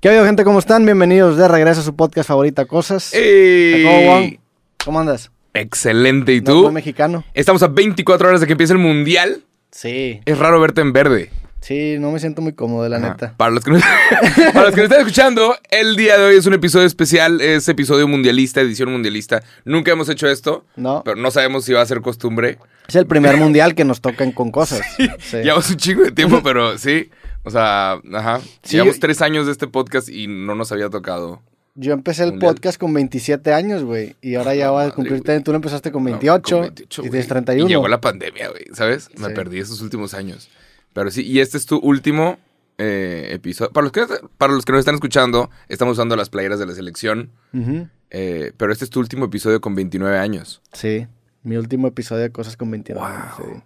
¿Qué ha habido, gente? ¿Cómo están? Bienvenidos de regreso a su podcast favorita, Cosas. ¡Ey! ¿Cómo van? ¿Cómo andas? Excelente, ¿y No, tú? muy mexicano. Estamos a 24 horas de que empiece el mundial. Sí. Es raro verte en verde. Sí, no me siento muy cómodo, la Ajá. neta. Para los, que no, para los que no están escuchando, el día de hoy es un episodio especial, es episodio mundialista, edición mundialista. Nunca hemos hecho esto, No. pero no sabemos si va a ser costumbre. Es el primer mundial que nos tocan con cosas. Sí. Llevamos un chingo de tiempo, pero sí. O sea, ajá. Sí. Llevamos tres años de este podcast y no nos había tocado. Yo empecé el Mundial. Ah, podcast con 27 años, güey. Y ahora ya vas a Madre, cumplir. güey. Tú lo empezaste con No, 28, con y güey. tienes 31. Y llegó la pandemia, güey, ¿sabes? Me Sí. perdí esos últimos años. Pero sí, y este es tu último eh, episodio. Para los, que, para los que nos están escuchando, estamos usando las playeras de la selección. Ujú. eh, pero este es tu último episodio con 29 años. Sí. Mi último episodio de Cosas con 29. Wow. sí.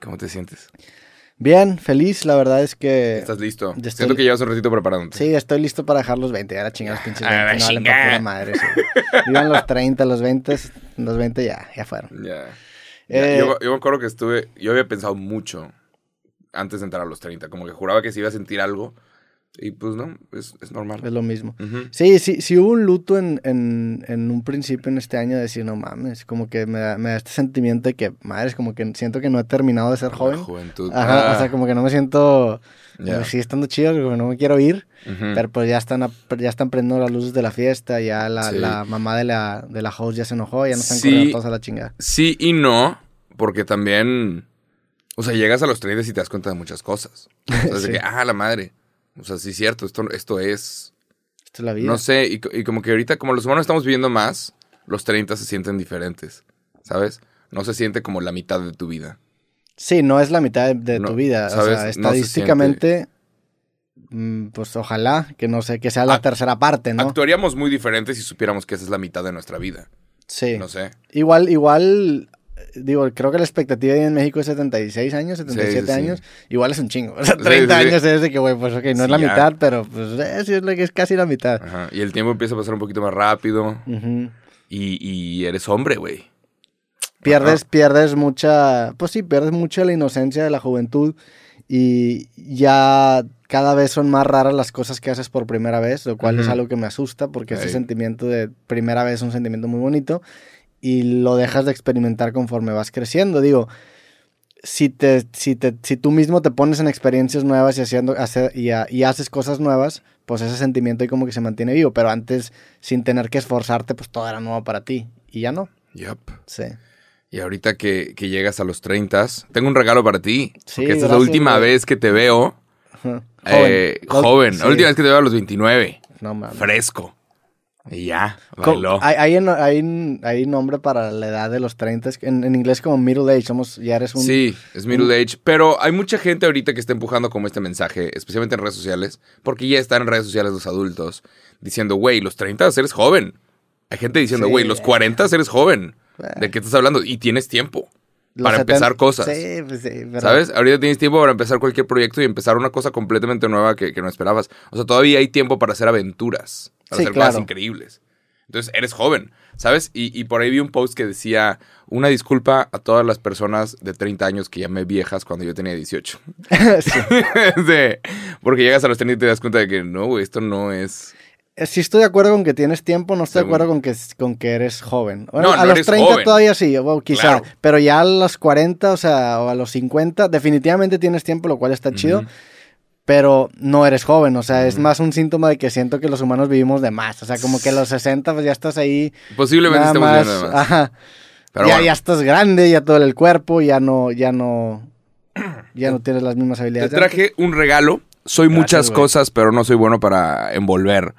¿Cómo te sientes? Bien, feliz. La verdad es que... ¿Estás listo? Eh, estoy- Siento que llevas un ratito preparándote. Sí, estoy listo para dejar los 20. Ya la chingada los pinches A la 20. No valen chingada. para pura madre. sí. Vivan los 30, los 20. Los 20 ya, ya fueron. Ya. Eh, Ya, yo, yo me acuerdo que estuve, yo había pensado mucho antes de entrar a los 30, como que juraba que se iba a sentir algo y pues no, es, es normal. Es lo mismo. Ujú. Sí, sí, sí hubo un luto en, en, en un principio en este año de decir, no mames, como que me da, me da este sentimiento de que, madres, como que siento que no he terminado de ser La joven. Juventud. Ajá, Ah, o sea, como que no me siento, como ya. Mm. que sigue estando chido, como que no me quiero ir, Ujú. pero pues ya están, ap- ya están prendiendo las luces de la fiesta, ya la, Sí. la mamá de la, de la host ya se enojó, ya nos están Sí. corriendo todos a la chingada. Sí y no, porque también, o sea, llegas a los 30 y te das cuenta de muchas cosas. O sea, es de Sí. que, ah, la madre. O sea, sí, cierto, esto, esto es. Esto es la vida. No sé, y, co- y como que ahorita, como los humanos estamos viviendo más, los 30 se sienten diferentes, ¿sabes? No se siente como la mitad de tu vida. Sí, no es la mitad de, de No, tu vida. ¿sabes? O sea, No se estadísticamente, mm, pues ojalá que no sé, que sea la Ac- tercera parte, ¿no? Actuaríamos muy diferente si supiéramos que esa es la mitad de nuestra vida. Sí. No sé. Igual, igual, digo, creo que la expectativa ahí en México es 76 años, 77 sí, sí. años. Igual es un chingo. O sea, Sí, 30 sí, sí. años es de que, güey, pues ok, no Sí, es la ya. Ah. mitad, pero pues eh, sí es, lo que es casi la mitad. Ajá. Y el tiempo empieza a pasar un poquito más rápido. Ujú. Y, y eres hombre, güey. Ah, Pierdes, pierdes mucha, pues sí, pierdes mucha la inocencia de la juventud y ya cada vez son más raras las cosas que haces por primera vez, lo cual es Ujú. algo que me asusta porque ese Ey. sentimiento de primera vez es un sentimiento muy bonito y lo dejas de experimentar conforme vas creciendo. Digo, si, te, si, te, si tú mismo te pones en experiencias nuevas y, haciendo, hacer- y, ha- y haces cosas nuevas, pues ese sentimiento ahí como que se mantiene vivo, pero antes sin tener que esforzarte, pues todo era nuevo para ti y ya no. Yup. Sí. Y ahorita que, que llegas a los 30, tengo un regalo para ti. Sí, porque esta es la gracias, última güey. vez que te veo Joven. eh, joven. La Sí. última vez que te veo a los 29. No mames. Fresco. Y ya, Co- ah, bailó. Hay, hay, en- hay- hay nombre para la edad de los 30. es que En, en inglés, como middle age, somos, ya eres un. Sí, es middle age. Pero hay mucha gente ahorita que está empujando como este mensaje, especialmente en redes sociales, porque ya están en redes sociales los adultos, diciendo, güey, los 30 eres joven. Hay gente diciendo, Sí. güey, los 40 eres joven. Eh. ¿De qué estás hablando? Y tienes tiempo los para 70. empezar cosas. Sí, pues sí, pero- ¿Sabes? Ahorita tienes tiempo para empezar cualquier proyecto y empezar una cosa completamente nueva que, que no esperabas. O sea, todavía hay tiempo para hacer aventuras, para Sí, hacer claro. cosas increíbles. Entonces, eres joven, ¿sabes? Y, y por ahí vi un post que decía, una disculpa a todas las personas de 30 años que llamé viejas cuando yo tenía 18. sí. Sí, Porque llegas a los 30 y te das cuenta de que, no, güey, esto no es... Eh, Sí, estoy de acuerdo con que tienes tiempo, no estoy de Según- acuerdo con que, con que eres joven. No, a no los eres 30 joven. todavía sí, o- o quizá, Claro. pero ya a los 40, o sea, o a los 50, definitivamente tienes tiempo, lo cual está chido. Ujú. pero no eres joven, o sea, es Ujú. más un síntoma de que siento que los humanos vivimos de más, o sea, como que a los 60 pues ya estás ahí, Posiblemente nada estamos más, viendo nada más. ajá, Pero ya, bueno, ya estás grande, ya todo el cuerpo, ya no, ya no, ya no tienes las mismas te habilidades. de antes. traje un regalo. Soy Gracias, muchas güey. cosas, pero no soy bueno para envolver.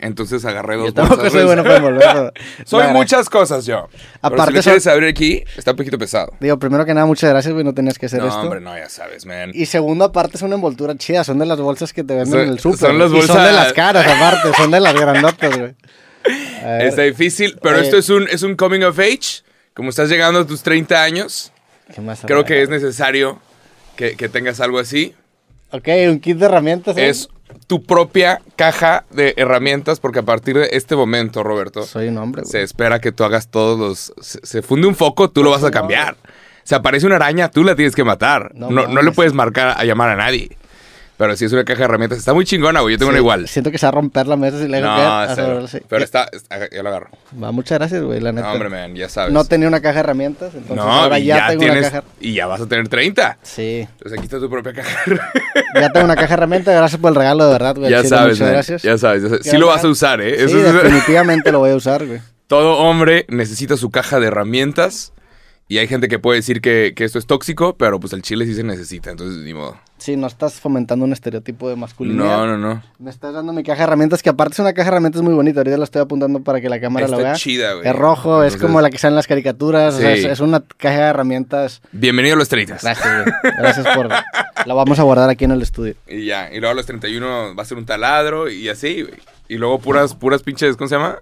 Entonces agarré dos Yo tampoco bolsas soy de- bueno para envolver, pero- Soy Bueno, muchas cosas yo. Aparte, Aparte si lo son- quieres abrir aquí, está un poquito pesado. Digo, primero que nada, muchas gracias, güey, no tenías que hacer No, esto. hombre, no, ya sabes, man. Y segundo, aparte, es una envoltura chida, son de las bolsas que te venden Son- en el súper. son las güey, y Son de bolsas- las caras, aparte, son de las grandotas, güey. A ver, Está difícil, pero Eh. esto es un, es un coming of age. Como estás llegando a tus 30 años, ¿qué más creo habrá? que es necesario que, que tengas algo así. Ok, un kit de herramientas. ¿eh? Es tu propia caja de herramientas, porque a partir de este momento, Roberto, Soy un hombre, güey. se espera que tú hagas todos los... Se, se funde un foco, tú lo vas a cambiar. Se aparece una araña, tú la tienes que matar. No No, no le mames. puedes marcar a llamar a nadie. Pero sí es una caja de herramientas. Está muy chingona, güey. Yo tengo Sí, una igual. Siento que se va a romper la Ah, mesa si le digo que- No, a cero. sobrarse. Pero Ya- está, está- yo la agarro. Va, muchas gracias, güey, la neta. No, hombre, man, ya sabes. No tenía una caja de herramientas, entonces No, ahora y ya, tengo una caja. Y ya vas a tener 30. Sí, Entonces aquí está tu propia Pues caja. ya tengo una caja de herramientas. Gracias por el regalo, de verdad, güey. ya, Chile, sabes, muchas man, gracias. ya sabes, ya sabes. Sí Ya, lo man. vas a usar, ¿eh? Sí, Eso es- definitivamente lo voy a usar, güey. Todo hombre necesita su caja de herramientas. Y hay gente que puede decir que, que esto es tóxico, pero pues el chile sí se necesita, entonces ni modo. Sí, no estás fomentando un estereotipo de masculinidad. No, no, no. Me estás dando mi caja de herramientas, que aparte es una caja de herramientas muy bonita. Ahorita la estoy apuntando para que la cámara Está la vea. chida, güey. Es rojo, es Entonces, como la que sale en las caricaturas. o sea, Sí. es, es una caja de herramientas. Bienvenido a los 30. Gracias, güey. Gracias por. La vamos a guardar aquí en el estudio. Y ya, y luego a los 31 va a ser un taladro y así, güey. Y luego puras, puras pinches, ¿cómo se llama?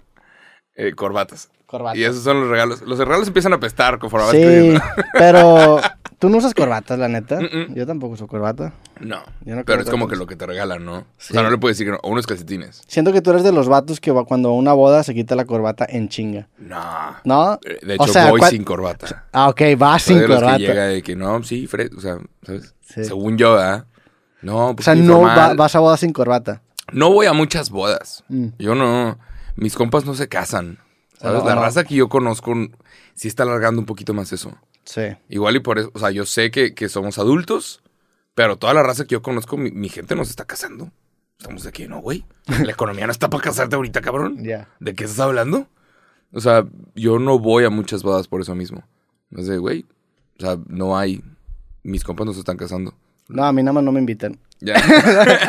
Eh, corbatas. Corbata. Y esos son los regalos. Los regalos empiezan a pestar conforme vas Sí, creciendo. pero tú no usas corbatas, la neta. Mm-mm. Yo tampoco uso corbata. No, Yo no creo pero es que como lo que lo que te regalan, ¿no? Sí. O sea, no le puedes decir que no. O unos calcetines. Siento que tú eres de los vatos que va- cuando va a una boda se quita la corbata en chinga. No. ¿No? Eh, De O hecho, sea, voy ¿cuál- sin corbata. Ah, ok, va Soy sin de los que llega corbata. de que no, sí, Fred, o sea, ¿sabes? Sí. Según yo, ¿verdad? No, O pues sea, que no va- informal. vas a boda sin corbata. No voy a muchas bodas. Mm. Yo no. Mis compas no se casan. ¿Sabes? No, La no. raza que yo conozco sí está alargando un poquito más eso. Sí. Igual y por eso, o sea, yo sé que, que somos adultos, pero toda la raza que yo conozco, mi, mi gente nos está casando. Estamos de que no, güey. La economía no está para casarte ahorita, cabrón. Ya. ¿De qué estás hablando? O sea, yo no voy a muchas bodas por eso mismo. No sé, güey. O sea, no hay. Mis compas no se están casando. No, a mí nada más no me invitan. Ya.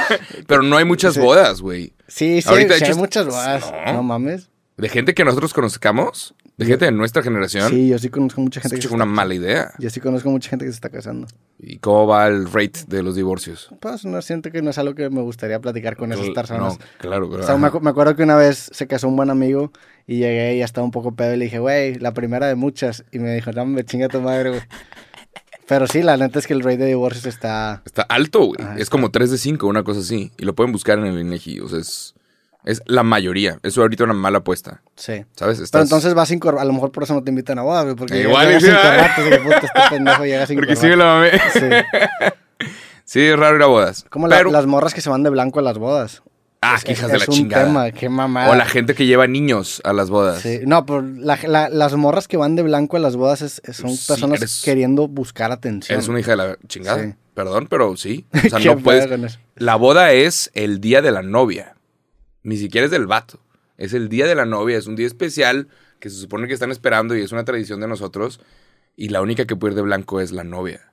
pero no hay muchas Sí. bodas, güey. Sí, sí, Ahorita, de sí, hecho, hay muchas es- bodas. no. No, mames. De gente que nosotros conozcamos, de gente de nuestra generación, Sí, yo sí conozco mucha gente escucho que se que una está- mala idea. Yo sí conozco mucha gente que se está casando. ¿Y cómo va el rate de los divorcios? Pues no siento que no es algo que me gustaría platicar con esas Cl- personas. Pues, No, claro, pero. O sea, me, ajá. acu- me acuerdo que una vez se casó un buen amigo y llegué y ya estaba un poco pedo y le dije, güey, la primera de muchas. Y me dijo, no, me chinga tu madre, güey. Pero sí, la neta es que el rey de divorcios está... Está alto, güey. Ah, es como 3 de 5, una cosa así. Y lo pueden buscar en el INEGI. O sea, es, es la mayoría. Eso ahorita una mala apuesta. Sí. ¿Sabes? Estás- Eh, Pero entonces vas sin corbata. A lo mejor por eso no te invitan a boda, güey. Porque Igual llegas y sin sí, ¿verdad? corbata. así que, puta, este pendejo llega sin Porque sí me corbata. la mamé. Sí. Sí, es raro ir a bodas. Como la- Pero... las morras que se van de blanco a las bodas. ah, Es- qué hijas es- de la es un chingada. tema, qué mamada. O la gente que lleva niños a las bodas. Sí, No, pero la- la- las morras que van de blanco a las bodas es- es- son Sí, personas eres- queriendo buscar atención. Eres una hija de la chingada. Sí. Perdón, pero sí. O sea, Qué no puedes. pedo con eso. La boda es el día de la novia. Ni siquiera es del vato. Es el día de la novia. Es un día especial que se supone que están esperando y es una tradición de nosotros. Y la única que puede ir de blanco es la novia.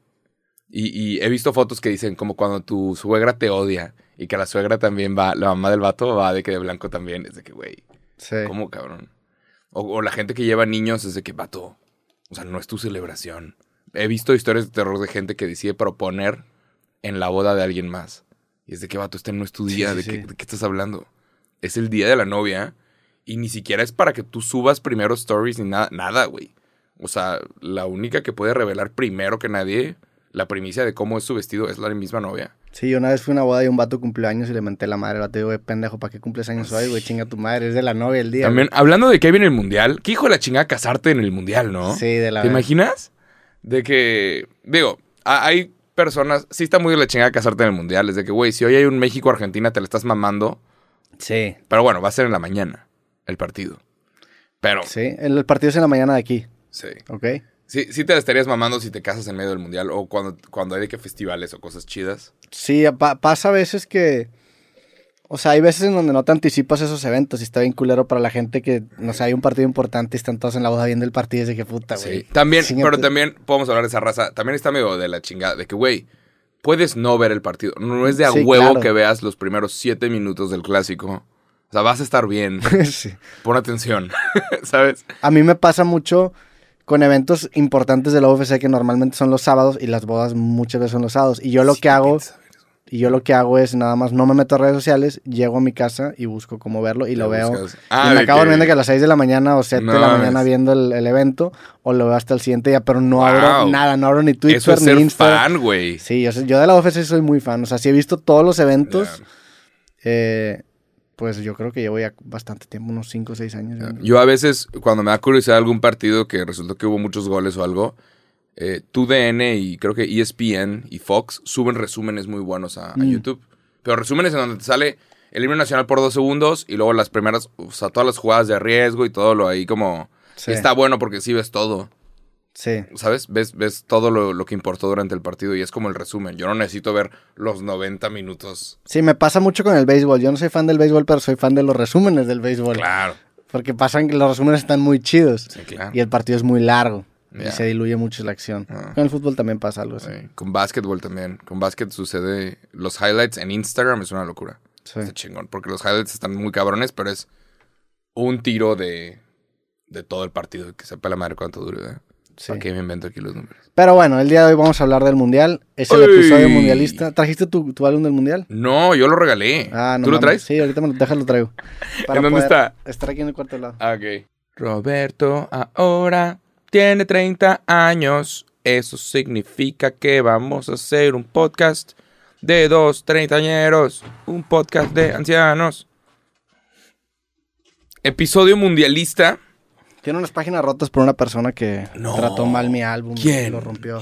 Y, y he visto fotos que dicen como cuando tu suegra te odia y que la suegra también va, la mamá del vato va de que de blanco también. Es de que, güey, Sí. ¿cómo cabrón? O, o la gente que lleva niños es de que, vato, o sea, no es tu celebración. He visto historias de terror de gente que decide proponer en la boda de alguien más. Y es de que, vato, este no es tu Sí, día, sí, ¿de, sí. Qué, de qué estás hablando? Es el día de la novia y ni siquiera es para que tú subas primero stories ni nada, nada, güey. O sea, la única que puede revelar primero que nadie la primicia de cómo es su vestido es la misma novia. Sí, yo una vez fui a una boda y un vato cumplió años y le menté la madre. El vato digo, güey, pendejo, ¿para qué cumples años hoy, güey? Chinga tu madre, es de la novia el día. También, hablando de que viene el mundial, qué hijo de la chingada casarte en el mundial, ¿no? güey". Sí, de la ¿Te verdad. imaginas? De que, digo, ha- hay personas, sí está muy de la chingada casarte en el mundial, es de que, güey, si hoy hay un México-Argentina, te la estás mamando, Sí. pero bueno, va a ser en la mañana el partido. Pero, sí, Sí, el el partido es en la mañana de aquí, sí, ¿ok? sí, te la estarías mamando si te casas en medio del mundial o cuando, cuando hay de que festivales o cosas chidas. Sí, pa- pasa a veces que... O sea, hay veces en donde no te anticipas esos eventos y está bien culero para la gente que, no sé, hay un partido importante y están todos en la boda viendo el partido y es de que puta, güey. Sí. También, Sí, pero te- también podemos hablar de esa raza, también está medio de la chingada, de que, güey, puedes no ver el partido, no es de a Sí, huevo claro. que veas los primeros siete minutos del clásico. O sea, vas a estar bien. Sí. Pon atención, ¿sabes? A mí me pasa mucho con eventos importantes de la UFC que normalmente son los sábados y las bodas muchas veces son los sábados. Y yo lo Sí, que hago... piensa, Y yo lo que hago es nada más no me meto a redes sociales, llego a mi casa y busco cómo verlo y lo Ya veo. buscas. Ah, y me de acabo que- durmiendo que a las 6 de la mañana o 7 de No, la mañana es- viendo el, el evento o lo veo hasta el siguiente día, pero no abro Wow. nada, no abro ni Twitter Eso es ni ser Instagram. fan, güey. Sí, yo, soy- yo de la UFC soy muy fan, o sea, si he visto todos los eventos, Ya. eh, pues yo creo que llevo ya bastante tiempo, unos 5 o 6 años. viendo. Yo a veces, cuando me da curiosidad algún partido que resultó que hubo muchos goles o algo, eh, TUDN y creo que E ESPN y Fox suben resúmenes muy buenos a, a Mm. YouTube. Pero resúmenes en donde te sale el himno nacional por dos segundos y luego las primeras, o sea, todas las jugadas de riesgo y todo lo ahí como... Sí. Está bueno porque sí ves todo, Sí. ¿sabes? Ves, ves todo lo, lo que importó durante el partido y es como el resumen. Yo no necesito ver los 90 minutos. Sí, me pasa mucho con el béisbol. Yo no soy fan del béisbol, pero soy fan de los resúmenes del béisbol. Claro. Porque pasan que los resúmenes están muy chidos. Sí, claro. Y el partido es muy largo. Ah. Ya. Y se diluye mucho la acción. Ah. Con el fútbol también pasa algo así. Sí, Con básquetbol también. Con básquet sucede. Los highlights en Instagram es una locura. Sí. Está chingón. Porque los highlights están muy cabrones, pero es un tiro de, de todo el partido. Que sepa la madre cuánto dure. ¿eh? Sí. ¿Para qué me invento aquí los números? Pero bueno, el día de hoy vamos a hablar del mundial. Es el ¡Ey! episodio mundialista. ¿Trajiste tu, tu álbum del mundial? No, yo lo regalé. ¿Tú lo Ah, mames. traes? Sí, ahorita me lo déjalo traigo. Para ¿En dónde poder está? Estar aquí en el cuarto lado. Ah, ok. Roberto ahora tiene 30 años. Eso significa que vamos a hacer un podcast de dos treintañeros. Un podcast de ancianos. Episodio mundialista. Tiene unas páginas rotas por una persona que No. trató mal mi álbum. ¿Quién? Lo rompió.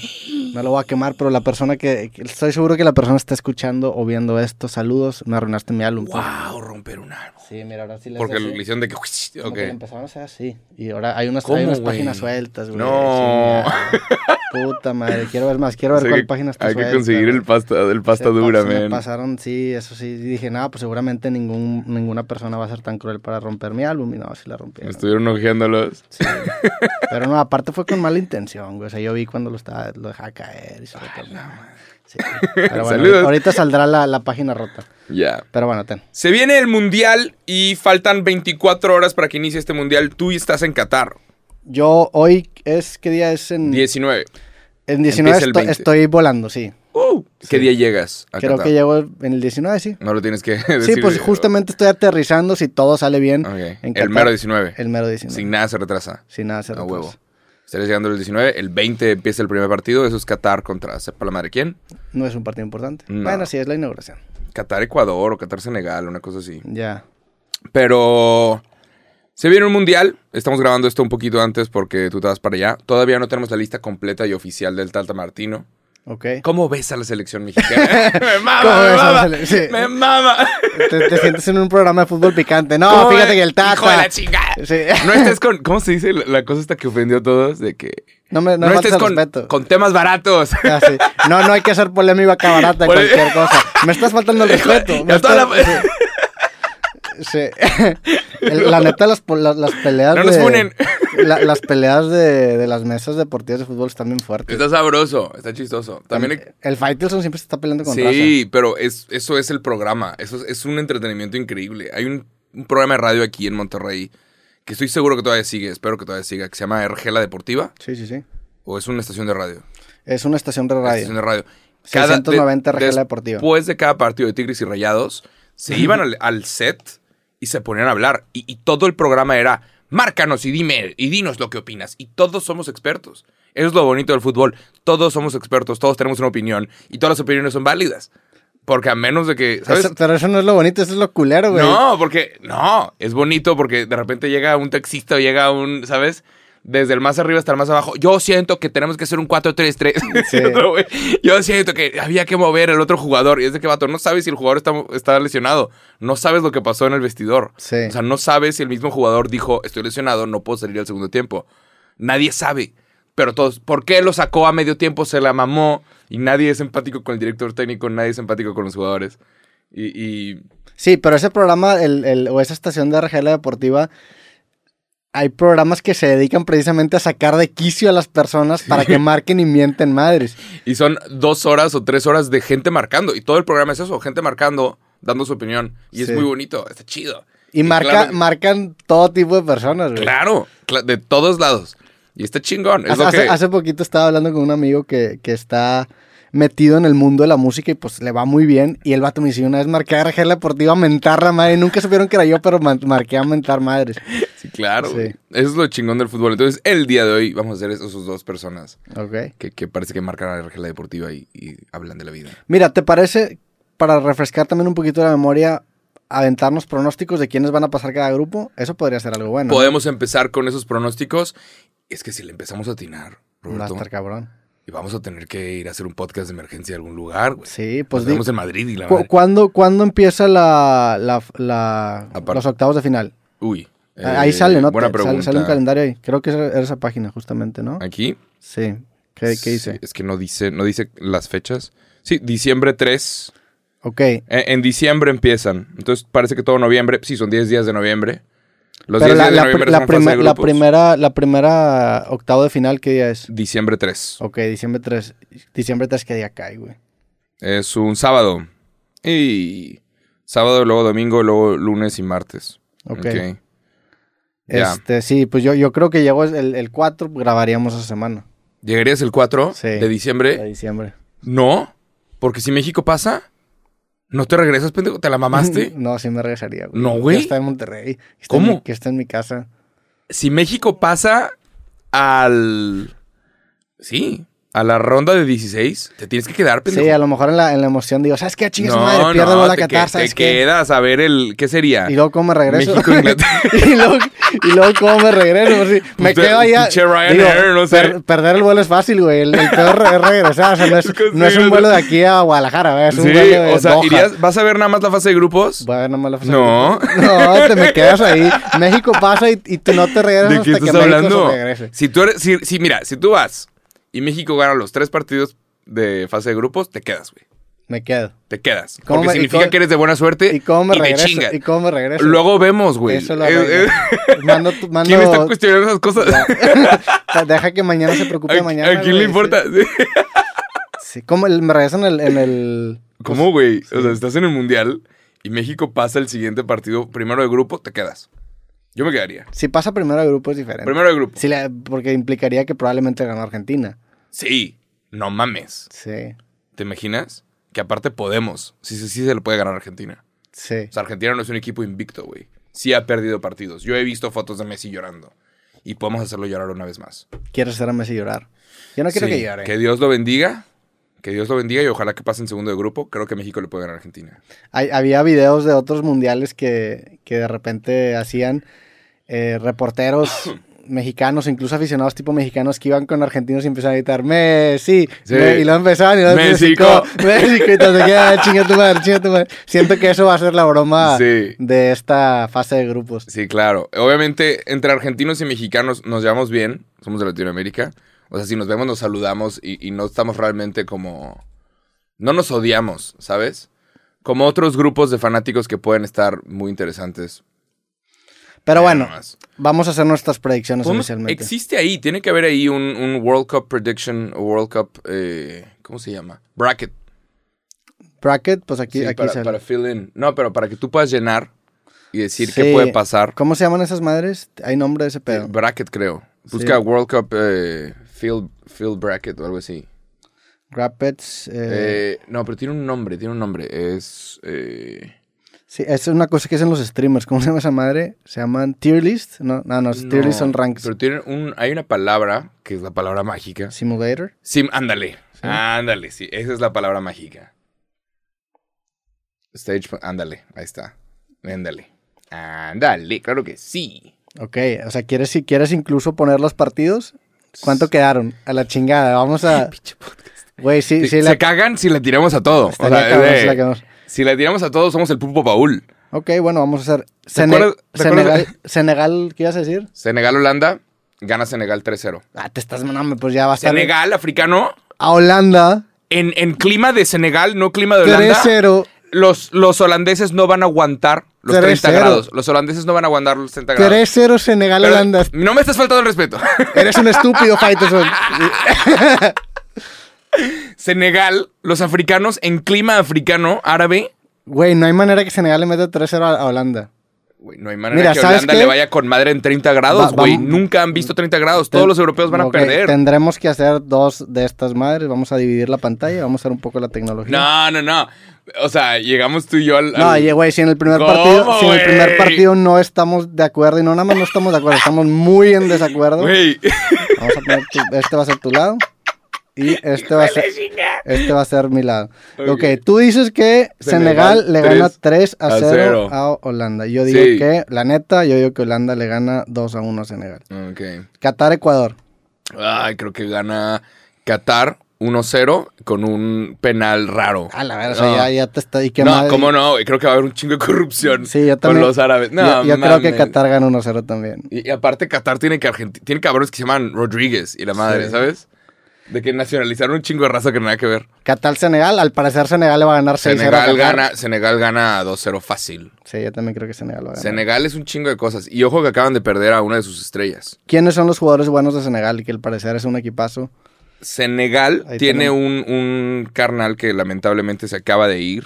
No lo voy a quemar, pero la persona que, que- Estoy seguro que la persona está escuchando o viendo esto. Saludos, me arruinaste mi álbum. ¡Wow! Romper un árbol. Sí, mira, ahora sí le Porque haces lo así. hicieron de que. Como Ok. que le empezaron a hacer así. Y ahora hay unas, hay ¿Cómo, unas güey? páginas sueltas, güey. No. Sí, ya. Puta madre, quiero ver más. Quiero ver Sé cuál que página está Hay que suelta, conseguir güey. el pasta, el pasta Se pa- dura, se me men. pasaron, sí, eso sí. Y dije, no, pues seguramente ningún, ninguna persona va a ser tan cruel para romper mi álbum. Y no, sí la rompieron. Estuvieron ojeándolos. Sí. Pero no, aparte fue con mala intención, güey. O sea, yo vi cuando lo estaba, lo dejaba caer y se lo tomaba. Sí. Pero bueno, Saludos. ahorita saldrá la, la página rota. Ya. Pero bueno, ten. Se viene el mundial y faltan 24 horas para que inicie este mundial. Tú estás en Qatar. Yo hoy es, ¿qué día es? En, 19. en 19 empieza el estoy, 20. estoy volando, sí. Uh, ¿Qué Sí. día llegas a Creo Qatar? que llego en el 19, sí. No lo tienes que decir. eh, Sí, pues justamente estoy aterrizando si todo sale bien. Ok. en Qatar. El mero 19. El mero 19. Sin nada se retrasa. Sin nada se A retrasa. huevo. Estarías llegando el 19. El 20 empieza el primer partido. Eso es Qatar contra, sepa la madre quién. No es un partido importante. No. Bueno, sí, es la inauguración. Qatar-Ecuador o Qatar-Senegal, una cosa así. Ya. Pero se viene un mundial. Estamos grabando esto un poquito antes porque tú te vas para allá. Todavía no tenemos la lista completa y oficial del Tata Martino. Ok. ¿Cómo ves a la selección mexicana? me mama, ¿Cómo me ves a la mama. sele- sí. Me mama. Te, te sientes en un programa de fútbol picante. No, ¿Cómo fíjate ves? que el Tata. Hijo de la chingada. Sí. No estés con. ¿Cómo se dice la- la cosa esta que ofendió a todos? De que. No me no No, me faltes estés al con, respeto. con temas baratos. Ah, sí. No, no hay que hacer polémica cabarata Por- e- cualquier cosa. Me estás faltando el respeto. Me Ya toda estás- la- Sí. El- la neta, las, po- la- las peleas. No nos de- funen. la- las peleas de, de las mesas deportivas de fútbol están bien fuertes. Está sabroso, está chistoso. También. el, Faitelson siempre se está peleando con raza. Sí, pero es, eso es el programa. Eso es, es un entretenimiento increíble. Hay un, un programa de radio aquí en Monterrey que estoy seguro que todavía sigue, espero que todavía siga, que se llama RG La Deportiva Sí, sí, sí. o es una estación de radio. Es una estación de Una radio. Estación de radio. 690 RG La Deportiva. Después de cada partido de Tigres y Rayados, se iban al, al set y se ponían a hablar. Y, y todo el programa era, márcanos y dime y dinos lo que opinas. Y todos somos expertos. Eso es lo bonito del fútbol. Todos somos expertos, todos tenemos una opinión y todas las opiniones son válidas. Porque a menos de que, ¿sabes? Eso- pero eso no es lo bonito, eso es lo culero, güey. No, porque, no, es bonito porque de repente llega un taxista o llega un, ¿sabes? Desde el más arriba hasta el más abajo. Yo siento que tenemos que hacer un 4-3-3. Sí. Otro güey, Yo siento que había que mover el otro jugador. Y es de que, vato, no sabes si el jugador está, está lesionado. No sabes lo que pasó en el vestidor. Sí. O sea, no sabes si el mismo jugador dijo, estoy lesionado, no puedo salir al segundo tiempo. Nadie sabe. Pero todos, ¿por qué lo sacó a medio tiempo? Se la mamó. Y nadie es empático con el director técnico, nadie es empático con los jugadores. Y- y Sí, pero ese programa el, el- o esa estación de RG La Deportiva, hay programas que se dedican precisamente a sacar de quicio a las personas para que marquen y mienten madres. Y son dos horas o tres horas de gente marcando. Y todo el programa es eso, gente marcando, dando su opinión. Y Sí. es muy bonito, está chido. Y marca, claro- marcan todo tipo de personas, güey. Claro, cla- de todos lados. Y está chingón. Es Hace, lo que, hace- hace poquito estaba hablando con un amigo que, que está metido en el mundo de la música y pues le va muy bien. Y el vato me dice, una vez marqué a RG La Deportiva a mentar la madre. Nunca supieron que era yo, pero man- marqué a mentar madres. sí, claro. sí. güey. Eso es lo chingón del fútbol. Entonces, el día de hoy vamos a hacer esos dos personas Ok. que, que parece que marcan a la regla deportiva y, y hablan de la vida. Mira, ¿te parece, para refrescar también un poquito la memoria, aventarnos pronósticos de quiénes van a pasar cada grupo? Eso podría ser algo bueno. ¿no? Podemos empezar con esos pronósticos. Es que si le empezamos a atinar, Va a Roberto, estar cabrón. y vamos a tener que ir a hacer un podcast de emergencia a algún lugar, güey. Sí, Nos pues di- vemos en Madrid y la cu- madre. ¿cuándo, ¿cuándo empieza la, la- la- Aparte- los octavos de final? Uy. eh, ahí sale, ¿no? Buena Te- sale- pregunta. Sale, un calendario ahí. Creo que esa- era esa página justamente, ¿no? Aquí. Sí. ¿Qué, qué dice? Sí, es que no dice, no dice las fechas. Sí, diciembre 3. Ok. Eh, En, diciembre empiezan. Entonces parece que todo noviembre. Sí, son 10 días de noviembre. Los Pero 10 la, días de la noviembre pr- la son fase primer- de la grupos. primera, la primera octavo de final, ¿qué día es? Diciembre 3. Ok, diciembre 3. Diciembre 3, ¿qué día cae, güey? Es un sábado. Y sábado, luego domingo, luego lunes y martes. Ok. Ok. Ya. Este, sí, pues yo, yo creo que llegó el, el 4, grabaríamos esa semana ¿Llegarías el 4 Sí. de de diciembre? diciembre. No, porque si México pasa, no te regresas, pendejo. ¿Te la mamaste? No, sí me regresaría, güey. No, güey. Ya está en Monterrey. que está ¿Cómo? en mi- que está en mi casa. si México pasa al... Sí, a la ronda de 16, te tienes que quedar, pendejo. Sí, a lo mejor en la, en la emoción digo, ¿sabes qué? Chingas no, madre, pierdo no, la te, que- Qatar, te ¿sabes qué? quedas a ver el... ¿Qué sería? Y luego cómo me regreso. México, Inglaterra. y, luego, y luego cómo me regreso. Pues, sí, me Usted- quedo allá. pinche Ryanair, no sé. perder el vuelo es fácil, güey. El, el peor es regresar. O sea, no es, no es un vuelo de aquí a Guadalajara, güey. Es un sí, vuelo de o sea, Doha. irías- ¿vas a ver nada más la fase de grupos? Voy a ver nomás la fase No. de grupos. No, te me quedas ahí. México pasa y, y tú no te regresas ¿De qué hasta que estás México hablando? se regrese. Si tú eres, si, si, mira, si tú vas y México gana los tres partidos de fase de grupos, te quedas, güey. Me quedo. Te quedas. ¿Cómo Porque me- y significa cómo- que eres de buena suerte ¿Y cómo me te regreso? chingas. ¿Y cómo me regreso? Luego vemos, güey. Eso lo Eh, arreglo. Pues eh, Mando, tu- mando, ¿Quién está cuestionando esas cosas? Deja que mañana se ¿A, preocupe de a mañana. quién güey. le importa? Sí, como el- me regresan en el, en el. pues, ¿Cómo, güey? O sea, estás en el mundial y México pasa el siguiente partido primero de grupo, te quedas. Yo me quedaría. Si pasa primero de grupo es diferente. Primero de grupo. Sí, la- porque implicaría que probablemente ganó Argentina. Sí. No mames. Sí, ¿Te imaginas? Que aparte podemos. Sí, sí, sí se le puede ganar a Argentina. sí. O sea, Argentina no es un equipo invicto, güey. Sí ha perdido partidos. Yo he visto fotos de Messi llorando. Y podemos hacerlo llorar una vez más. Quieres hacer a Messi llorar. Yo no quiero Sí, que llore. Que Dios lo bendiga. Que Dios lo bendiga y ojalá que pase en segundo de grupo. Creo que México le puede ganar a Argentina. Hay- había videos de otros mundiales que, que de repente hacían eh, reporteros mexicanos, incluso aficionados tipo mexicanos que iban con argentinos y empezaban a gritar Messi. Sí. Me- y lo empezaban y lo México. México. Y todo que "Ah, chinga tu madre, chinga tu madre. Siento que eso va a ser la broma Sí. de esta fase de grupos. Sí, claro. Obviamente, entre argentinos y mexicanos nos llevamos bien. Somos de Latinoamérica. O sea, si nos vemos, nos saludamos y, y no estamos realmente como. No nos odiamos, ¿sabes? Como otros grupos de fanáticos que pueden estar muy interesantes. Pero bueno, Nada más. vamos a hacer nuestras predicciones Podemos- oficialmente. Existe ahí, tiene que haber ahí un, un World Cup prediction o World Cup, eh, ¿cómo se llama? Bracket. Bracket, pues aquí, Sí, aquí para, sale. para fill in. No, pero para que tú puedas llenar y decir Sí. qué puede pasar. ¿Cómo se llaman esas madres? Hay nombre de ese Eh, pedo. Bracket, creo. Busca Sí. World Cup eh, fill, fill Bracket o algo así. Grappets. eh, Eh, no, pero tiene un nombre, tiene un nombre. Es... eh, Sí, esa es una cosa que hacen los streamers. ¿Cómo se llama esa madre? ¿Se llaman tier list? No, Ah, no, no, tier list no, son ranks. Pero tiene un, hay una palabra que es la palabra mágica. Simulator. Sim, ándale. Ándale, sí. Esa es la palabra mágica. Stage, pa- ándale, ahí está. Ándale. Ándale, claro que sí. Ok, o sea, ¿quieres, si quieres incluso poner los partidos? ¿Cuánto quedaron? A la chingada, vamos a... Güey, sí, sí, Se- la... Se cagan si la tiramos a todo. O sea, estaría cabrón, eh, sí la acabamos. si la tiramos a todo, somos el pulpo Paul. Ok, bueno, vamos a hacer... ¿Te Sene- acuerdas- te acuerdas- Senegal, Senegal, ¿qué ibas a decir? Senegal-Holanda, gana Senegal 3-0. Ah, te estás... No, pues ya va a estar... Senegal, africano, A Holanda, en, en clima de Senegal, no clima de Holanda. 3-0. Los, los holandeses no van a aguantar los 30 3-0. grados. Los holandeses no van a aguantar los 30 grados. 3-0 Senegal, Pero- Holanda. No me estás faltando el respeto. Eres un estúpido, Faitelson. Senegal, los africanos en clima africano, árabe. Güey, no hay manera que Senegal le meta 3-0 a- a Holanda. Güey, no hay manera Mira, que ¿sabes Holanda qué? le vaya con madre en 30 grados, Va- va- güey. Nunca han visto 30 grados. Todos Ten- los europeos van a Ok, perder. Tendremos que hacer dos de estas madres. Vamos a dividir la pantalla, vamos a hacer un poco la tecnología. No, no, no. O sea, llegamos tú y yo al. No, al- oye, güey, si en el primer ¿Cómo, partido, si en el primer güey? partido no estamos de acuerdo y no nada más no estamos de acuerdo, estamos muy en desacuerdo. Güey. Vamos a poner tu- este va a ser tu lado y este va a ser este va a ser mi lado. Ok, Ok. tú dices que Senegal, Senegal le gana 3 3 a a 0, cero. a Holanda. Yo digo Sí. que, la neta, yo digo que Holanda le gana 2 a 1 a Senegal. Ok. Qatar, Ecuador. Ay, creo que gana. Qatar 1-0 con un penal raro. A la verdad, o sea, No. ya, ya te está. ¿Y qué no, madre? cómo no, güey. Creo que va a haber un chingo de corrupción Sí, yo con también. los árabes. No, yo yo creo que mames. Qatar gana 1-0 también. Y, y aparte Qatar tiene que Argenti- tiene cabrones que se llaman Rodríguez y la madre, Sí. ¿sabes? De que nacionalizaron un chingo de raza que nada que ver. Qatar-Senegal, al parecer Senegal le va a ganar 6-0. a Senegal Qatar. gana, Senegal gana 2-0 fácil. Sí, yo también creo que Senegal va a ganar. Senegal es un chingo de cosas. Y ojo que acaban de perder a una de sus estrellas. ¿Quiénes son los jugadores buenos de Senegal? Que al parecer es un equipazo. Senegal Ahí tiene un, un carnal que lamentablemente se acaba de ir.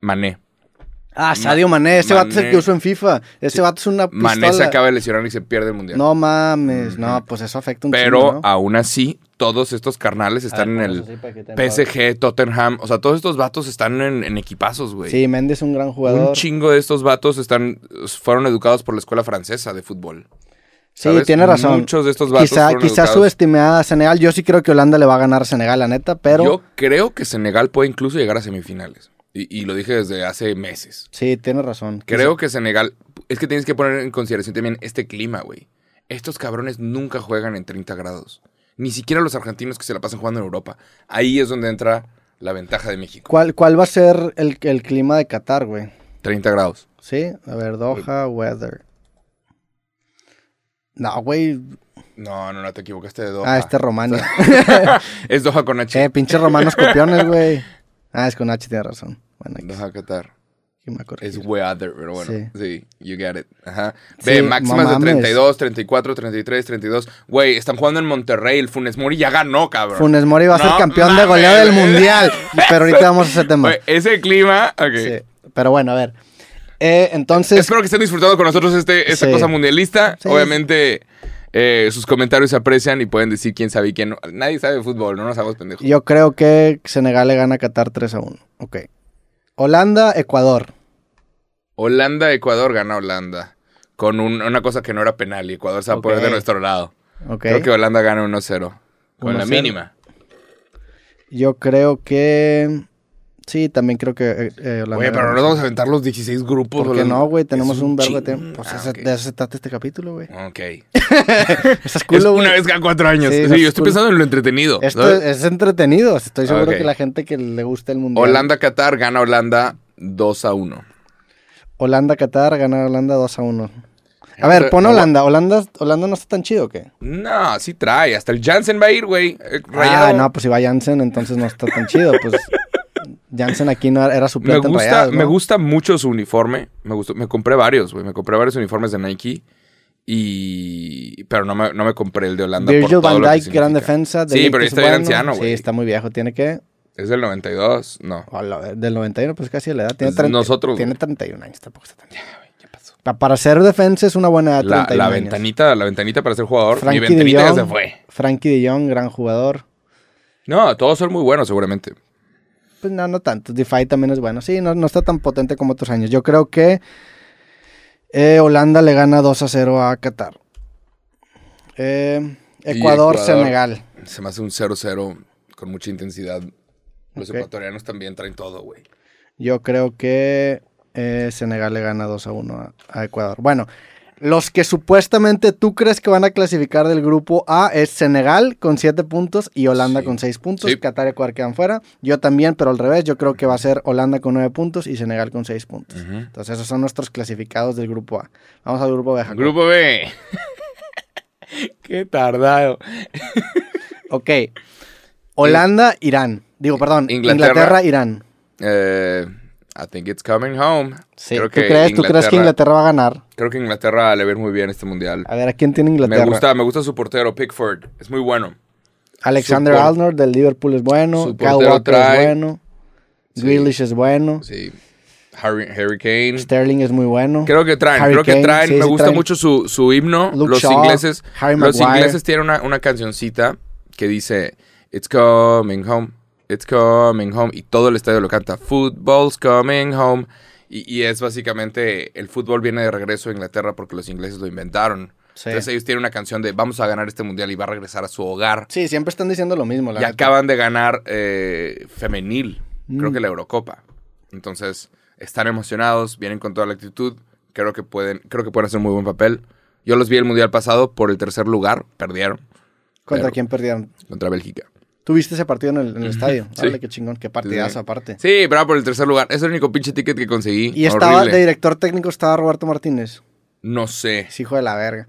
Mané. Ah, Sadio Mané. Ese vato es el Mané. que uso en FIFA. Ese vato es una pistola. Mané se acaba de lesionar y se pierde el mundial. No mames. No, pues eso afecta un Pero chingo, ¿no? aún así, todos estos carnales están Ah, en el PSG, Tottenham. O sea, todos estos vatos están en, en equipazos, güey. Sí, Méndez es un gran Un jugador. chingo de estos vatos están, fueron educados por la escuela francesa de fútbol. Sí, ¿sabes? tiene razón. Muchos de estos vatos Quizá, fueron quizá educados. subestimada a Senegal. Yo sí creo que Holanda le va a ganar a Senegal, la neta, pero Yo creo que Senegal puede incluso llegar a semifinales. Y, y lo dije desde hace meses. sí, tiene razón. Creo que Senegal... Es que tienes que poner en consideración también este clima, güey. Estos cabrones nunca juegan en 30 grados. Ni siquiera los argentinos que se la pasan jugando en Europa. Ahí es donde entra la ventaja de México. ¿Cuál, ¿Cuál va a ser el, el clima de Qatar, güey? 30 grados. Sí, a ver, Doha, weather. No, güey. No, no, no, te equivocaste de Doha. Ah, este es Romania. Es Doha con H. eh, pinches romanos copiones, güey. Ah, es con H, tiene razón. Bueno, aquí, Doha, Qatar. aquí me Es corregí. weather, pero bueno. Sí. Sí. you got it. Ajá. Sí, Ve, máximas no de mames. 32, 34, 33, 32. Güey, están jugando en Monterrey. El Funes Mori ya ganó, cabrón. Funes Mori va a ser No campeón de mames. goleo del mundial. Pero ahorita vamos a ese tema. Güey, ese clima. ok. Sí, Pero bueno, a ver. Eh, entonces, Espero que estén disfrutando con nosotros este, esta Sí. cosa mundialista. Sí. Obviamente, eh, sus comentarios se aprecian y pueden decir quién sabe y quién no. Nadie sabe de fútbol, no nos hagamos pendejos. yo creo que Senegal le gana a Qatar 3 a 1. Ok. Holanda, Ecuador. Holanda, Ecuador gana Holanda. Con un- una cosa que no era penal y Ecuador se va a poner Ok. de nuestro lado. Ok. Creo que Holanda gana 1-0. Con la 1-0. mínima. Yo creo que. Sí, también creo que eh, eh, Holanda. Güey, pero no gana. nos vamos a aventar los 16 grupos. ¿Por qué Holanda. no, güey? Es Tenemos un vergo de chin- tiempo. Pues Ah, ese- ok. de eso se trata este capítulo, güey. Ok. Estás Es culo, una güey. vez cada cuatro años. Sí, Sí, pues, estás yo estoy culo. pensando en lo entretenido. Esto ¿sabes? es entretenido. Estoy seguro Ok. que la gente que le gusta el mundial. Holanda-Qatar gana Holanda 2 a 1. Holanda, Qatar, gana Holanda 2 a 1. A Eh, ver, pon no, Holanda. Holanda. Holanda no está tan chido, ¿o qué? No, sí trae. Hasta el Jansen va a ir, güey. Eh, Ah, rayado. no, pues si va Jansen, entonces no está tan chido. Pues Jansen aquí no era me, suplente en gusta, Rayados, ¿no? me gusta mucho su uniforme. Me, gustó, me compré varios, güey. Me compré varios uniformes de Nike. Y... Pero no me, no me compré el de Holanda. por Virgil todo van lo que Dijk, gran significa. defensa. De Sí, Ligt pero ya es está bien bueno. anciano, güey. Sí, está muy viejo. Tiene que... Es del 92. No. a la- del 91, pues casi la edad. Tiene Pues 30 nosotros, Tiene güey. 31 años, tampoco está tan viejo. ¿Qué pasó? Pa- Para ser defensa es una buena edad, La, 31 la Ah, años. ventanita, la ventanita para ser jugador. Frankie Mi de ventanita ya Jong. se fue. Frankie de Jong, gran jugador. No, todos son muy buenos, seguramente. Pues no, no tanto. DeFi también es bueno. Sí, no, no está tan potente como otros años. Yo creo que eh, Holanda le gana 2 a 0 a Qatar. Eh, Y Ecuador, Ecuador. Senegal. Se me hace un 0-0 con mucha intensidad. Los Ok. ecuatorianos también traen todo, güey. Yo creo que eh, Senegal le gana 2 a 1 a, a Ecuador. Bueno, los que supuestamente tú crees que van a clasificar del grupo A es Senegal con 7 puntos y Holanda Sí. con 6 puntos. Sí. Qatar y Ecuador quedan fuera. Yo también, pero al revés. Yo creo que va a ser Holanda con 9 puntos y Senegal con 6 puntos. Entonces, esos son nuestros clasificados del grupo A. Vamos al grupo B. Jacob. Grupo B. Qué tardado. Ok. Holanda, Irán. Digo, perdón. Inglaterra. Inglaterra, Irán. Eh, I think it's coming home. Sí. ¿Tú, crees, ¿Tú crees que Inglaterra va a ganar? Creo que Inglaterra le va a ir muy bien este mundial. A ver, ¿a quién tiene Inglaterra? Me gusta, me gusta su portero, Pickford. Es muy bueno. Alexander Su por- Alnor del Liverpool es bueno. su Kyle portero Walker trae- es bueno. Sí. Grealish es bueno. Sí. Harry, Harry Kane. Sterling es muy bueno. Creo que traen, Harry creo que Kane, traen. sí, me sí gusta traen. mucho su, su himno. Luke los Shaw, ingleses. Harry los Maguire. ingleses tienen una, una cancioncita que dice It's coming home. It's coming home. Y todo el estadio lo canta. Football's coming home. Y, y es básicamente el fútbol viene de regreso a Inglaterra porque los ingleses lo inventaron. Sí. Entonces ellos tienen una canción de vamos a ganar este mundial y va a regresar a su hogar. Sí, siempre están diciendo lo mismo. La y neta. acaban de ganar eh, femenil, creo Mm. que la Eurocopa. Entonces, están emocionados, vienen con toda la actitud. Creo que pueden, creo que pueden hacer un muy buen papel. Yo los vi el mundial pasado por el tercer lugar, perdieron ¿Contra Pero- quién perdieron? contra Bélgica. ¿Tú viste ese partido en el, en el estadio? Sí. Dale, qué chingón, qué partidazo Sí. aparte. Sí, bravo por el tercer lugar. Es el único pinche ticket que conseguí. Y estaba, Horrible. de director técnico estaba Roberto Martínez. No sé. Es hijo de la verga.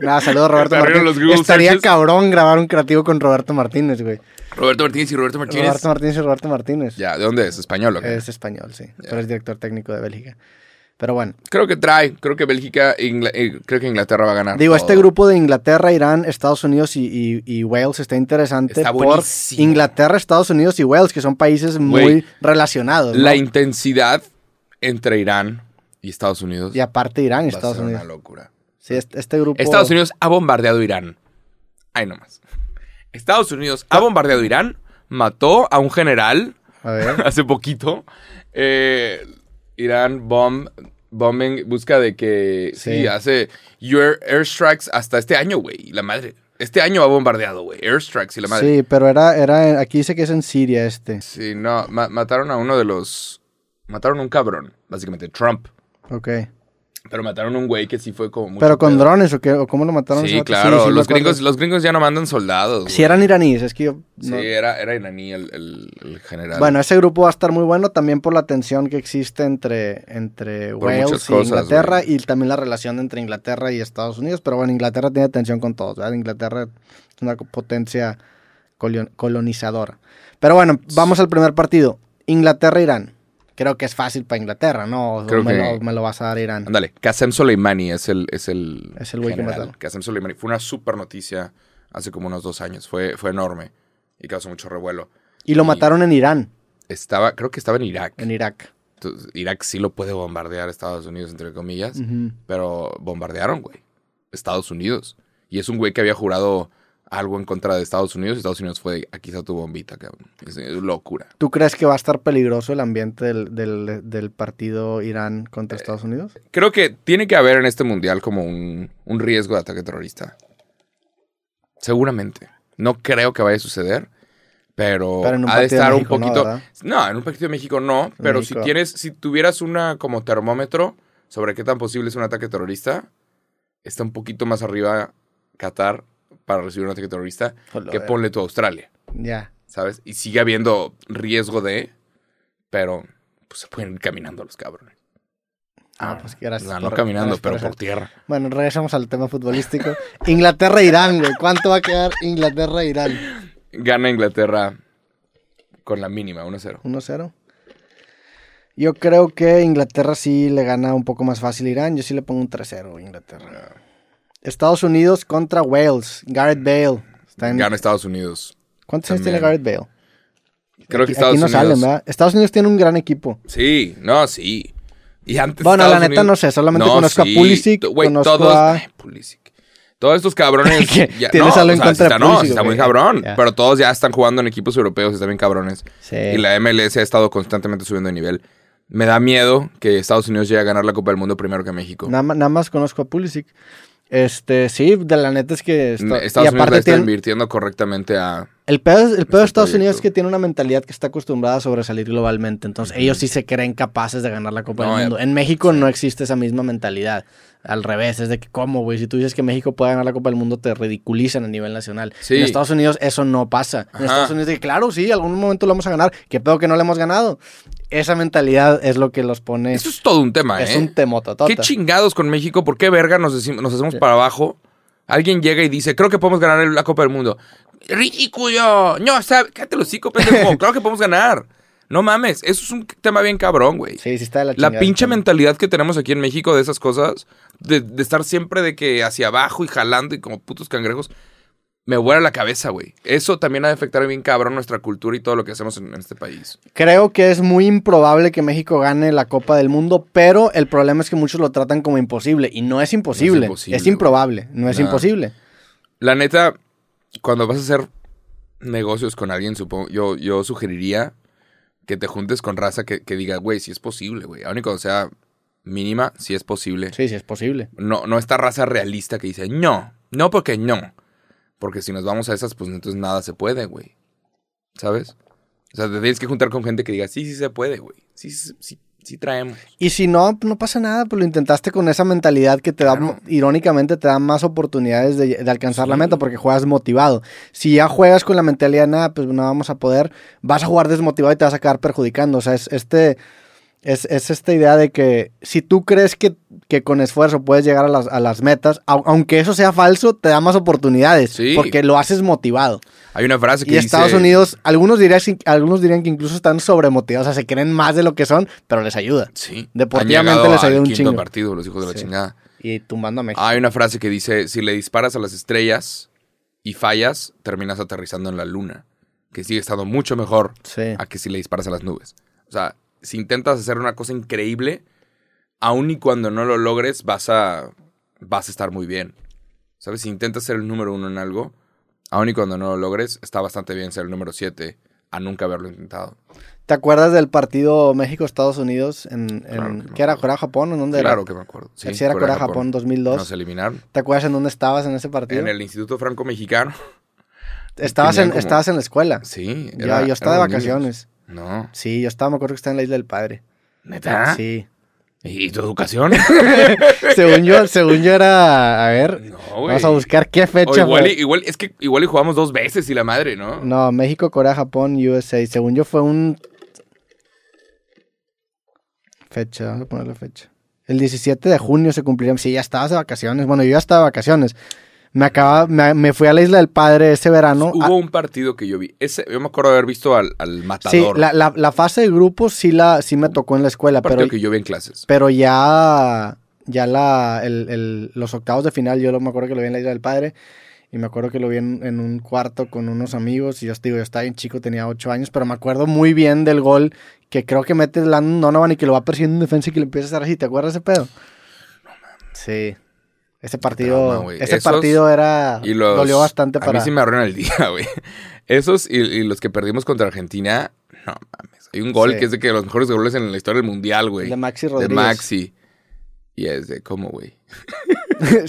Nada, saludos Roberto Arriba Martínez. los Google Estaría searches. cabrón grabar un creativo con Roberto Martínez, güey. Roberto Martínez y Roberto Martínez. Roberto Martínez y Roberto Martínez. Ya, ¿de dónde es? ¿Español o qué? Es español, sí. Pero es director técnico de Bélgica. Pero bueno. Creo que trae. Creo que Bélgica, Ingla- eh, creo que Inglaterra va a ganar. Digo, todo. este grupo de Inglaterra, Irán, Estados Unidos y, y- y Wales está interesante Está por buenísimo. Inglaterra, Estados Unidos y Wales, que son países muy Güey, relacionados. ¿no? La intensidad entre Irán y Estados Unidos. Y aparte Irán y va a Estados ser Unidos. una locura. Sí, este, este grupo. Estados Unidos ha bombardeado Irán. Ahí nomás. Estados Unidos ha bombardeado Irán, mató a un general A ver. hace poquito. Eh, Irán bomb, bombing, busca de que sí, Sí. hace your airstrikes hasta este año, güey. La madre. Este año ha bombardeado, güey. Airstrikes y la madre. Sí, pero era, era. en- Aquí dice que es en Siria este. Sí, no, ma- mataron a uno de los. Mataron a un cabrón, básicamente, Trump. Ok. Pero mataron a un güey que sí fue como. mucho ¿Pero con pedo. drones o qué? ¿O cómo lo mataron? ese Sí, vato? claro. sí me los, acuerdo. gringos, los gringos ya no mandan soldados. Si güey. eran iraníes, es que yo. no- Sí, era, era iraní el, el- el general. Bueno, ese grupo va a estar muy bueno también por la tensión que existe entre, entre Por Wales muchas y cosas, Inglaterra güey. y también la relación entre Inglaterra y Estados Unidos. Pero bueno, Inglaterra tiene tensión con todos. ¿verdad? Inglaterra es una potencia colon- colonizadora. Pero bueno, vamos al primer partido. Inglaterra-Irán. Creo que es fácil para Inglaterra, ¿no? O Creo me, que- lo, me lo vas a dar Irán. Ándale, Qasem Soleimani es el. Es el, Es el güey que general. mataron. Qasem Soleimani. Fue una super noticia hace como unos dos años. Fue, fue enorme y causó mucho revuelo. Y lo Y- mataron en Irán, Estaba, creo que estaba en Irak. en Irak. Entonces, Irak sí lo puede bombardear a Estados Unidos, entre comillas. Ujú. Pero bombardearon, güey. Estados Unidos. Y es un güey que había jurado algo en contra de Estados Unidos. Y Estados Unidos fue, aquí está tu bombita, cabrón. Es, es locura. ¿Tú crees que va a estar peligroso el ambiente del, del- del partido Irán contra Eh, Estados Unidos? Creo que tiene que haber en este mundial como un, un riesgo de ataque terrorista. Seguramente. No creo que vaya a suceder, pero, Pero en un ha de partido de estar México un no, poquito. ¿verdad? No, en un partido de México no, pero México. si tienes, si tuvieras una como termómetro sobre qué tan posible es un ataque terrorista, está un poquito más arriba Qatar para recibir un ataque terrorista Hola, que verga. ponle tú a Australia, Ya. ¿sabes? Y sigue habiendo riesgo de, pero pues se pueden ir caminando los cabrones. Ah, pues gracias. O sea, no por- caminando, gracias por pero dejar- por tierra. Bueno, regresamos al tema futbolístico. Inglaterra-Irán, güey. ¿Cuánto va a quedar e Inglaterra-Irán? Gana Inglaterra con la mínima, 1-0. 1-0. Yo creo que Inglaterra sí le gana un poco más fácil a Irán. Yo sí le pongo un 3-0 a Inglaterra. Estados Unidos contra Wales. Gareth Bale. Está en- Gana Estados Unidos. ¿Cuántos años tiene también. Gareth Bale? Creo Aquí, que Estados aquí no Unidos. salen, ¿verdad? Estados Unidos tiene un gran equipo. Sí, no, sí. Y antes Bueno, Estados la neta no sé, solamente conozco a Pulisic, T- güey, conozco todos, a- ay, Pulisic. Todos estos cabrones. ¿Qué? ya- Tienes algo en sí contra de está, no, sí Pulisic, está güey. muy cabrón. Ya. Pero todos ya están jugando en equipos europeos, están bien cabrones. Sí. Y la MLS ha estado constantemente subiendo de nivel. Me da miedo que Estados Unidos llegue a ganar la Copa del Mundo primero que México. Nada, ma- nada más conozco a Pulisic. Este, sí, de la neta es que... esto- Estados Unidos le está tiene- invirtiendo correctamente a. El pedo, el pedo de Ese Estados Unidos es proyecto. que tiene una mentalidad que está acostumbrada a sobresalir globalmente. Entonces, ellos sí se creen capaces de ganar la Copa No, del eh, Mundo. En México no existe esa misma mentalidad. Al revés, es de que, ¿cómo, güey? Si tú dices que México puede ganar la Copa del Mundo, te ridiculizan a nivel nacional. Sí. En Estados Unidos eso no pasa. En Ajá. Estados Unidos, de, claro, sí, algún momento lo vamos a ganar. ¿Qué pedo que no lo hemos ganado? Esa mentalidad es lo que los pone... Eso es todo un tema, es ¿eh? un tota. temototota. ¿Qué chingados con México? ¿Por qué verga nos, decimos- nos hacemos para abajo? Alguien llega y dice, creo que podemos ganar el- la Copa del Mundo. ¡Ridículo! No, ¿sabes? Cállate los hocico, pendejo. claro que podemos ganar. No mames. Eso es un tema bien cabrón, güey. Sí, sí está de la la chingada. pinche mentalidad que tenemos aquí en México de esas cosas, de, de estar siempre de que hacia abajo y jalando y como putos cangrejos, me vuela la cabeza, güey. Eso también ha de afectar bien cabrón nuestra cultura y todo lo que hacemos en, en este país. Creo que es muy improbable que México gane la Copa del Mundo, pero el problema es que muchos lo tratan como imposible y no es imposible. es, imposible, improbable, no es Nah. imposible. La neta, cuando vas a hacer negocios con alguien, supongo, yo, yo sugeriría que te juntes con raza que, que diga, güey, si es posible, güey. Aún y cuando sea mínima, si es posible. Sí, sí, es posible. No, no esta raza realista que dice, no, no porque no. Porque si nos vamos a esas, pues entonces nada se puede, güey. ¿Sabes? O sea, te tienes que juntar con gente que diga, sí, sí se puede, güey. Sí, sí, sí, Sí traemos. Y si no, no pasa nada, pues lo intentaste con esa mentalidad que te Claro. da, irónicamente, te da más oportunidades de, de alcanzar la Sí. meta porque juegas motivado. Si ya juegas con la mentalidad, nada, pues no vamos a poder, vas a jugar desmotivado y te vas a acabar perjudicando. O sea, es, este, es, es esta idea de que si tú crees que, que con esfuerzo puedes llegar a las, a las metas, au- aunque eso sea falso, te da más oportunidades Sí. porque lo haces motivado. Hay una frase que Y dice... Estados Unidos, algunos dirían, algunos dirían que incluso están sobremotivados, o sea, se creen más de lo que son, pero les ayuda. Sí. Deportivamente Han llegado les ayuda al un quinto chingo. partido, los hijos de la Sí. chingada. Y tumbando a México. Hay una frase que dice, si le disparas a las estrellas y fallas, terminas aterrizando en la luna. Que sigue estando mucho mejor Sí. a que si le disparas a las nubes. O sea, si intentas hacer una cosa increíble, aun y cuando no lo logres, vas a, vas a estar muy bien. ¿Sabes? Si intentas ser el número uno en algo, aun y cuando no lo logres, está bastante bien ser el número siete a nunca haberlo intentado. ¿Te acuerdas del partido México-Estados Unidos? En, en- Claro que me ¿Qué era? acuerdo. ¿Corea-Japón? ¿En dónde Claro era? que me acuerdo. Sí, era Corea-Japón 2002. Nos eliminaron. ¿Te acuerdas en dónde estabas en ese partido? En el Instituto Franco Mexicano. Estabas, tenían en, como- estabas en la escuela. Sí. Ya, era- yo estaba de éramos niños. vacaciones. No. Sí, yo estaba, me acuerdo que estaba en la Isla del Padre. ¿Neta? Sí. ¿Y tu educación? Según yo, según yo era... A ver, no, güey. vamos a buscar qué O fecha igual, y- fue. igual, es que igual y jugamos dos veces y la madre, ¿no? No, México, Corea, Japón, USA. Según yo fue un... Fecha, vamos a poner la fecha. El 17 de junio se cumplirían. Sí, ya estabas de vacaciones. Bueno, yo ya estaba de vacaciones. Me, acababa, me, me fui a la isla del padre ese verano. Hubo un partido que yo vi. Ese, yo me acuerdo haber visto al, al Ah, sí, matador. la, la- la fase de grupos sí, la, sí me tocó en la escuela, un partido pero, que yo vi en clases. pero ya, ya la, el- el- los octavos de final, yo lo, me acuerdo que lo vi en la isla del padre. Y me acuerdo que lo vi en, en un cuarto con unos amigos. Y yo te digo, yo estaba bien chico, tenía ocho años. Pero me acuerdo muy bien del gol que creo que mete Landon Donovan y que lo va persiguiendo en defensa y que le empieza a hacer así. ¿Te acuerdas ese pedo? Sí. Ese partido, trauma, güey. ese Esos partido era. Y los- dolió bastante para. A mí sí me arruinan el día, güey. Esos y, y los que perdimos contra Argentina. No mames. Hay un gol Sí. que es de que los mejores goles en la historia del mundial, güey. De De, Maxi Rodríguez. Maxi. Y es de cómo, güey.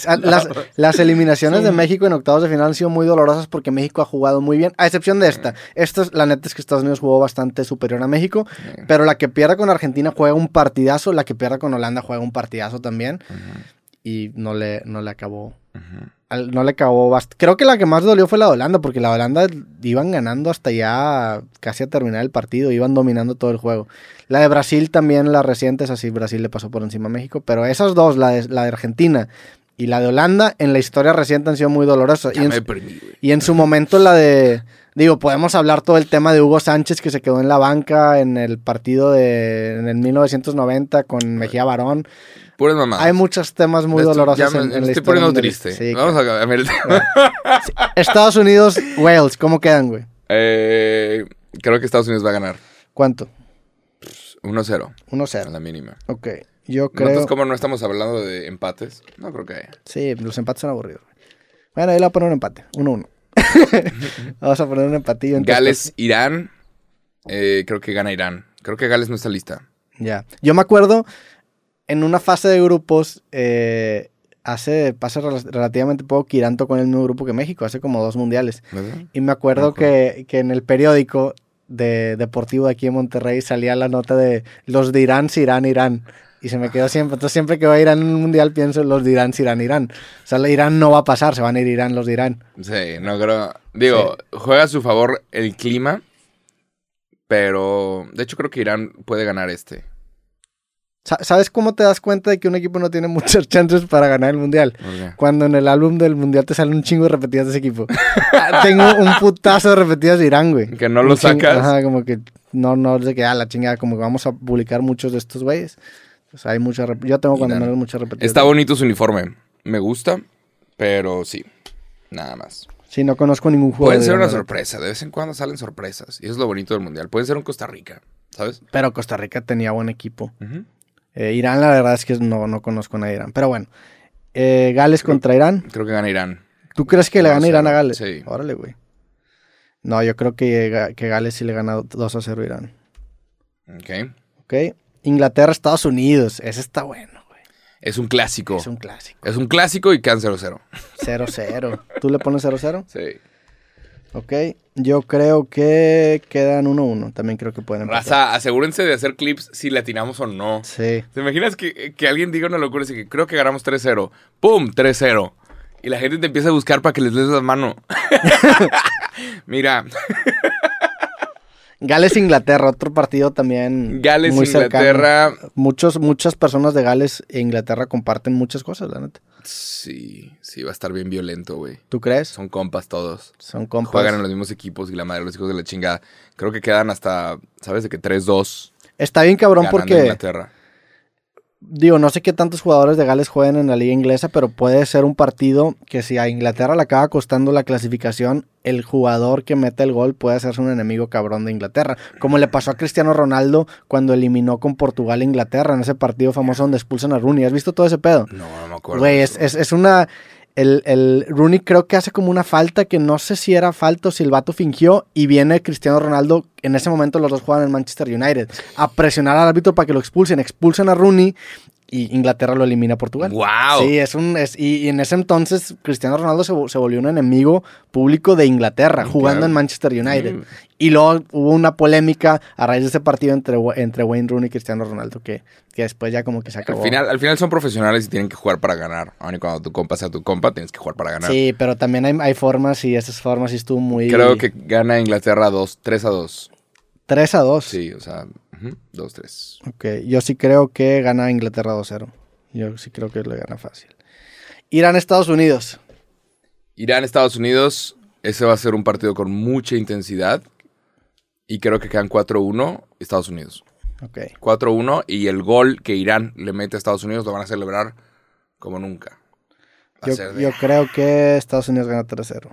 Ah, las, las eliminaciones Sí. de México en octavos de final han sido muy dolorosas porque México ha jugado muy bien, a excepción de esta. Esta, es- la neta es que Estados Unidos jugó bastante superior a México, pero la que pierda con Argentina juega un partidazo, la que pierda con Holanda juega un partidazo también Ujú, y no le, no le acabó. ujú. al- No le acabó bast- Creo que la que más dolió fue la de Holanda, porque la de Holanda iban ganando hasta ya casi a terminar el partido, iban dominando todo el juego. La de Brasil también, las recientes, así Brasil le pasó por encima a México, pero esas dos, la de, la de Argentina y la de Holanda, en la historia reciente han sido muy dolorosas. Y Ya en, me su- deprimí, güey. y en su momento la de... Digo, podemos hablar todo el tema de Hugo Sánchez que se quedó en la banca en el partido de en el 1990 con Mejía Barón. Puras mamadas. Hay muchos temas muy Me estoy- dolorosos ya me, en, me en la estoy historia poniendo mundialista. triste. Sí, Vamos a cambiar el tema. Estados Unidos, Wales, ¿cómo quedan, güey? Eh, creo que Estados Unidos va a ganar. ¿Cuánto? 1-0 a 1-0. la mínima. Ok. Yo ¿Notas creo. cómo no estamos hablando de empates? No creo que haya. Sí, los empates son aburridos. güey. Bueno, ahí le voy a poner un empate. 1-1. Vamos a poner un empatillo. entre Gales, Irán. eh, creo que gana Irán. Creo que Gales no está lista. estos. Ya. Yo me acuerdo en una fase de grupos. eh, hace. Pasa rel- relativamente poco que Irán tocó en el mismo grupo que México. Hace como dos mundiales. ¿Verdad? Y me acuerdo Ojo. que, que en el periódico de deportivo de aquí en Monterrey salía la nota de los de Irán, si Irán, Irán. Y se me quedó siempre. Entonces, siempre que va a Irán en un mundial, pienso los de Irán, si Irán, Irán. O sea, la Irán no va a pasar, se van a ir Irán, los de Irán. Sí, no creo. Digo, juega a su favor el clima. Pero de hecho creo que Irán puede ganar este. Sa- ¿Sabes cómo te das cuenta de que un equipo no tiene muchas chances para ganar el mundial? ¿Por qué? Cuando en el álbum del mundial te sale un chingo de repetidas de ese equipo. Ah, Tengo un putazo de repetidas de Irán, güey. Que no lo Un chingo- sacas. Ajá, como que no, no, de que, ah, la chingada, como que vamos a publicar muchos de estos güeyes. O sea, hay muchas. rep- Yo tengo cuando Irán. menos muchas repetidas. Está bonito su uniforme. Me gusta. Pero sí. Nada más. Sí, no conozco ningún jugador. Pueden de ser una Irán, la neta. sorpresa. De vez en cuando salen sorpresas. Y eso es lo bonito del mundial. Pueden ser un Costa Rica. ¿Sabes? Pero Costa Rica tenía buen equipo. Ujú. Eh, Irán, la verdad es que no, no conozco a nadie de Irán. Pero bueno, Eh, Gales contra Irán. Creo que gana Irán. ¿Tú crees que le gana 1-0, Irán a Gales? sí. Órale, güey. No, yo creo que, Ga- que Gales sí le gana 2 a 0 a Irán. Ok. ¿Ok? Inglaterra, Estados Unidos. Ese está bueno, güey. Es un clásico. Es un clásico. Es un clásico y cáncer 0 0-0. ¿Tú le pones 0-0? Sí. Ok. Yo creo que quedan 1-1. También creo que pueden empatar. Raza, asegúrense de hacer clips si le atinamos o no. Sí. ¿Te imaginas que, que alguien diga una locura y que creo que ganamos 3-0? ¡Pum! 3-0. Y la gente te empieza a buscar para que les des la mano. Mira, Gales-Inglaterra, otro partido también. Gales, muy cercano. Inglaterra. Muchos, muchas personas de Gales e Inglaterra comparten muchas cosas, la neta. Sí, sí, va a estar bien violento, güey. ¿Tú crees? Son compas todos. Son compas. Juegan en los mismos equipos y la madre de los hijos de la chingada. Creo que quedan hasta, ¿sabes? De que 3-2 Está bien cabrón ganando porque, Inglaterra. digo, no sé qué tantos jugadores de Gales juegan en la liga inglesa, pero puede ser un partido que si a Inglaterra le acaba costando la clasificación, el jugador que mete el gol puede hacerse un enemigo cabrón de Inglaterra. Como le pasó a Cristiano Ronaldo cuando eliminó con Portugal a Inglaterra en ese partido famoso donde expulsan a Rooney. ¿Has visto todo ese pedo? No, no me acuerdo. Güey, de es, eso. es- es una. El, el Rooney creo que hace como una falta que no sé si era falta o si el vato fingió. Y viene Cristiano Ronaldo. En ese momento los dos juegan en Manchester United. A presionar al árbitro para que lo expulsen. Expulsan a Rooney y Inglaterra lo elimina a Portugal. ¡Wow! Sí, es un. es- y, y en ese entonces Cristiano Ronaldo se, vo- se volvió un enemigo público de Inglaterra Mm, jugando claro. en Manchester United. Mm. Y luego hubo una polémica a raíz de ese partido entre, Wa- entre Wayne Rooney y Cristiano Ronaldo que, que después ya como que se acabó. Al final, al final son profesionales y tienen que jugar para ganar. Aun y cuando tu compa sea tu compa, tienes que jugar para ganar. Sí, pero también hay, hay formas y esas formas sí estuvo muy... Creo que gana Inglaterra 2, 3 a 2. 3 a 2. Sí, o sea, 2-3. Ok, yo sí creo que gana Inglaterra 2-0. Yo sí creo que le gana fácil. Irán, Estados Unidos. Irán, Estados Unidos. Ese va a ser un partido con mucha intensidad. Y creo que quedan 4-1 Estados Unidos. Ok. 4-1 y el gol que Irán le mete a Estados Unidos lo van a celebrar como nunca. Va a Yo, ser de- yo creo que Estados Unidos gana 3-0.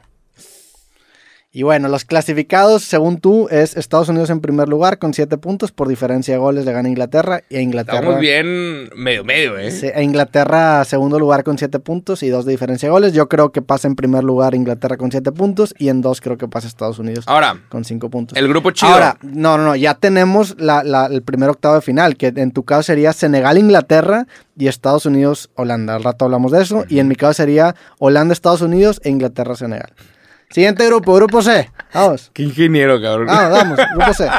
Y bueno, los clasificados, según tú, es Estados Unidos en primer lugar con 7 puntos por diferencia de goles le gana Inglaterra y a Inglaterra... Estamos bien medio medio, ¿eh? Sí, e Inglaterra segundo lugar con 7 puntos y 2 de diferencia de goles. Yo creo que pasa en primer lugar Inglaterra con 7 puntos y en 2 creo que pasa Estados Unidos Ahora, con 5 puntos. Ah. el grupo chido. Ahora, no, no, no, ya tenemos la- la- el primer octavo de final, que en tu caso sería Senegal-Inglaterra y Estados Unidos-Holanda. Al rato hablamos de eso. Y en mi caso sería Holanda-Estados Unidos e Inglaterra-Senegal. Siguiente grupo, grupo C. Vamos. Qué ingeniero, cabrón. Vamos, vamos, grupo C.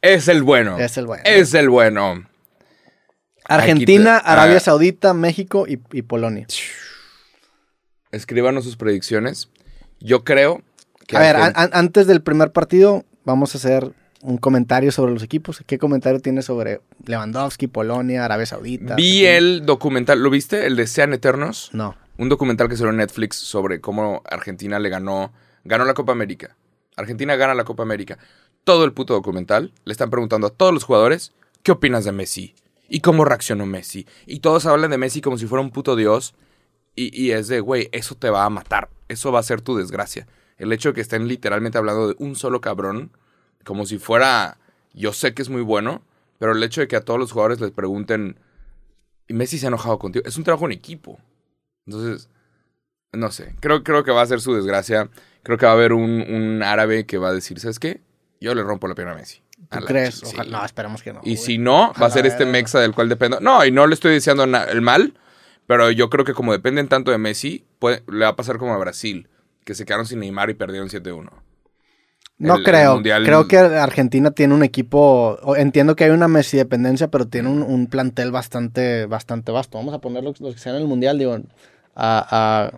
Es el bueno. Ah. Es el bueno. Es el bueno. Argentina, Aquí te- Arabia ah. Saudita, México y, y Polonia. Escríbanos sus predicciones. Yo creo que. A ver, Argen- an- an- antes del primer partido, vamos a hacer un comentario sobre los equipos. ¿Qué comentario tienes sobre Lewandowski, Polonia, Arabia Saudita? vi el documental. ¿Lo viste? El de Sean Eternos. No. Un documental que salió en Netflix sobre cómo Argentina le ganó. Ganó la Copa América. Argentina gana la Copa América. Todo el puto documental. Le están preguntando a todos los jugadores: ¿Qué opinas de Messi? ¿Y cómo reaccionó Messi? Y todos hablan de Messi como si fuera un puto dios. Y, y es de, güey, eso te va a matar. Eso va a ser tu desgracia. El hecho de que estén literalmente hablando de un solo cabrón, como si fuera, yo sé que es muy bueno, pero el hecho de que a todos los jugadores les pregunten, ¿y Messi se ha enojado contigo? Es un trabajo en equipo. Entonces, no sé, creo, creo que va a ser su desgracia. Creo que va a haber un, un árabe que va a decir, ¿sabes qué? Yo le rompo la pierna a Messi. ¿Tú A la crees? chi- sí. Ojalá- No, esperemos que no. güey. Y si no, va a Ah, Ojalá ser este era. Mexa del cual dependo. No, y no le estoy diciendo na- el mal, pero yo creo que como dependen tanto de Messi, puede- le va a pasar como a Brasil, que se quedaron sin Neymar y perdieron 7-1. No el- el creo. Mundial- Creo que Argentina tiene un equipo. o- Entiendo que hay una Messi dependencia, pero tiene un, un plantel bastante, bastante vasto. Vamos a poner los, los que sean en el mundial, digo, a,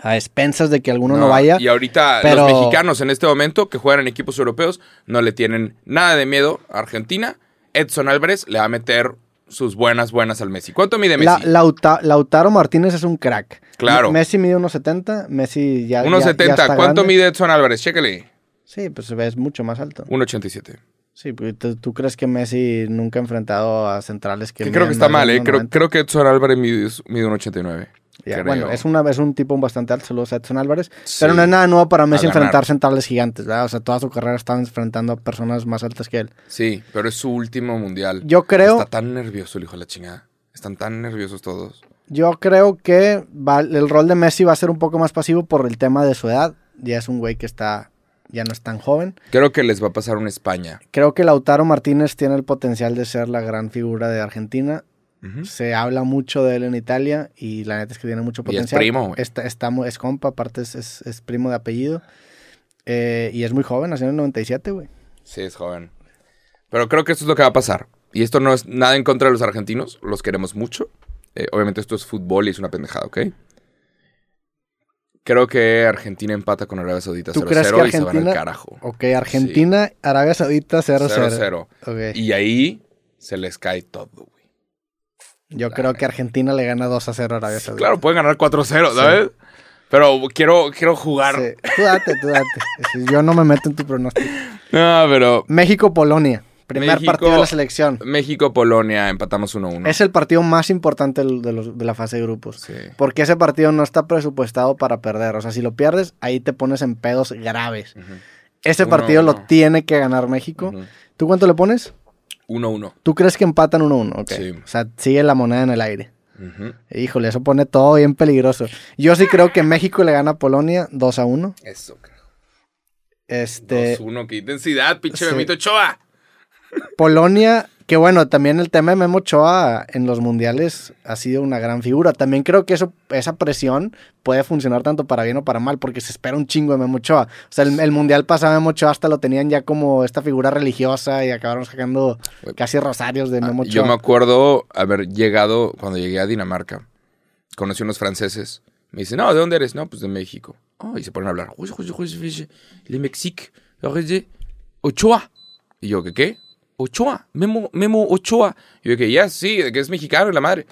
a, a expensas de que alguno no, vaya. Y ahorita pero- los mexicanos en este momento que juegan en equipos europeos no le tienen nada de miedo a Argentina. Edson Álvarez le va a meter sus buenas, buenas al Messi. ¿Cuánto mide La- Messi? Lauta- Lautaro Martínez es un crack. Claro. Me- Messi mide unos 70. Messi ya. ya- ya 1.70. está ¿Cuánto grande. mide Edson Álvarez? Chéquele. Sí, pues es mucho más alto. 1.87. Sí, pues, ¿tú, tú crees que Messi nunca ha enfrentado a centrales que. Que creo miden que está más mal, de ¿eh? Creo, 1.90? creo que Edson Álvarez mide, mide 1.89. Ya, creo. bueno, es, una, es un tipo bastante alto, saludos a Edson Álvarez. Sí. Pero no es nada nuevo para Messi ganar. enfrentar centrales gigantes, ¿verdad? O sea, toda su carrera estaba enfrentando a personas más altas que él. Sí, pero es su último mundial. Yo creo, Está tan nervioso el hijo de la chingada. Están tan nerviosos todos. yo creo que va- el rol de Messi va a ser un poco más pasivo por el tema de su edad. Ya es un güey que está, ya no es tan joven. Creo que les va a pasar una España. Creo que Lautaro Martínez tiene el potencial de ser la gran figura de Argentina. Se habla mucho de él en Italia y la neta es que tiene mucho Y es potencial. primo, güey. Está- está mu- es compa, aparte es, es- es primo de apellido. Eh, y es muy joven, nació en el 97, güey. Sí, es joven. Pero creo que esto es lo que va a pasar. Y esto no es nada en contra de los argentinos, los queremos mucho. Eh, obviamente esto es fútbol y es una pendejada, ¿ok? Creo que Argentina empata con Arabia Saudita ¿Tú crees que 0-0 y se van al Argentina- carajo. Ok, Argentina, Arabia Saudita, 0-0. 0-0. Ok. Y ahí se les cae todo, güey. Yo creo que Argentina le gana 2-0 a Arabia Sí, Saudita. claro, pueden ganar 4-0, ¿sabes? Pero quiero, quiero jugar. Sí. Tú date, tú date. Yo no me meto en tu pronóstico. No, Ah, pero México-Polonia. Primer México- partido de la selección. México-Polonia empatamos 1-1. Es el partido más importante del- de, los- de la fase de grupos. Sí. Porque ese partido no está presupuestado para perder. O sea, si lo pierdes, ahí te pones en pedos graves. Ujú. Ese Uno, partido lo uno. tiene que ganar México. Ujú. ¿Tú cuánto le pones? 1-1. ¿Tú crees que empatan 1-1? Ok. Sí. O sea, sigue la moneda en el aire. Ujú. Híjole, eso pone todo bien peligroso. Yo sí creo que México le gana a Polonia 2 a 1. Eso, carajo. Este, 2-1, qué intensidad, pinche Sí. Memito Ochoa. Polonia, que bueno, también el tema de Memo Ochoa en los mundiales ha sido una gran figura. También creo que eso, esa presión puede funcionar tanto para bien o para mal, porque se espera un chingo de Memo Ochoa. O sea, el, el mundial pasado Memo Ochoa hasta lo tenían ya como esta figura religiosa y acabaron sacando Güey. Ah, casi rosarios de Memo Ochoa. Yo me acuerdo haber llegado, cuando llegué a Dinamarca, conocí unos franceses. Me dicen, no, ¿de dónde eres? No, pues de México. Oh, y se ponen a hablar. "Uy, uy, uy, uy, Le Mexique, oye, Ochoa. Y yo, ¿qué qué? Ochoa, Memo, Memo Ochoa. Y yo, que ya, sí, de que es mexicano y la madre.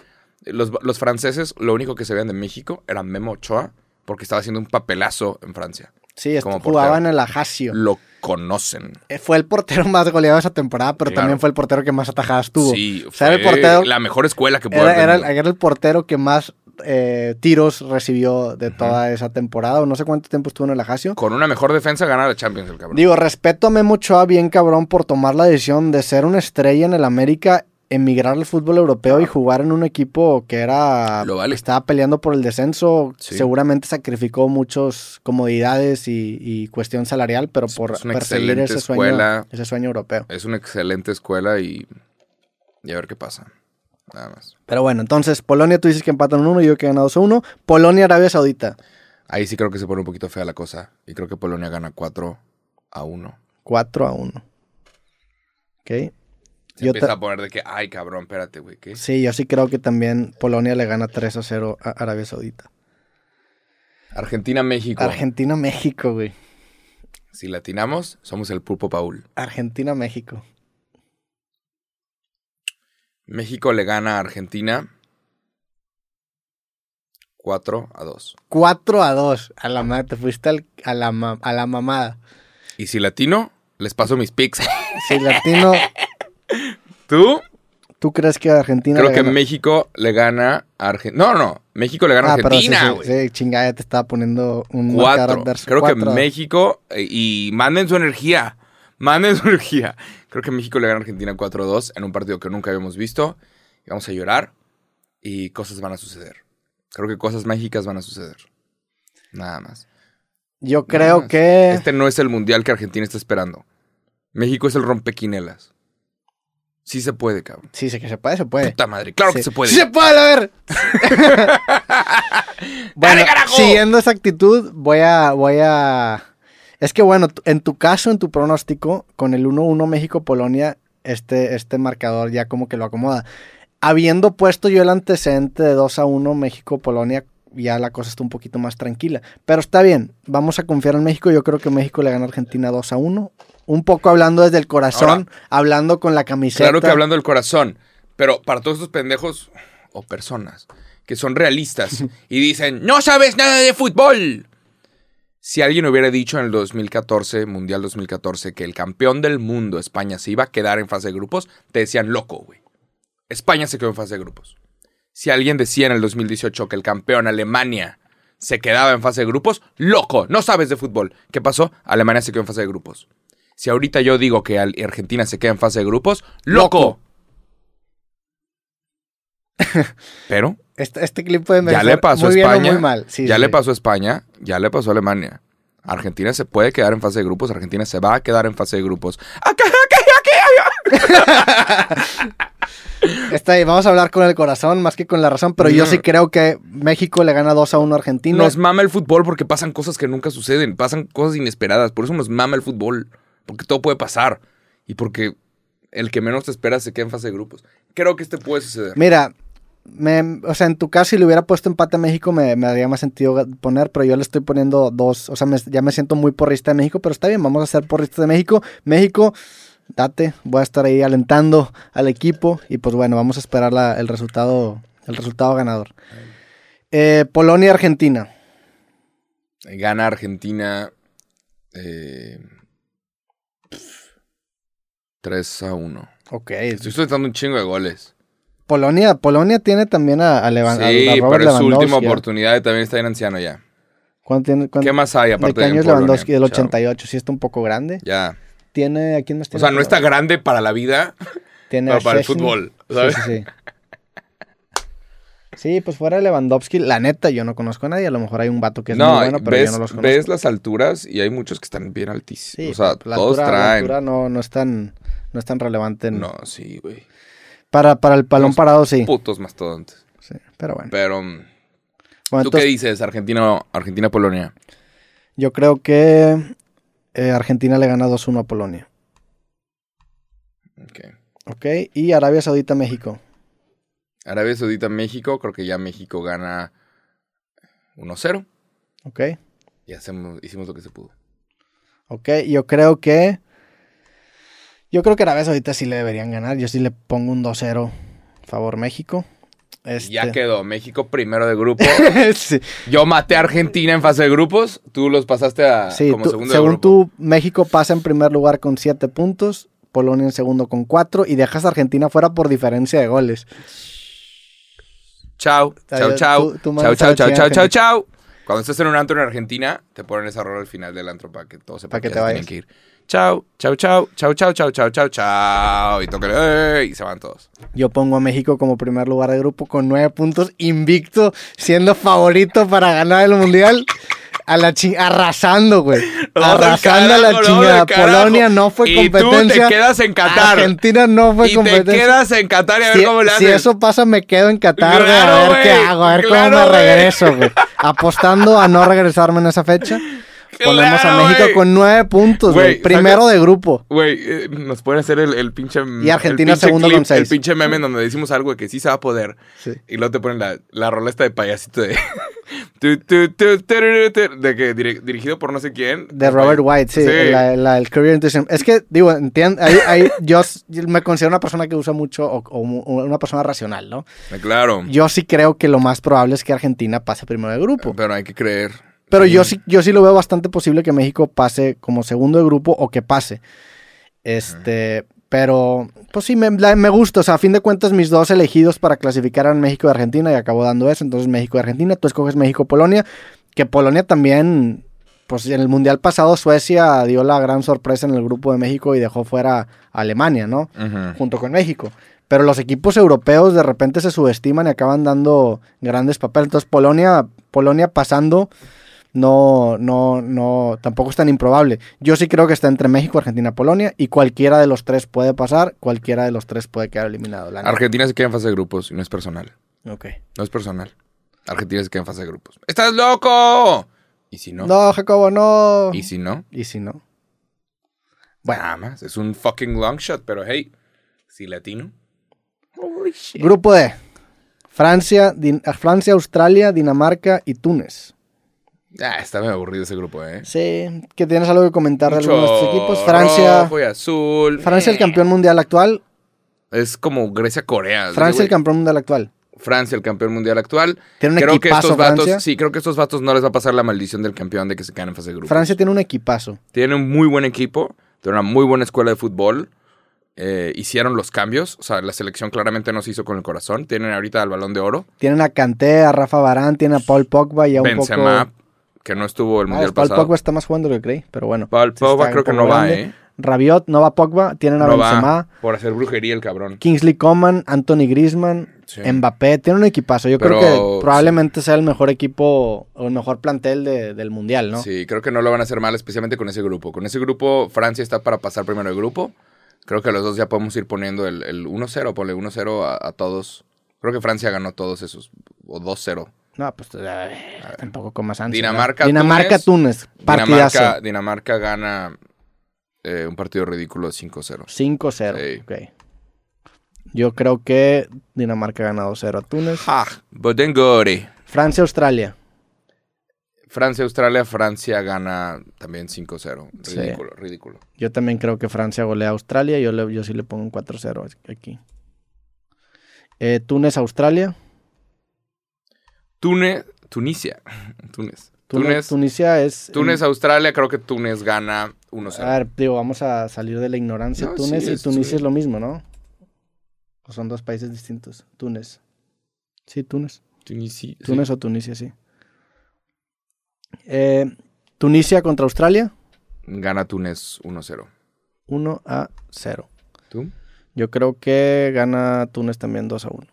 Los, los franceses, lo único que se veían de México era Memo Ochoa, porque estaba haciendo un papelazo en Francia. sí, como este, jugaba portero. en el Ajaccio. Lo conocen. Eh, Fue el portero más goleado de esa temporada, pero Claro. también fue el portero que más atajadas tuvo. Sí, O sea, era el fue portero- la mejor escuela que pudo Era, haber era el, tenido. era el portero que más eh, tiros recibió de toda esa temporada. o No sé cuánto tiempo estuvo en el Ajaccio. Con una mejor defensa ganar la Champions, el cabrón. Digo, respeto a Memo Ochoa bien cabrón por tomar la decisión de ser una estrella en el América, emigrar al fútbol europeo y jugar en un equipo que era... Ah. Lo vale. Estaba peleando por el descenso. Sí. Seguramente sacrificó muchas comodidades y, y cuestión salarial, pero Es- por es una perseguir excelente ese sueño, escuela. ese sueño europeo. Es una excelente escuela y, y a ver qué pasa. Nada más. Pero bueno, entonces Polonia tú dices que empatan 1-1, yo que he ganado 1 Polonia-Arabia Saudita, Ahí sí creo que se pone un poquito fea la cosa. Y creo que Polonia gana 4 a 1. 4-1. Ok. Se Yo empieza ta- a poner de que, ay, cabrón, espérate, güey. ¿qué? Sí, yo sí creo que también Polonia le gana 3-0 a Arabia Saudita. Argentina-México. Argentina-México, güey. si latinamos, somos el pulpo Paul. Argentina-México. México le gana a Argentina 4 a 2. 4 a 2. A la madre, te fuiste al- a, la ma- a la mamada. Y si latino, les paso mis picks. Si latino, ¿Tú? ¿tú crees que Argentina Creo le que gana? México le gana a Argentina. No, no. México le gana a Ah, pero sí, Argentina, güey. sí, sí, chingada, ya te estaba poniendo un marcador Cuatro. adverso. Creo Cuatro a que dos. México. eh, Y manden su energía. Manden su energía. Creo que México le gana a Argentina 4-2 en un partido que nunca habíamos visto. Y vamos a llorar. Y cosas van a suceder. Creo que cosas mágicas van a suceder. Nada más. Yo creo más. que... Este no es el mundial que Argentina está esperando. México es el rompequinelas. Sí se puede, cabrón. Sí, sé que se puede, se puede. Puta madre. Claro Eh. Sí. que se puede. ¡Sí se puede, a ver! bueno, Dale, carajo. siguiendo esa actitud, voy a, voy a... Es que bueno, t- en tu caso, en tu pronóstico, con el 1-1 México-Polonia, este, este marcador ya como que lo acomoda. Habiendo puesto yo el antecedente de 2-1 México-Polonia, ya la cosa está un poquito más tranquila. Pero está bien, vamos a confiar en México. Yo creo que México le gana a Argentina 2-1. Un poco hablando desde el corazón, hablando con la camiseta. Claro que hablando del corazón, pero para todos estos pendejos o personas que son realistas y dicen, no sabes nada de fútbol. Si alguien hubiera dicho en el 2014, Mundial 2014, que el campeón del mundo, España, se iba a quedar en fase de grupos, te decían loco, güey. España se quedó en fase de grupos. Si alguien decía en el 2018 que el campeón, Alemania, se quedaba en fase de grupos, loco, no sabes de fútbol. ¿Qué pasó? Alemania se quedó en fase de grupos. Si ahorita yo digo que al- Argentina se queda en fase de grupos, ¡loco! Loco. Pero Este, este clip puede ya le pasó muy a bien España. o muy mal. Sí, ya sí, le sí. pasó a España, ya le pasó a Alemania. Argentina se puede quedar en fase de grupos, Argentina se va a quedar en fase de grupos. ¡Aca, aca, aca, aca! Está ahí, vamos a hablar con el corazón más que con la razón, pero yo No. sí creo que México le gana 2 a 1 a Argentina. Nos mama el fútbol porque pasan cosas que nunca suceden, pasan cosas inesperadas. Por eso nos mama el fútbol, porque todo puede pasar y porque el que menos te espera se queda en fase de grupos. Creo que este puede suceder. Mira, me- o sea, en tu caso, si le hubiera puesto empate a México, me, me haría más sentido ga- poner, pero yo le estoy poniendo dos. O sea, me- ya me siento muy porrista de México, pero está bien, vamos a ser porristas de México. México, date, voy a estar ahí alentando al equipo y pues bueno, vamos a esperar la- el, resultado, el resultado ganador. Eh, Polonia, Argentina. Gana Argentina eh, pf, 3 a 1. Ok. Estoy soltando un chingo de goles. Polonia, Polonia tiene también a, a Levan- a- a Sí, Robert pero es su última Lewandowski. ¿eh? oportunidad y también está bien anciano ya. ¿Cuánto tiene? cuánto- ¿Qué más hay de aparte qué año en es Polonia? Lewandowski del Chao. 88, sí está un poco grande. Ya. Tiene, ¿a quién más O tiene? sea, no está grande para la vida, Tiene pero a para el Szczesny. fútbol. Sí, ¿sabes? sí, sí. Sí, pues fuera de Lewandowski, la neta, yo no conozco a nadie. A lo mejor hay un vato que es muy bueno, pero ves, yo no los conozco. ves las alturas y hay muchos que están bien altísimos. Sí, o sea, la todos altura- La traen. altura no, no es tan, no es tan relevante. en- No, sí, güey. Para, para el palón Los parado, sí. Putos mastodontes. Sí, Pero bueno. Pero, mm, Bueno, ¿tú qué entonces, dices? Argentina, Argentina, Polonia. yo creo que eh, Argentina le gana 2-1 a Polonia. Ok. Ok, y Arabia Saudita, México. Arabia Saudita, México. Creo que ya México gana 1-0. Ok, Y hacemos, hicimos lo que se pudo. ok, yo creo que. Yo creo que Arabia Saudita sí le deberían ganar. Yo sí le pongo un 2-0 favor México. Este... Ya quedó. México primero de grupo. sí. Yo maté a Argentina en fase de grupos. Tú los pasaste a Sí, Ah, como tú- segundo de según grupo. tú, México pasa en primer lugar con 7 puntos, Polonia en segundo con 4 y dejas a Argentina fuera por diferencia de goles. Chao, chao, Adiós. chao. Tú- tú Chao, mandas a chao, la chao, chingada, chao, chao, gente. chao. Cuando estás en un antro en Argentina, te ponen esa rola al final del antro para que todos sepan Pa' que que, te ya se vayas. tienen que ir. Chao, chao, chao, chao, chao, chao, chao, chao, chao. Y tocan, ¡ey! y se van todos. Yo pongo a México como primer lugar de grupo con 9 puntos, invicto, siendo favorito para ganar el mundial. A la chi- arrasando, güey. Nos vamos Arrasando al a la carajo, nos chingada. vamos al carajo. Polonia no fue Y tú te competencia. quedas en Qatar. Argentina no fue Y te competencia. quedas en Qatar y a ver si, e-, cómo le si haces. eso pasa, me quedo en Qatar, güey, Claro, a ver güey, qué hago, a ver claro, cómo me güey. regreso, güey. Apostando a no regresarme en esa fecha. Ponemos a Claro, México güey. con nueve puntos, Güey, güey. Primero de grupo. Güey, eh, nos pueden hacer el, el pinche... Y Argentina el pinche segundo clip, con seis. El pinche meme en donde decimos algo de que sí se va a poder. Sí. Y luego te ponen la, la rola esta de payasito de... tu, tu, tu, tururú, tur- de que dir- dirigido por no sé quién. Pues, De Robert White, sí. La, la- el Career Enthusiasm. Es que, digo, entiendo, ahí, ahí yo s- me considero una persona que usa mucho, o, o mu- o una persona racional, ¿no? Ah, Claro. Yo sí creo que lo más probable es que Argentina pase primero de grupo. Pero hay que creer. Pero yo sí, yo sí lo veo bastante posible que México pase como segundo de grupo o que pase. Este, pero pues sí, me, la- me gusta. O sea, a fin de cuentas, mis dos elegidos para clasificar eran México y Argentina y acabo dando eso. Entonces, México y Argentina, tú escoges México Polonia, que Polonia también, pues en el Mundial pasado Suecia dio la gran sorpresa en el grupo de México y dejó fuera a Alemania, ¿no? Ujú. junto con México. Pero los equipos europeos de repente se subestiman y acaban dando grandes papeles. Entonces Polonia, Polonia pasando no, no, no, tampoco es tan improbable. Yo sí creo que está entre México, Argentina, Polonia y cualquiera de los tres puede pasar, cualquiera de los tres puede quedar eliminado. La neta. Argentina se queda en fase de grupos y no es personal. Ok. No es personal. Argentina se queda en fase de grupos. ¡Estás loco! ¿Y si no? No. Jacobo, no. ¿Y si no? ¿Y si no? Bueno, nada más. Es un fucking long shot, pero hey, si latino. Grupo D. Francia, Din- Francia, Australia, Dinamarca y Túnez. Ah, está medio aburrido ese grupo, ¿eh? Sí, que tienes algo que comentar de Mucho algunos de estos equipos. Francia, rojo y azul. Eh, Francia el campeón mundial actual. Es como Grecia-Corea. Francia el Digo, campeón mundial actual. Francia, el campeón mundial actual. Tiene un Creo que equipazo estos Francia. vatos, sí, creo que estos vatos no les va a pasar la maldición del campeón de que se quedan en fase de grupos. Francia tiene un equipazo. Tiene un muy buen equipo, tiene una muy buena escuela de fútbol. eh, hicieron los cambios, o sea, la selección claramente no se hizo con el corazón. Tienen ahorita el balón de oro. Tienen a Kanté, a Rafa Barán, tiene a Paul Pogba y a un Benzema, poco... que no estuvo el Ah, mundial Paul pasado. Pogba está más jugando que creí, pero bueno. Paul Sí Pogba está creo un que poco no va, grande. ¿eh? Rabiot, no va Pogba, tienen a No Benzema, va por hacer brujería el cabrón. Kingsley Coman, Anthony Griezmann, Sí. Mbappé. Tiene un equipazo. Yo Pero- creo que probablemente sea el mejor equipo o el mejor plantel de- del mundial, ¿no? Sí, creo que no lo van a hacer mal, especialmente con ese grupo. Con ese grupo, Francia está para pasar primero de grupo. Creo que los dos ya podemos ir poniendo el, el 1-0, ponle 1-0 a, a todos. Creo que Francia ganó todos esos, o 2-0. No, pues a ver, tampoco con más ansia. Dinamarca, ¿no? Dinamarca, Túnez. Partidazo. Dinamarca, Dinamarca gana eh, un partido ridículo 5-0. 5-0. Ok. Yo creo que Dinamarca ha ganado 0 a Túnez. Ah, Bodengori. Francia, Australia. Francia, Australia, Francia gana también 5-0. Sí. Ridículo, ridículo. Yo también creo que Francia golea a Australia. Yo, le, yo sí le pongo un 4-0 aquí. Eh, Túnez, Australia. Túnez, Tunisia. Túnez. Túnez, Túnez, Tunisia es. Túnez, Australia, creo que Túnez gana 1-0. A ver, digo, vamos a salir de la ignorancia. No, Túnez sí, y es- Tunisia sí. es lo mismo, ¿no? O son dos países distintos. Túnez. Sí, Túnez. Tunisi- sí. Túnez o Tunisia, sí. Eh, Tunisia contra Australia, Gana Túnez 1-0. 1 a 0. ¿Tú? Yo creo que gana Túnez también 2 a 1.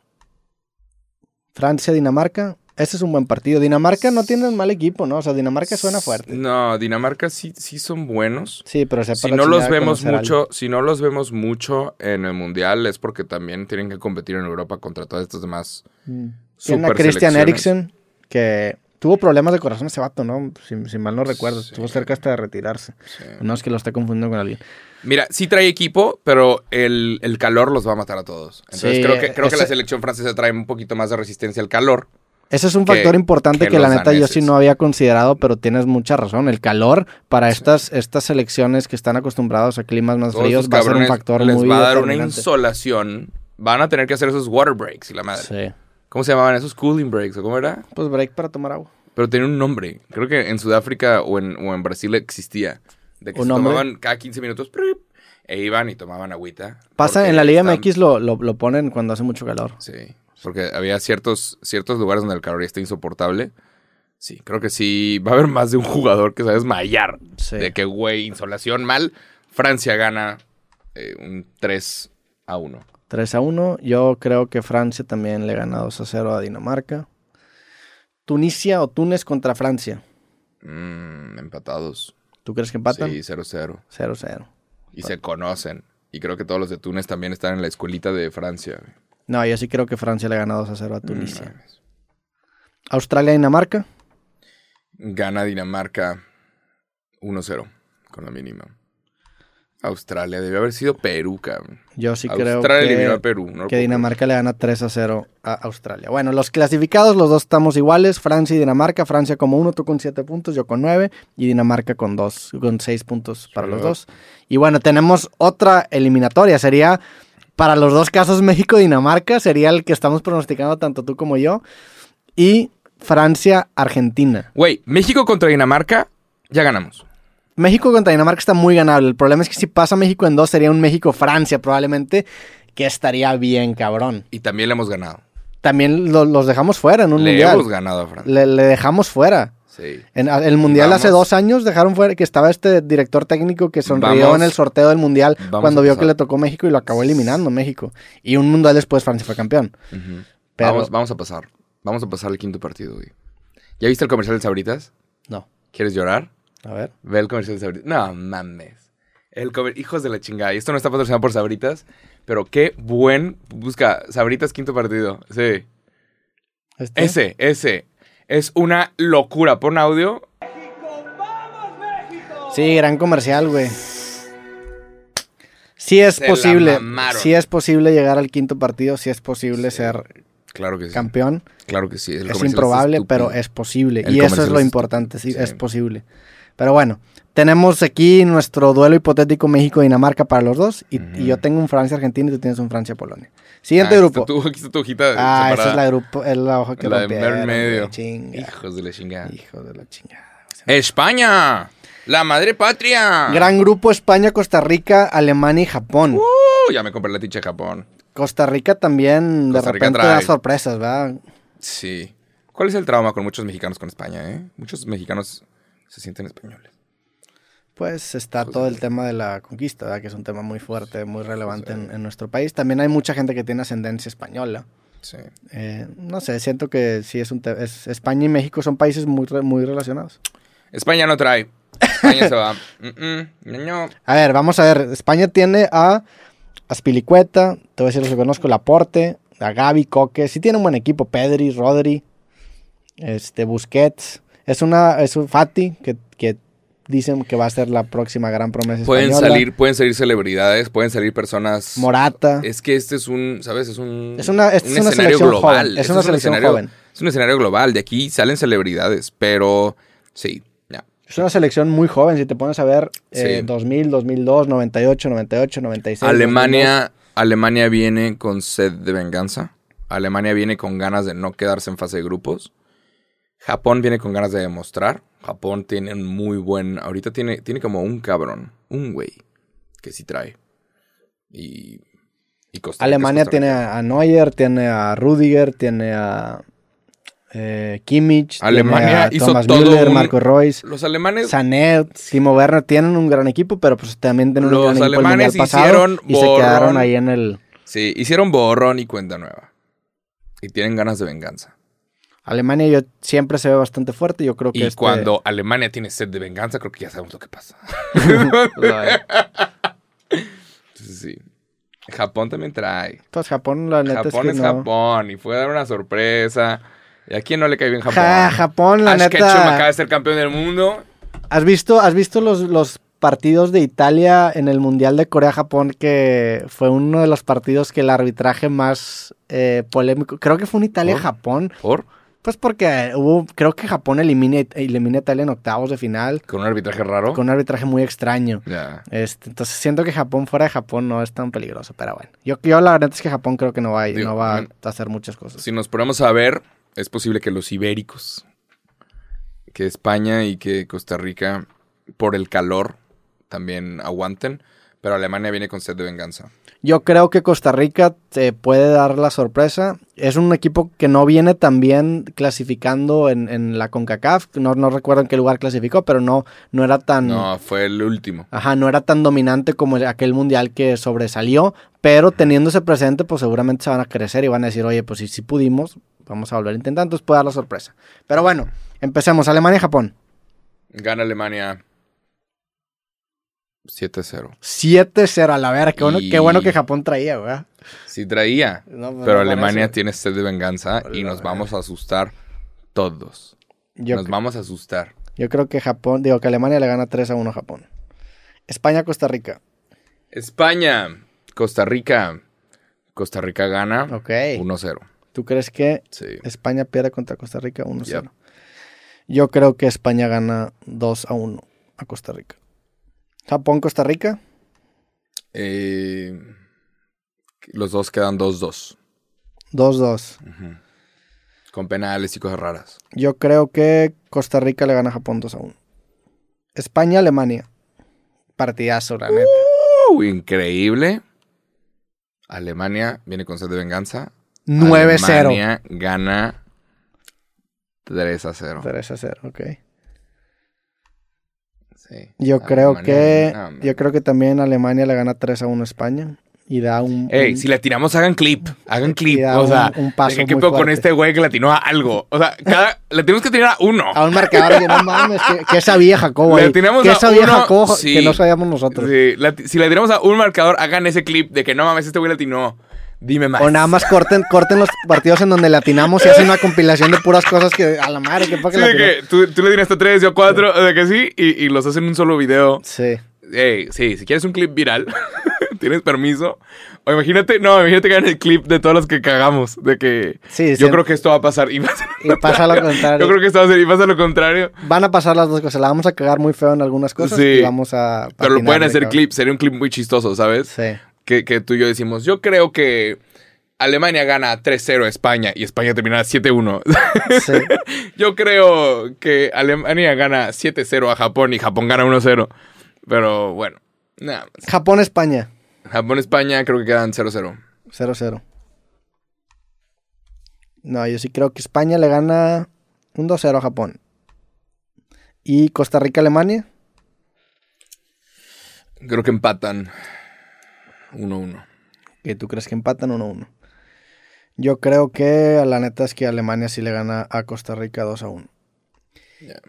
Francia, Dinamarca. Ese es un buen partido. Dinamarca no tiene un mal equipo, ¿no? O sea, Dinamarca suena fuerte. No, Dinamarca sí, sí son buenos. Sí, pero se Si no los vemos mucho, si no los vemos mucho en el mundial es porque también tienen que competir en Europa contra todas estas demás. Mm. Tiene a super Christian selecciones. Eriksen, que tuvo problemas de corazón ese vato, ¿no? Si, si mal no recuerdo. Sí. Estuvo cerca hasta de retirarse. Sí. No es que lo esté confundiendo con alguien. Mira, sí trae equipo, pero el, el calor los va a matar a todos. Entonces Sí, creo que creo que la ese- selección francesa trae un poquito más de resistencia al calor. Ese es un que- factor importante que, que la los neta yo sí daneses. no había considerado, pero tienes mucha razón. El calor para estas, estas selecciones que están acostumbrados a climas más Todos fríos esos va a ser un cabrones factor les muy va a dar una determinante. insolación. Van a tener que hacer esos water breaks y la madre. Sí. ¿Cómo se llamaban esos cooling breaks o cómo era? Pues break para tomar agua. Pero tenía un nombre. Creo que en Sudáfrica o en, o en Brasil existía. De que ¿Un se nombre? tomaban cada 15 minutos prip, e iban y tomaban agüita. Pasa Porque en la Liga están- MX lo, lo, lo ponen cuando hace mucho calor. Sí, porque había ciertos, ciertos lugares donde el calor ya está insoportable. Sí, creo que sí va a haber más de un jugador que se va a desmayar. Sí. De que, güey, insolación mal. Francia gana eh, un 3 a 1. 3 a 1. Yo creo que Francia también le gana 2 a 0 a Dinamarca. Tunisia o Túnez contra Francia. Mm, empatados. ¿Tú crees que empatan? Sí, 0-0. 0 0. Y se conocen. Y creo que todos los de Túnez también están en la escuelita de Francia. güey. No, yo sí creo que Francia le gana 2 a 0 a Mm, No Tunisia. mames. Australia, Dinamarca. Gana Dinamarca 1-0 con la mínima. Australia debió haber sido Perú, cabrón. Yo sí creo Australia eliminó que, a Perú. no lo que puedo creer. Dinamarca le gana 3 a 0 a Australia. Bueno, los clasificados, los dos estamos iguales. Francia y Dinamarca. Francia como 1, tú con 7 puntos, yo con 9. Y Dinamarca con 2, con 6 puntos para los Chulada. dos. Y bueno, tenemos otra eliminatoria. Sería, para los dos casos, México-Dinamarca. Sería el que estamos pronosticando tanto tú como yo. Y Francia-Argentina. Güey, México contra Dinamarca, ya ganamos. México contra Dinamarca está muy ganable. El problema es que si pasa México en dos, sería un México-Francia probablemente, que estaría bien cabrón. Y también le hemos ganado. También lo- los dejamos fuera en un le mundial. hemos ganado a Francia. Le, le dejamos fuera. Sí. En a- el mundial hace Vamos. dos años dejaron fuera que estaba este director técnico que sonrió Vamos. en el sorteo del mundial Vamos cuando a vio pasar. que le tocó México y lo acabó eliminando México. Y un mundial después Francia fue campeón. Ujú. Pero Vamos, vamos a pasar. Vamos a pasar al quinto partido, güey. ¿Ya viste el comercial de Sabritas? no. ¿Quieres llorar? A ver. Ve el comercial de Sabritas. No, mames. El comer- Hijos de la chingada. Y esto no está patrocinado por Sabritas, pero qué buen... Busca Sabritas quinto partido. ¿Eh? Sí. Este. Ese, ese. Es una locura. Pon audio. Sí, gran comercial, güey. Sí es Se la posible. mamaron. Sí es posible llegar al quinto partido. Sí es posible ser Claro que sí. campeón. Claro que sí. El es comercial está improbable, pero estúpido. Ah, es posible. El y eso comercial es lo es importante, sí, estúpido, es sí. posible. Pero bueno, tenemos aquí nuestro duelo hipotético México-Dinamarca para los dos. Y, y yo tengo un Francia-Argentina y tú tienes un Francia-Polonia. Siguiente Ah, aquí grupo. está tu- aquí está tu hojita Ah, esa es separada. la grupo, es la hoja que La de mero en rompieron, medio. güey, Chinga. Hijos de la chingada. Hijo de la chingada. España, la madre patria. Gran grupo España, Costa Rica, Alemania y Japón. Ah. Uh, ya me compré la ticha de Japón. Costa Rica también de Costa Rica repente trae. da sorpresas, ¿verdad? Sí. ¿Cuál es el trauma con muchos mexicanos con España, eh? Muchos mexicanos se sienten españoles. Pues está todo el tema de la conquista, ¿verdad? que es un tema muy fuerte, muy relevante en, en nuestro país. También hay mucha gente que tiene ascendencia española. Sí. Eh, no sé, siento que sí es un tema. España y México son países muy, re- muy relacionados. España no trae. España se va. Mm, mm, no, no. A ver, vamos a ver. España tiene a Aspilicueta, te voy a decir los que conozco, Laporte, a Gaby, Coque. Sí tiene un buen equipo, Pedri, Rodri, este, Busquets. Es una, es un Fati que, que dicen que va a ser la próxima gran promesa Pueden española. salir, pueden salir celebridades, pueden salir personas. Morata. Es que este es un, ¿sabes? Es un, Es una- es un una selección joven, es Este una un selección escenario- joven. Es un escenario global. De aquí salen celebridades, pero sí. ya. Es una selección muy joven, si te pones a ver, eh, Sí. 2000, 2002, 98, 98, 96. Alemania, Alemania viene con sed de venganza. Alemania viene con ganas de no quedarse en fase de grupos. Japón viene con ganas de demostrar. Japón tiene un muy buen. Ahorita tiene, tiene como un cabrón, un güey, que sí trae. Y. y Costa Rica es Alemania Costa tiene Rica. a Neuer, tiene a Rudiger, tiene a eh, Kimmich, Alemania tiene a hizo Thomas todo Müller, un- Marco Reus, Los alemanes. Sané, Timo Werner tienen un gran equipo, pero pues también tienen Los un gran equipo el alemanes mundial pasado hicieron y se quedaron borrón. ahí en el Sí, hicieron borrón y cuenta nueva. Y tienen ganas de venganza. Alemania yo siempre se ve bastante fuerte, yo creo que Y este- cuando Alemania tiene sed de venganza, creo que ya sabemos lo que pasa. Sí, sí. Japón también trae. pues Japón la neta Japón es es, que no. Japón y fue a dar una sorpresa. ¿Y a quién no le cae bien Japón? Ja, Japón, la Ash neta. Ketchum acaba de ser campeón del mundo. ¿Has visto, has visto los, los partidos de Italia en el Mundial de Corea-Japón? Que fue uno de los partidos que el arbitraje más eh, polémico. Creo que fue un Italia-Japón. ¿Por? Pues porque hubo. Creo que Japón elimina, elimina a Italia en octavos de final. Con un arbitraje raro. Con un arbitraje muy extraño. Ya. Este, entonces siento que Japón fuera de Japón no es tan peligroso, pero bueno. Yo, yo la verdad es que Japón creo que no va, a- Digo, no va mm. a hacer muchas cosas. Si nos ponemos a ver, es posible que los ibéricos, que España y que Costa Rica, por el calor, también aguanten. Pero Alemania viene con sed de venganza. Yo creo que Costa Rica te puede dar la sorpresa. Es un equipo que no viene tan bien clasificando en, en la CONCACAF. No, no recuerdo en qué lugar clasificó, pero no, no era tan. No, fue el último. Ajá, no era tan dominante como el- aquel mundial que sobresalió, pero teniéndose presente, pues seguramente se van a crecer y van a decir, oye, pues si, si pudimos, vamos a volver a intentar, entonces puede dar la sorpresa. Pero bueno, empecemos. Alemania y Japón. Gana Alemania 7-0. 7-0 a la verga. Qué bueno, Y- qué bueno que Japón traía, ¿verdad? Sí traía. No, pues, Pero no Alemania parece. tiene sed de venganza y Hola, nos eh. vamos a asustar todos. Yo nos vamos a asustar. Yo creo que Japón, digo que Alemania le gana 3 a 1 a Japón. España, Costa Rica. España, Costa Rica. Costa Rica gana Ok. 1-0. ¿Tú crees que Sí. España pierde contra Costa Rica 1-0? Yep. Yo creo que España gana 2 a 1 a Costa Rica. Japón, Costa Rica. Eh, los dos quedan 2-2. 2-2. Ujú. Con penales y cosas raras. Yo creo que Costa Rica le gana a Japón 2 a 1. España, Alemania. Partidazo, la neta. ¡Uh! increíble. Alemania viene con sed de venganza. 9-0. Alemania gana 3-0. 3 a 0, ok. Sí. Yo creo Alemania que. gana, man. yo creo que también Alemania le gana 3 a 1 a España. Y da un. Ey, un- si la tiramos, hagan clip. Hagan clip. da O un- sea, un paso ¿de ¿qué muy pedo con fuerte. este güey que la atinó a algo? O sea, cada, le tenemos que tirar a uno. a un marcador que no mames, que, que sabía Jacobo. Le ahí? atinamos que a sabía uno, Jacobo sí. que no sabíamos nosotros. Sí, la- si le tiramos a un marcador, hagan ese clip de que no mames, este güey la atinó. Dime más. O nada más corten, corten los partidos en donde latinamos y hacen una compilación de puras cosas que a la madre, que fue que Sí, de latinó? que tú, tú le tiraste tres, yo cuatro, de que sí, y, y los hacen en un solo video. Sí. Ey, sí, si quieres un clip viral, tienes permiso. O imagínate, no, imagínate que hagan el clip de todos los que cagamos. De que Sí, yo siempre- creo que esto va a pasar. Y, va a ser- Y pasa lo contrario. yo creo que esto va a ser y pasa lo contrario. Van a pasar las dos cosas. La vamos a cagar muy feo en algunas cosas Sí. y vamos a. Pero lo patinar pueden de hacer cabrón. clip, sería un clip muy chistoso, ¿sabes? Sí. Que, que tú y yo decimos, yo creo que Alemania gana 3-0 a España y España termina 7-1. sí. yo creo que Alemania gana 7-0 a Japón y Japón gana 1-0. Pero bueno, nada más. Japón, España. Japón-España creo que quedan 0-0. 0-0. No, yo sí creo que España le gana un 2-0 a Japón. Y Costa Rica, Alemania. Creo que empatan 1-1. que tú crees que empatan 1-1. Yo creo que la neta es que Alemania sí le gana a Costa Rica 2-1.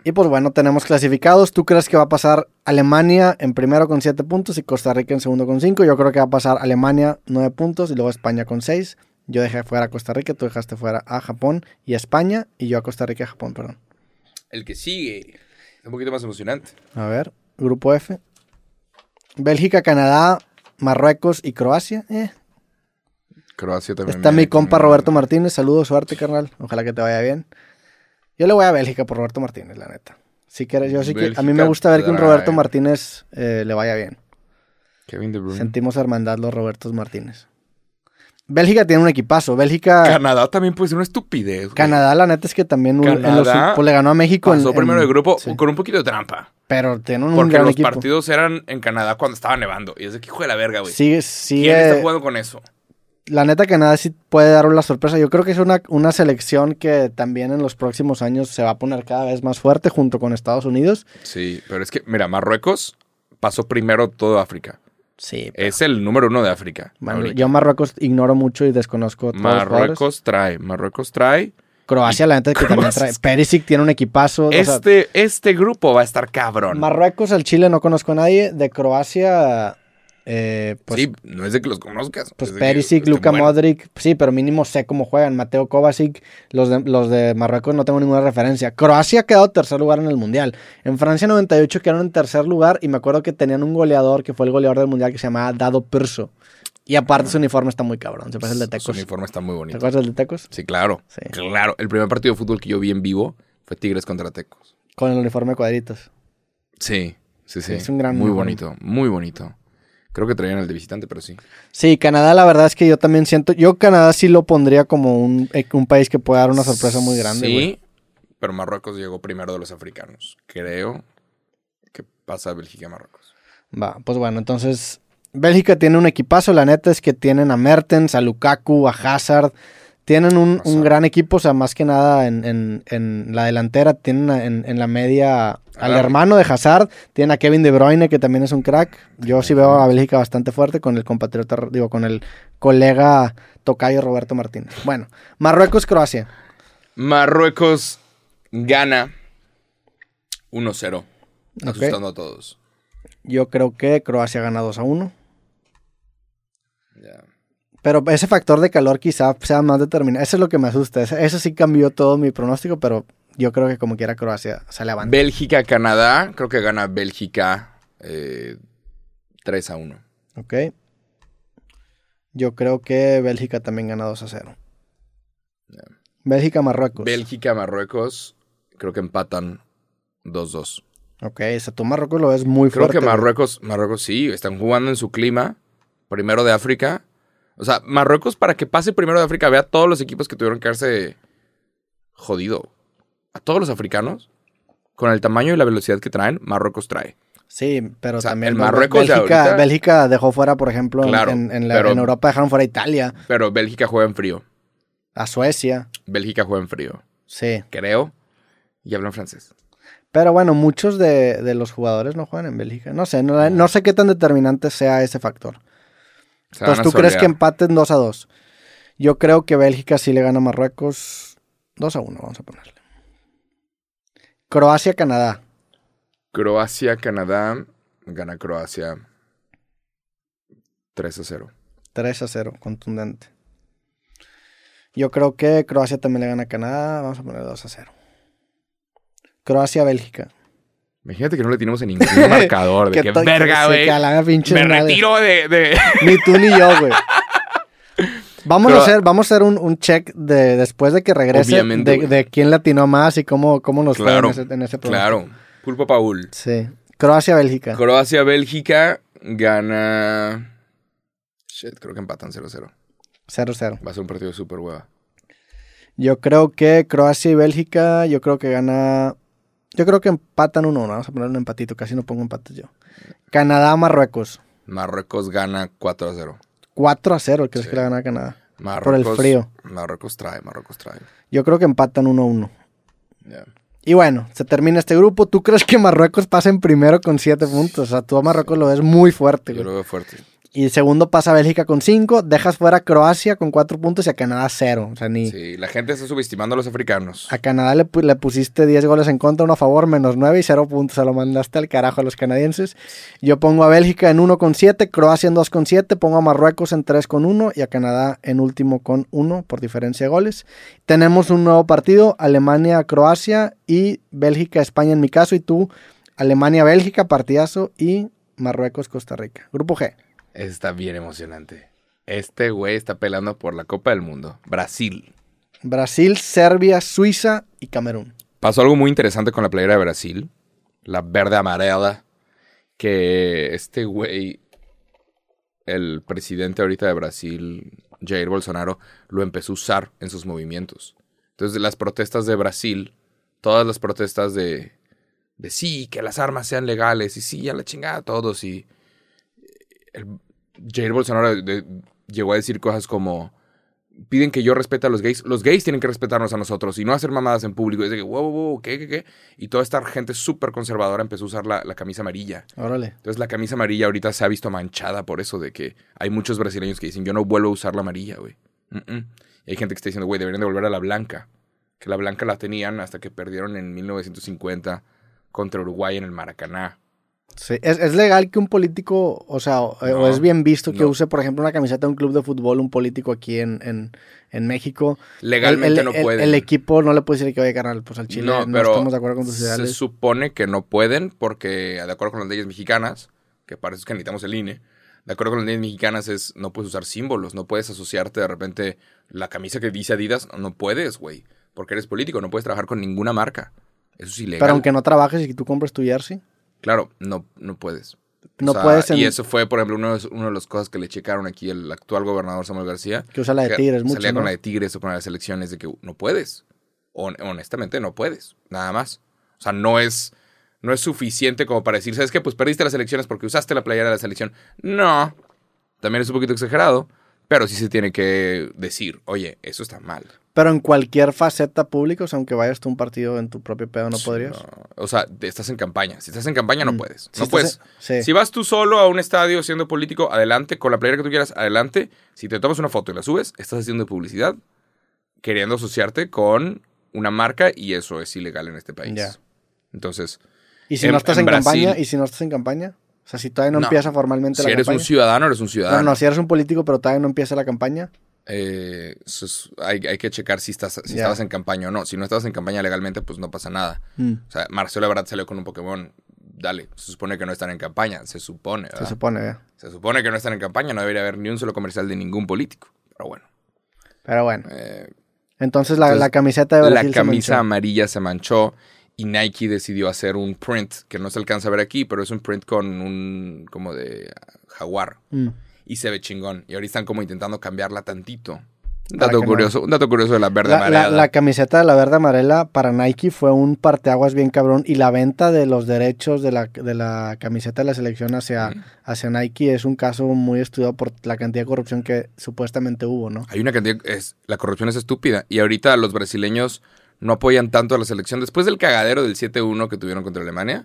Y pues bueno, tenemos clasificados. ¿Tú crees que va a pasar Alemania en primero con 7 puntos y Costa Rica en segundo con 5? Yo creo que va a pasar Alemania 9 puntos y luego España con 6. Yo dejé fuera a Costa Rica, tú dejaste fuera a Japón y a España y yo a Costa Rica y a Japón, perdón. El que sigue es un poquito más emocionante. A ver, grupo F. Bélgica, Canadá, Marruecos y Croacia. Eh, Croacia también. Está me- mi compa me- Roberto Martínez. Saludos, suerte, carnal. Ojalá que te vaya bien. Yo le voy a Bélgica por Roberto Martínez, la neta. Si quieres, yo sí que a mí me Bélgica gusta ver que un trae. Roberto Martínez eh, le vaya bien. Kevin De Bruyne. Sentimos hermandad los Robertos Martínez. Bélgica tiene un equipazo. Bélgica, Canadá también puede ser una estupidez. güey. Canadá, la neta es que también un- en los- Canadá pues, le ganó a México. en- Pasó en- primero de grupo sí. con un poquito de trampa. Pero tiene un Porque gran los equipo. partidos eran en Canadá cuando estaba nevando. Y es de que hijo de la verga, güey. Sigue, ¿Quién está sigue. jugando con eso? La neta, Canadá sí puede dar una sorpresa. Yo creo que es una, una selección que también en los próximos años se va a poner cada vez más fuerte junto con Estados Unidos. Sí, pero es que, mira, Marruecos pasó primero todo África. Sí, Es el número uno de África. Man, ahorita. yo Marruecos ignoro mucho y desconozco todos los jugadores. Marruecos trae, Marruecos trae. Croacia, la neta que también Croacia. trae. Perisic tiene un equipazo. o sea, Este, este grupo va a estar cabrón. Marruecos, al Chile no conozco a nadie. De Croacia, eh, pues, sí, no es de que los conozcas. pues es de que Perisic, estén Luka buenos. Modric. Sí, pero mínimo sé cómo juegan. Mateo Kovacic, los de, los de Marruecos no tengo ninguna referencia. Croacia ha quedado tercer lugar en el Mundial. En Francia 98 quedaron en tercer lugar y me acuerdo que tenían un goleador que fue el goleador del Mundial que se llamaba Dado Pirso. Y aparte su uniforme está muy cabrón. Se parece pues, el de Su Tecos. uniforme está muy ¿Te bonito. acuerdas del de Tecos? Sí, claro. Sí. Claro. El primer partido de fútbol que yo vi en vivo fue Tigres contra Tecos. Con el uniforme de cuadritos. Sí, sí, sí. es un gran Muy uniforme. bonito, muy bonito. Creo que traían el de visitante, pero sí. Sí, Canadá, la verdad es que yo también siento. Yo Canadá sí lo pondría como un, eh, un país que puede dar una sorpresa muy grande, Sí, güey. pero Marruecos llegó primero de los africanos. Creo que pasa Bélgica a Marruecos. Va, pues bueno, entonces. Bélgica tiene un equipazo, la neta es que tienen a Mertens, a Lukaku, a Hazard. Tienen un, un Hazard. gran equipo, o sea, más que nada en, en- en la delantera, tienen a- en, en la media al Larry. hermano de Hazard, tienen a Kevin De Bruyne, que también es un crack. Yo sí veo a Bélgica bastante fuerte con el compatriota, digo, con el colega tocayo Roberto Martínez. Bueno, Marruecos, Croacia. Marruecos gana 1-0, Ok. asustando a todos. Yo creo que Croacia gana 2 a 1. Ya. Pero ese factor de calor quizá sea más determinante. Eso es lo que me asusta. Eso, eso sí cambió todo mi pronóstico, pero yo creo que como quiera Croacia sale avante. Bélgica, Canadá. Creo que gana Bélgica eh, 3 a 1. Ok. Yo creo que Bélgica también gana 2 a 0. Bélgica, Marruecos. Bélgica, Marruecos. Creo que empatan 2-2. ok, o sea, tú Marruecos lo ves muy Creo fuerte. que güey. Marruecos, Marruecos sí, están jugando en su clima. Primero de África. O sea, Marruecos para que pase primero de África, vea a todos los equipos que tuvieron que haberse jodido. A todos los africanos, con el tamaño y la velocidad que traen, Marruecos trae. Sí, pero O sea, también el Mar- Marruecos de Bélgica, ahorita- Bélgica dejó fuera, por ejemplo, en- Claro, en, en la- pero- en Europa dejaron fuera a Italia, Pero Bélgica juega en frío. a Suecia. Bélgica juega en frío, Sí. creo. Y hablan francés. Pero bueno, muchos de, de los jugadores no juegan en Bélgica. No sé, no, no sé qué tan determinante sea ese factor. Se van Entonces, a ¿tú crees solear. que empaten 2 a 2? Yo creo que Bélgica sí le gana a Marruecos 2 a 1, vamos a ponerle. Croacia, Canadá. Croacia, Canadá, gana Croacia 3 a 0. 3 a 0, contundente. Yo creo que Croacia también le gana a Canadá, vamos a poner 2 a 0. Croacia, Bélgica. Imagínate que no le tenemos en ningún marcador. De que, to- verga, sí, güey. que a la pinche Me madre. retiro de. de- Ni tú ni yo, güey. Vamos Pero- a hacer, vamos a hacer un, un check de después de que regrese Obviamente, de, güey. de quién latinó más y cómo, cómo nos Claro, fue en ese, en ese programa. Claro. Culpa Paul. Sí. Croacia, Bélgica. Croacia, Bélgica gana. Shit, creo que empatan 0-0. 0-0. Va a ser un partido súper hueva. Yo creo que Croacia y Bélgica, yo creo que gana. Yo creo que empatan 1-1. Vamos a poner un empatito, casi no pongo empates yo. Canadá, Marruecos. Marruecos gana 4-0. 4 a 0, ¿crees Sí. que la gana Canadá? Marruecos. Por el frío. Marruecos trae, Marruecos trae. Yo creo que empatan 1-1. Ya. Y bueno, se termina este grupo. ¿Tú crees que Marruecos pasa en primero con 7 puntos? O sea, tú a Marruecos lo ves muy fuerte, Yo güey. lo veo fuerte. Y segundo pasa a Bélgica con 5, dejas fuera a Croacia con 4 puntos y a Canadá 0. O sea, ni Sí, la gente está subestimando a los africanos. a Canadá le, pu- le pusiste 10 goles en contra, uno a favor, menos 9 y 0 puntos. Se lo mandaste al carajo a los canadienses. Yo pongo a Bélgica en 1 con 7, Croacia en 2 con 7, pongo a Marruecos en 3 con 1 y a Canadá en último con 1 por diferencia de goles. Tenemos un nuevo partido, Alemania-Croacia y Bélgica-España en mi caso y tú, Alemania-Bélgica, partidazo y Marruecos-Costa Rica. Grupo G. Está bien emocionante. Este güey está pelando por la Copa del Mundo. Brasil. Brasil, Serbia, Suiza y Camerún. Pasó algo muy interesante con la playera de Brasil, la verde amarela, que este güey, el presidente ahorita de Brasil, Jair Bolsonaro, lo empezó a usar en sus movimientos. Entonces las protestas de Brasil, todas las protestas de, de sí, que las armas sean legales, y sí, a la chingada a todos, y el- Jair Bolsonaro de- llegó a decir cosas como piden que yo respete a los gays. Los gays tienen que respetarnos a nosotros y no hacer mamadas en público. Y es de que, wow, wow, wow, ¿qué, qué, qué? Y toda esta gente súper conservadora empezó a usar la, la camisa amarilla. Órale. Entonces la camisa amarilla ahorita se ha visto manchada por eso de que hay muchos brasileños que dicen, yo no vuelvo a usar la amarilla, güey. Mm, mm. Y hay gente que está diciendo, güey, deberían de volver a la blanca. Que la blanca la tenían hasta que perdieron en 1950 contra Uruguay en el Maracaná. Sí, ¿Es, es legal que un político, o sea, o, eh, o No, es bien visto que no. use, por ejemplo, una camiseta de un club de fútbol, un político aquí en, en, en México? Legalmente El- el- no el- pueden. El, equipo no le puede decir que vaya a ganar, pues al Chile no, estamos de acuerdo con tus se ideales. supone que no pueden porque, de acuerdo con las leyes mexicanas, que para eso es que necesitamos el INE, de acuerdo con las leyes mexicanas es no puedes usar símbolos, no puedes asociarte de repente la camisa que dice Adidas, no puedes, güey, porque eres político, no puedes trabajar con ninguna marca. Eso es ilegal. Pero aunque no trabajes y que tú compres tu jersey, Claro, no, no puedes. O no sea, puedes en- Y eso fue, por ejemplo, uno de, los- una de las cosas que le checaron aquí el actual gobernador Samuel García. que usa la de Que Tigres mucho, Salía ¿no? con la de Tigres o con las elecciones de que no puedes. Hon- honestamente, no puedes. Nada más. O sea, no es, no es suficiente como para decir, ¿sabes qué? Pues perdiste las elecciones porque usaste la playera de la selección. No. También es un poquito exagerado, pero sí se tiene que decir, oye, eso está mal. Pero en cualquier faceta pública, o sea, aunque vayas tú a un partido en tu propio pedo, no podrías. No. O sea, te- estás en campaña. Si estás en campaña, no Mm. puedes. Si no estás puedes. en- sí. Si vas tú solo a un estadio siendo político, adelante, con la playera que tú quieras, adelante. Si te tomas una foto y la subes, estás haciendo publicidad, queriendo asociarte con una marca y eso es ilegal en este país. Ya. Entonces, y si en- no estás en en, Brasil- campaña, y si no estás en campaña, o sea, si todavía no, No. empieza formalmente si la eres campaña. un ciudadano, eres un ciudadano. No, no, si eres un político, pero todavía no empieza la campaña. Eh, eso es- hay, hay que checar si, estás, si Ya. estabas en campaña o no. Si no estabas en campaña legalmente, pues no pasa nada. Mm, O sea, Marcelo Ebrard salió con un Pokémon. Dale, se supone que no están en campaña. Se supone, se ¿verdad? supone, ¿eh? se supone que no están en campaña. No debería haber ni un solo comercial de ningún político. Pero bueno. Pero bueno. eh, Entonces la, Entonces, la camiseta de Brasil la se camisa manchó. amarilla se manchó y Nike decidió hacer un print que no se alcanza a ver aquí, pero es un print con un como de jaguar Mm. y se ve chingón. Y ahorita están como intentando cambiarla tantito. Un Para dato que no- curioso, un dato curioso de la verde La, la- amarela. la camiseta de la verde amarela para Nike fue un parteaguas bien cabrón y la venta de los derechos de la, de la camiseta de la selección hacia, Mm. hacia Nike es un caso muy estudiado por la cantidad de corrupción que supuestamente hubo, ¿no? Hay una cantidad es la corrupción es estúpida y ahorita los brasileños no apoyan tanto a la selección después del cagadero del 7-1 que tuvieron contra Alemania,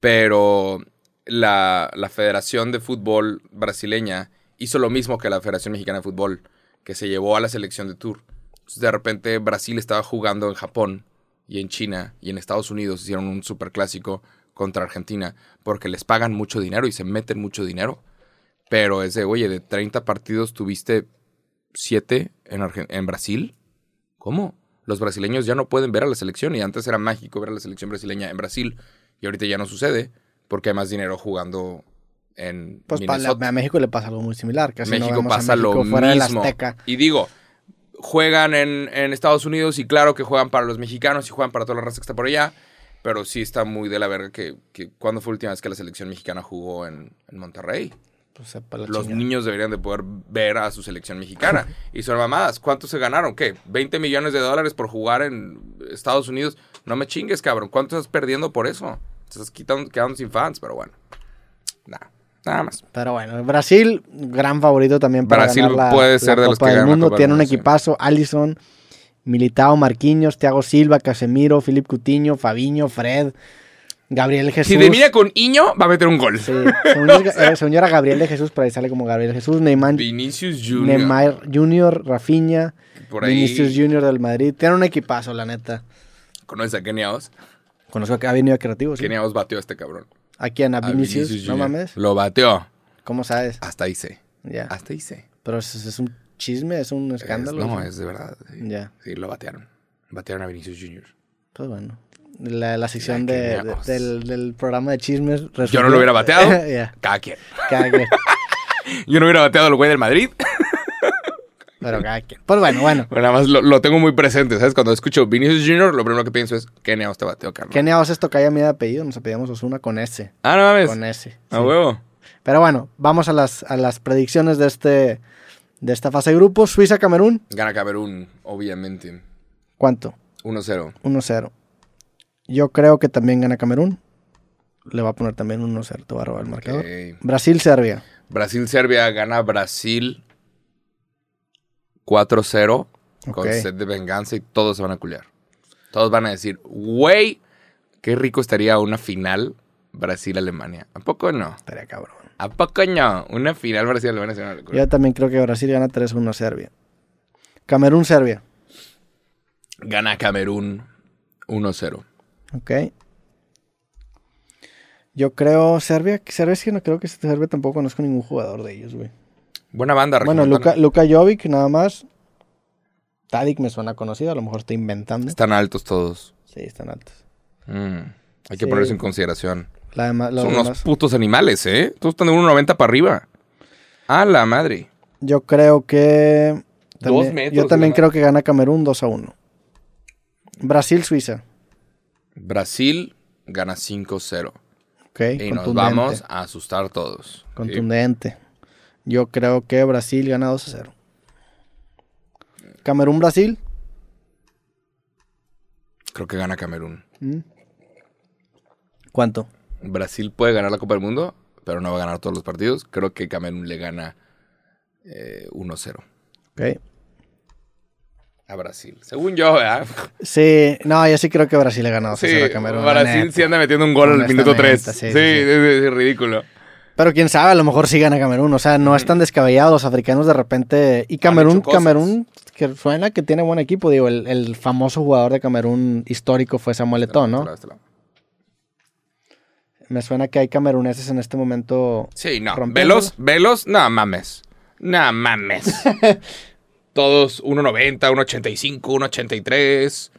pero la, la Federación de Fútbol brasileña hizo lo mismo que la Federación Mexicana de Fútbol, que se llevó a la selección de Tour. Entonces, de repente Brasil estaba jugando en Japón y en China y en Estados Unidos hicieron un superclásico contra Argentina porque les pagan mucho dinero y se meten mucho dinero. Pero es de, oye, de 30 partidos tuviste 7 en, Argen- en Brasil. ¿Cómo? Los brasileños ya no pueden ver a la selección y antes era mágico ver a la selección brasileña en Brasil y ahorita ya no sucede porque hay más dinero jugando en Pues pa- Minnesota. la- a México le pasa algo muy similar, casi no México vemos a pasa lo México fuera de la mismo. Azteca. Y digo, juegan en, en Estados Unidos y claro que juegan para los mexicanos y juegan para toda la raza que está por allá, pero sí está muy de la verga que, que ¿cuándo fue la última vez que la selección mexicana jugó en, en Monterrey? Pues, sepa la los chingada. niños deberían de poder ver a su selección mexicana. y son mamadas. ¿Cuántos se ganaron? ¿Qué? ¿20 millones de dólares por jugar en Estados Unidos? No me chingues, cabrón. ¿Cuánto estás perdiendo por eso? Te estás quitando, quedando sin fans, pero bueno. Nada, nada más. Pero bueno, Brasil, gran favorito también para Brasil ganar la, puede la ser de los Copa que del ganan la Mundo. Copa del Tiene un Mundo, sí. equipazo, Allison, Militao, Marquinhos, Thiago Silva, Casemiro, Filip Cutiño, Fabiño, Fred. Gabriel Jesús. Si termina con Iño, va a meter un gol. Sí, según, es- eh, según yo era Gabriel de Jesús, pero ahí sale como Gabriel Jesús, Neymar, Vinicius Junior. Neymar Junior, Rafinha, por ahí Vinicius Junior del Madrid. Tienen un equipazo, la neta. conoces a Kenny Aos. Conozco que ha venido a Creativos. Kenny Aos bateó a este cabrón. ¿A quién? ¿A A Vinicius? no Jr.. mames. Lo bateó. ¿Cómo sabes? Hasta ahí sé. Ya. Hasta ahí sé. Pero es, es un chisme, es un escándalo. Ah. Es- no, es de verdad. Sí. Ya. Sí, lo batearon. Batearon a Vinicius Jr. Pues bueno. La, la sección Ya, qué de- de- mierdas. del, del programa de chismes. Yo no lo hubiera bateado. Ya, Cada quien. cada quien. Yo no hubiera bateado al güey del Madrid. Pero cada quien. Pues bueno, bueno. Pero nada más lo, lo tengo muy presente, ¿sabes? Cuando escucho Vinicius Jr., lo primero que pienso es, Kenny Aos te bateó, carnal. Kenia Oses tocaya mi apellido. Nos apellidamos Osuna con S. Ah, no mames. Con S. sí. A huevo. Pero bueno, vamos a las, a las predicciones de, este, de esta fase de grupos. Suiza-Camerún. Gana Camerún, obviamente. ¿Cuánto? 1-0. 1-0. Yo creo que también gana Camerún. Le va a poner también 1-0. Te va a robar el marcador. Ok. Brasil-Serbia. Brasil-Serbia gana Brasil 4-0 con Ok. sed de venganza y todos se van a culiar. Todos van a decir, güey, qué rico estaría una final Brasil-Alemania. ¿A poco no? Estaría cabrón. ¿A poco no? Una final Brasil-Alemania sería una locura. Yo también creo que Brasil gana 3-1 a Serbia. Camerún-Serbia. Gana Camerún 1-0. Ok. Yo creo Serbia. Serbia es que no creo que Serbia tampoco conozco ningún jugador de ellos, güey. Buena banda, Bueno, regimontana. Luka, Luka Jovic nada más. Tadic me suena conocido, a lo mejor estoy inventando. Están altos todos. Sí, están altos. Mm, Hay que Sí. ponerlos en consideración. La dema- los Son unos demás- putos animales, ¿eh? Todos están de 1.90 para arriba. A la madre. Yo creo que. Dos también- metros, yo también además. creo que gana Camerún 2 a 1. Brasil-Suiza. Brasil gana 5-0. Ok. Y nos contundente. vamos a asustar todos. Contundente. Yo creo que Brasil gana 2 a 0. Camerún, Brasil. Sí, Creo que gana Camerún. ¿Mm? ¿Cuánto? Brasil puede ganar la Copa del Mundo, pero no va a ganar todos los partidos. Creo que Camerún le gana eh, 1-0 Ok. a Brasil. Según yo, ¿verdad? Sí, no, yo sí creo que Brasil le gana 2 a Sí, 0 a Camerún. la Brasil neta. sí anda metiendo un gol al minuto 3. Honestamente, Sí, sí, sí, sí. es, es ridículo. Pero quién sabe, a lo mejor sí gana Camerún. O sea, no es tan descabellado. Los africanos de repente. Y Camerún, cosas. Camerún, que suena que tiene buen equipo. Digo, el, el famoso jugador de Camerún histórico fue Samuel Eto'o, ¿no? Este lado. Me suena que hay cameruneses en este momento. Sí, no. Rompiendo. Velos, velos, no mames. No mames. Todos 1.90, 1.85, 1.83.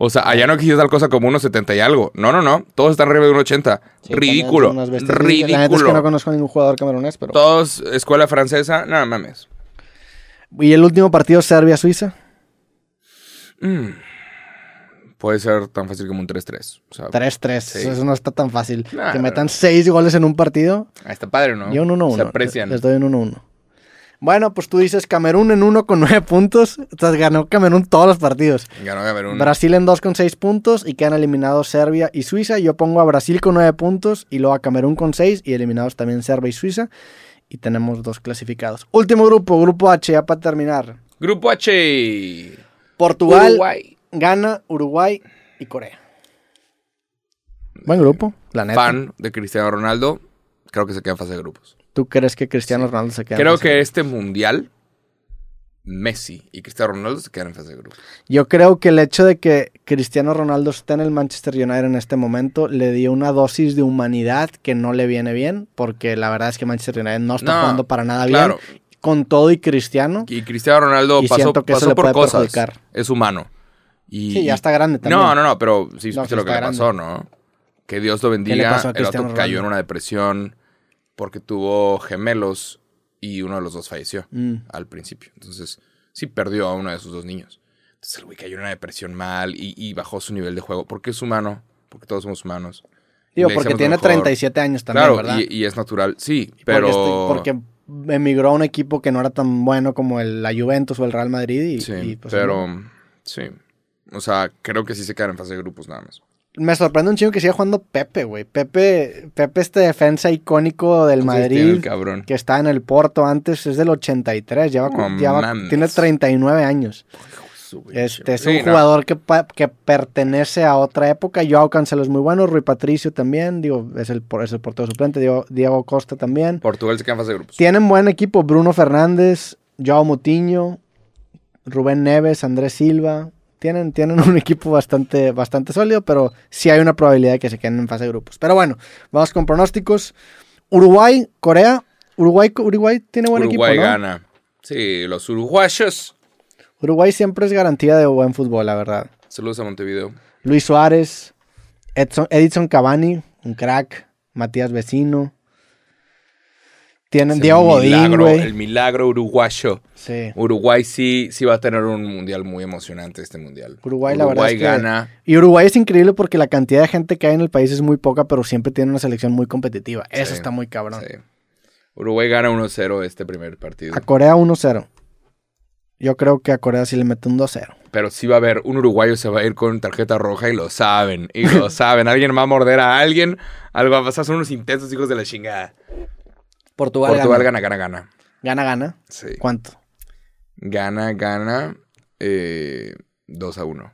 O sea, allá no existe tal cosa como 1.70 y algo. No, no, no. Todos están arriba de 1.80. Sí, ridículo. también son unas bestias. La neta es que no Ridículo. conozco ningún jugador camerunés, pero. Todos, escuela francesa, no mames. Y el último partido, Serbia-Suiza. Mm. Puede ser tan fácil como un 3-3. O sea, 3-3. Sí. Eso no está tan fácil. Nah, que no, metan 6 goles en un partido. está padre, ¿no? Yo un 1-1. Se aprecian. Les doy un 1-1. Bueno, pues tú dices Camerún en 1 con 9 puntos. O sea, ganó Camerún todos los partidos. Ganó Camerún. Brasil en 2 con 6 puntos y quedan eliminados Serbia y Suiza. Yo pongo a Brasil con 9 puntos y luego a Camerún con 6 y eliminados también Serbia y Suiza. Y tenemos dos clasificados. Último grupo, grupo H, ya para terminar. Grupo H. Portugal, Uruguay. Ghana, Uruguay y Corea. Buen grupo, la neta. Fan de Cristiano Ronaldo. Creo que se queda en fase de grupos. ¿Tú crees que Cristiano Ronaldo se queda? en Creo fase? que este mundial, Messi y Cristiano Ronaldo se quedan en fase de grupo. Yo creo que el hecho de que Cristiano Ronaldo esté en el Manchester United en este momento le dio una dosis de humanidad que no le viene bien, porque la verdad es que Manchester United no está No, jugando para nada claro. bien. Con todo y Cristiano. Y Cristiano Ronaldo Y pasó, siento que eso pasó le por puede cosas. perjudicar. Es humano. Y, Sí, ya está grande también. No, no, no, pero sí No, supiste sí lo que está le pasó, ¿no? Que Dios lo bendiga. pasó a el otro Cristiano cayó en Ronaldo? una depresión porque tuvo gemelos y uno de los dos falleció Mm. al principio. Entonces, sí perdió a uno de sus dos niños. Entonces, el güey cayó en una depresión mal y, y bajó su nivel de juego porque es humano, porque todos somos humanos. Digo, Le porque deseamos lo tiene mejor. 37 años también, claro, ¿verdad? Y, y es natural, sí, pero... Porque, estoy- porque emigró a un equipo que no era tan bueno como el, la Juventus o el Real Madrid. Y, sí, y, pues, pero... no. Sí. O sea, creo que sí se quedan en fase de grupos nada más. Me sorprende un chingo que siga jugando Pepe, güey. Pepe, Pepe este defensa icónico del Entonces, tiene el Madrid. cabrón. que estaba en el Porto antes, es del 83, ya va, No ya va- mames. tiene 39 años. su güey. Este es Sí, un no. jugador que, pa- que pertenece a otra época. Joao Cancelo es muy bueno. Rui Patricio también. Digo, es el, por- es el portero suplente. Diego, Diego Costa también. Portugal se queda en fase de grupos. Tienen buen equipo. Bruno Fernández, Joao Mutiño, Rubén Neves, Andrés Silva. Tienen, tienen un equipo bastante, bastante sólido, pero sí hay una probabilidad de que se queden en fase de grupos. Pero bueno, vamos con pronósticos. Uruguay, Corea. Uruguay, Uruguay tiene buen Uruguay equipo, ¿no? gana. Sí, los uruguayos. Uruguay siempre es garantía de buen fútbol, la verdad. Saludos a Montevideo. Luis Suárez, Edson, Edison Cavani, un crack, Matías Vecino. Tienen Es Diego el Godín, milagro, güey. El milagro uruguayo. Sí. Uruguay sí, sí va a tener un mundial muy emocionante este mundial. Uruguay, la verdad es que- gana. Y Uruguay es increíble porque la cantidad de gente que hay en el país es muy poca, pero siempre tiene una selección muy competitiva. Eso Sí, está muy cabrón. sí. Uruguay gana 1-0 este primer partido. A Corea 1-0. Yo creo que a Corea sí le mete un 2-0. Pero sí va a haber, un uruguayo se va a ir con tarjeta roja y lo saben, y lo saben. Alguien va a morder a alguien, algo va a pasar, son unos intensos hijos de la chingada. Portugal, Portugal gana. gana, gana, gana. gana. Gana, Sí. ¿Cuánto? Gana, gana, eh, 2 a 1.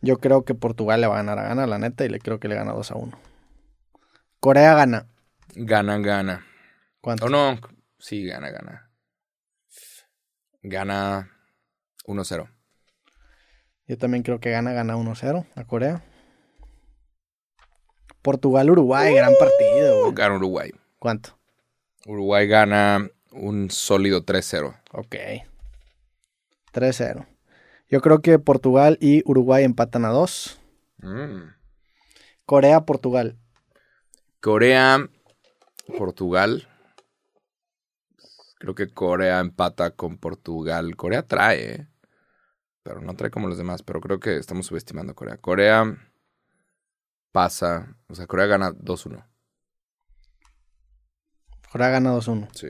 Yo creo que Portugal le va a ganar a Gana, la neta, y le creo que le gana 2-1. Corea gana. Gana, gana. ¿Cuánto? O no, sí, gana, gana. Gana 1-0. Yo también creo que gana, gana 1-0 a Corea. Portugal, Uruguay, gran partido. güey. Gana Uruguay. ¿Cuánto? Uruguay gana un sólido 3-0. Ok. 3-0. Yo creo que Portugal y Uruguay empatan a 2. Mm. Corea, Portugal. Corea, Portugal. Creo que Corea empata con Portugal. Corea trae, ¿eh? pero no trae como los demás. Pero creo que estamos subestimando a Corea. Corea pasa, o sea, Corea gana 2-1. Corea gana 2-1. Sí.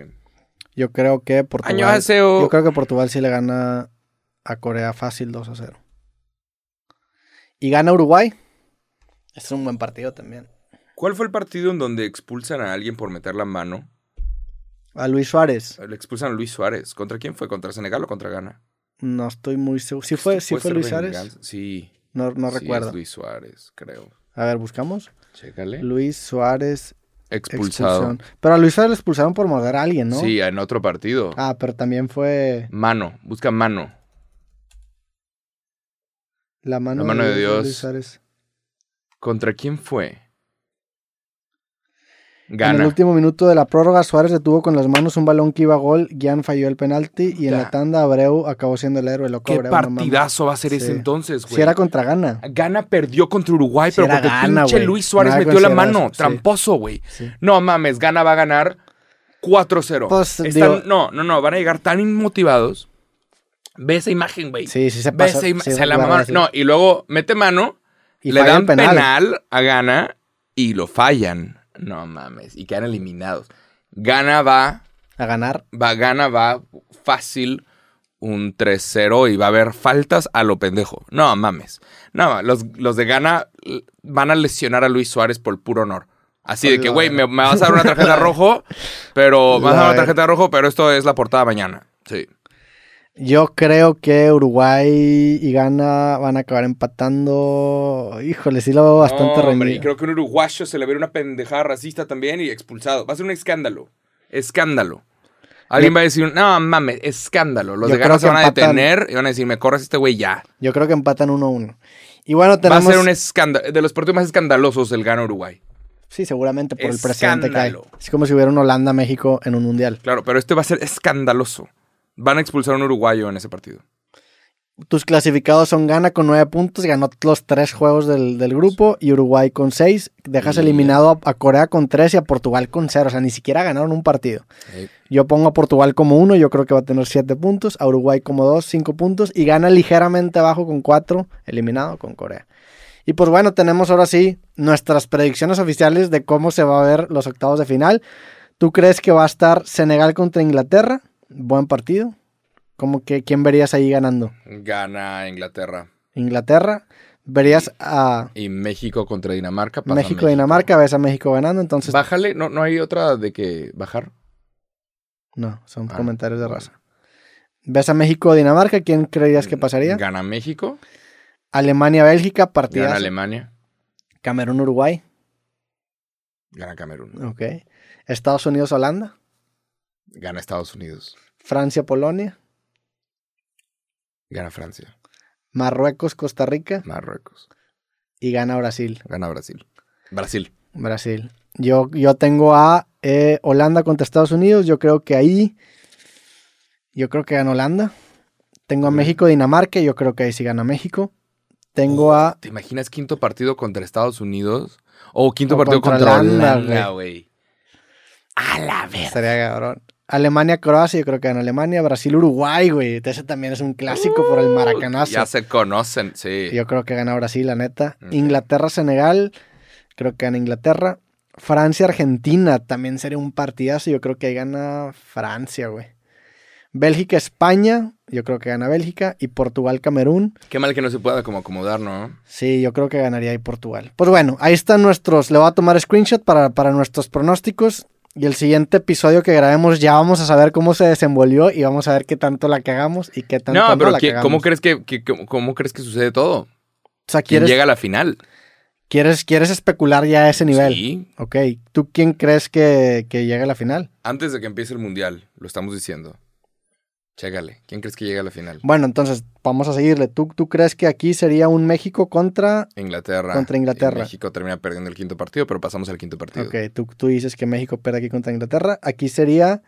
Yo creo que Portugal. Annyeonghaseyo. Yo creo que Portugal sí le gana a Corea fácil 2-0. Y gana Uruguay. Es un buen partido también. ¿Cuál fue el partido en donde expulsan a alguien por meter la mano? A Luis Suárez. Le expulsan a Luis Suárez. ¿Contra quién fue? ¿Contra Senegal o contra Ghana? Este No estoy muy seguro. ¿Sí fue, sí Puede fue ser Luis Suárez? venganza. Sí. No, no Sí, es recuerdo. Luis Suárez, creo. A ver, buscamos. Chécale. Luis Suárez Expulsado. expulsión. Pero a Luis Suárez le expulsaron por morder a alguien, ¿no? Sí, en otro partido. Ah, pero también fue Mano, busca mano. la mano, La mano de Dios. Luis Suárez. ¿Contra quién fue? En el Gana. último minuto de la prórroga, Suárez detuvo con las manos un balón que iba a gol. Gian falló el penalti y en la Ya. tanda Abreu acabó siendo el héroe loco. ¿Qué Abreu, no mames. partidazo va a ser Sí. ese entonces, güey? Si era contra Gana. Gana perdió contra Uruguay, Sí pero era porque Ghana, pinche güey. Luis Suárez No había metió la considerado mano. eso, sí. Tramposo, güey. Sí. No mames, Gana va a ganar 4-0. Pues, Están- digo- No, no, no, van a llegar tan inmotivados. Ve esa imagen, güey. Sí, sí se Ve pasó. esa ima- sí, se la la mamaron. verdad, sí. No, y luego mete mano, Y le falla dan el penal. penal. a Gana y lo fallan. No mames, y quedan eliminados. Gana va A ganar. va, gana, va fácil un 3-0 y va a haber faltas a lo pendejo. No mames. No, los, los de Gana l- van a lesionar a Luis Suárez por puro honor. Así de que, güey, me, me vas a dar una tarjeta rojo, pero me vas a dar una tarjeta rojo, pero esto es la portada mañana. Sí. Yo creo que Uruguay y Gana van a acabar empatando. Híjole, sí lo veo bastante No, hombre, reñido. y creo que un uruguayo se le ve una pendejada racista también y expulsado. Va a ser un escándalo. Escándalo. Alguien Yo- va a decir, no mames, escándalo. Los Yo de Gana creo se que van a empatan. detener y van a decir, me corres este güey ya. Yo creo que empatan 1-1. Y bueno, tenemos. Va a ser un escándalo. De los partidos más escandalosos el gana Uruguay. Sí, seguramente por el presidente que hay. Escándalo. Es como si hubiera un Holanda-México en un mundial. Claro, pero este va a ser escandaloso. Van a expulsar a un uruguayo en ese partido. Tus clasificados son Ghana con 9 puntos, ganó los 3 juegos del, del grupo y Uruguay con 6. Dejas Y- eliminado a, a Corea con 3 y a Portugal con 0. O sea, ni siquiera ganaron un partido. Eh, Yo pongo a Portugal como 1, yo creo que va a tener 7 puntos, a Uruguay como 2, 5 puntos y gana ligeramente abajo con 4, eliminado con Corea. Y pues bueno, tenemos ahora sí nuestras predicciones oficiales de cómo se va a ver los octavos de final. ¿Tú crees que va a estar Senegal contra Inglaterra? Buen partido. ¿Cómo que quién verías ahí ganando? Gana Inglaterra. Inglaterra, verías a Y México contra Dinamarca. pasa México y Dinamarca, ves a México ganando, entonces Bájale, no, no hay otra de que bajar. no, son Ah, comentarios de bueno. raza. ¿Ves a México o Dinamarca? ¿Quién creías que pasaría? Mm, Gana México, Alemania-Bélgica, gana partidas. Alemania, Camerún-Uruguay. gana Camerún, Ok. Estados Unidos-Holanda. gana Estados Unidos, Francia-Polonia. gana Francia, Marruecos-Costa Rica. Marruecos, Y gana Brasil. gana Brasil. Brasil. Brasil. Yo, yo tengo a eh, Holanda contra Estados Unidos. Yo creo que ahí. Yo creo que gana Holanda. Tengo a Ok. México, Dinamarca. Yo creo que ahí sí gana México. Tengo a. ¿Te imaginas quinto partido contra Estados Unidos? O quinto O partido contra contra, Holanda, Holanda, güey. A la verga. Estaría cabrón. Alemania, Croacia. Yo creo que gana Alemania. Brasil, Uruguay, güey. Ese también es un clásico por el maracanazo. Ya se conocen, sí. Yo creo que gana Brasil, la neta. Ok. Inglaterra, Senegal. Creo que gana Inglaterra. Francia, Argentina. También sería un partidazo. Yo creo que ahí gana Francia, güey. Bélgica, España. Yo creo que gana Bélgica. Y Portugal, Camerún. Qué mal que no se pueda como acomodar, ¿no? Sí, yo creo que ganaría ahí Portugal. Pues bueno, ahí están nuestros. Le voy a tomar screenshot para, para nuestros pronósticos. Y el siguiente episodio que grabemos ya vamos a saber cómo se desenvolvió y vamos a ver qué tanto la cagamos y qué tanto No, no pero la ¿qué- cagamos. ¿cómo crees que, que- que- cómo crees que sucede todo? O sea, ¿Quién ¿quieres, llega a la final? quieres, quieres especular ya a ese nivel? Sí. Ok, ¿tú quién crees que, que llegue a la final? Antes de que empiece el mundial, lo estamos diciendo. Chécale, ¿quién crees que llega a la final? Bueno, entonces vamos a seguirle. ¿Tú, tú crees que aquí sería un México contra... Inglaterra. Contra Inglaterra. Y México termina perdiendo el quinto partido, pero pasamos al quinto partido. Ok, tú, tú dices que México pierde aquí contra Inglaterra. Aquí sería...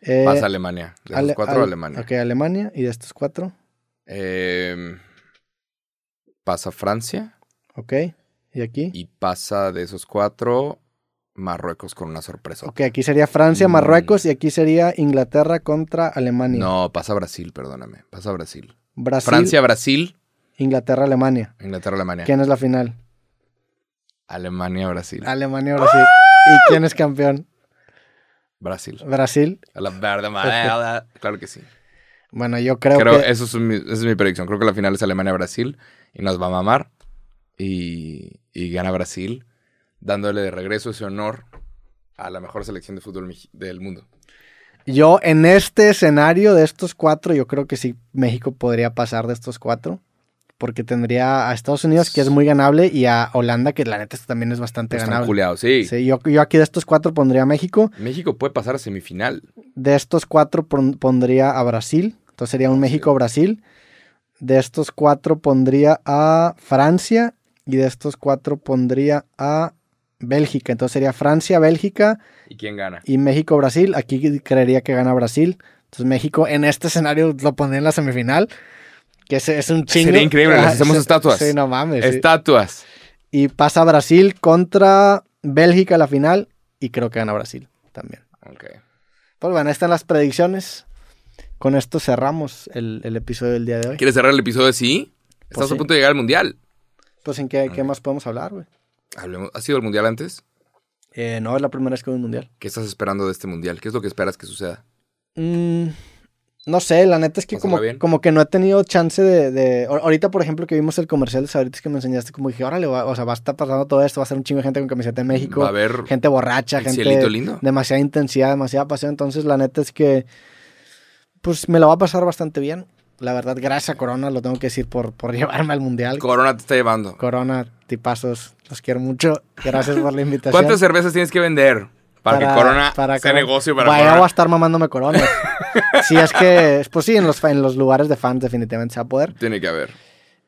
eh, Pasa Alemania. De los Ale- cuatro, Ale- Alemania. Ok, Alemania. ¿Y de estos cuatro? Eh, pasa Francia Ok. ¿Y aquí? y pasa de esos cuatro Marruecos con una sorpresa. Ok, aquí sería Francia, Mm. Marruecos y aquí sería Inglaterra contra Alemania. No, pasa Brasil, perdóname. Pasa Brasil. Brasil, Francia, Brasil, Inglaterra, Alemania. Inglaterra, Alemania. ¿Quién Ah. es la final? Alemania, Brasil. Alemania, Brasil. ¿Y quién es campeón? Brasil. Brasil. A la verde amarela. Claro que sí. Bueno, yo creo, Creo, que... eso es mi, esa es mi predicción. Creo que la final es Alemania-Brasil y nos va a mamar. Y, y gana Brasil, dándole de regreso ese honor a la mejor selección de fútbol meji- del mundo. Yo en este escenario de estos cuatro, yo creo que sí México podría pasar de estos cuatro. Porque tendría a Estados Unidos, que es muy ganable, y a Holanda, que la neta esto también es bastante Están ganable. culiados, sí. Sí, yo, yo aquí de estos cuatro pondría a México. México puede pasar a semifinal. De estos cuatro pon- pondría a Brasil. Entonces sería un México-Brasil. De estos cuatro pondría a Francia. Y de estos cuatro pondría a Bélgica. Entonces sería Francia, Bélgica ¿Y quién gana? y México-Brasil. Aquí creería que gana Brasil. Entonces México en este escenario lo pondría en la semifinal. Que es, es un chingo. Sería increíble, les Ah, hacemos sí, estatuas. Sí, no mames. pues sí. Estatuas. Y pasa Brasil contra Bélgica a la final. Y creo que gana Brasil también. Ok. Pues bueno, ahí están las predicciones. Con esto cerramos el, el episodio del día de hoy. ¿Quieres cerrar el episodio así? Estás Pues sí. a punto de llegar al mundial. Pues en qué, qué más podemos hablar, güey. Hablemos. ¿Has ido al mundial antes? Eh, no, es la primera vez que voy a un mundial. ¿Qué estás esperando de este mundial? ¿Qué es lo que esperas que suceda? Mm, no sé, la neta es que Pásala como, bien. como que no he tenido chance de, de- ahor- Ahorita, por ejemplo, que vimos el comercial de Sabritas que me enseñaste, como dije, órale, va- o sea, va a estar pasando todo esto, va a ser un chingo de gente con camiseta de México, Mm, Va a haber gente borracha, el cielito gente... lindo. Demasiada intensidad, demasiada pasión. Entonces, la neta es que... Pues me lo va a pasar bastante bien. La verdad, gracias a Corona, lo tengo que decir, por, por llevarme al mundial. Corona te está llevando. Corona, tipazos, los quiero mucho. Gracias por la invitación. ¿Cuántas cervezas tienes que vender para, que Corona para sea Corona- negocio para Vaya, Corona? voy a estar mamándome Corona. si es que, pues sí, en los, fa- en los lugares de fans definitivamente se va a poder. Tiene que haber.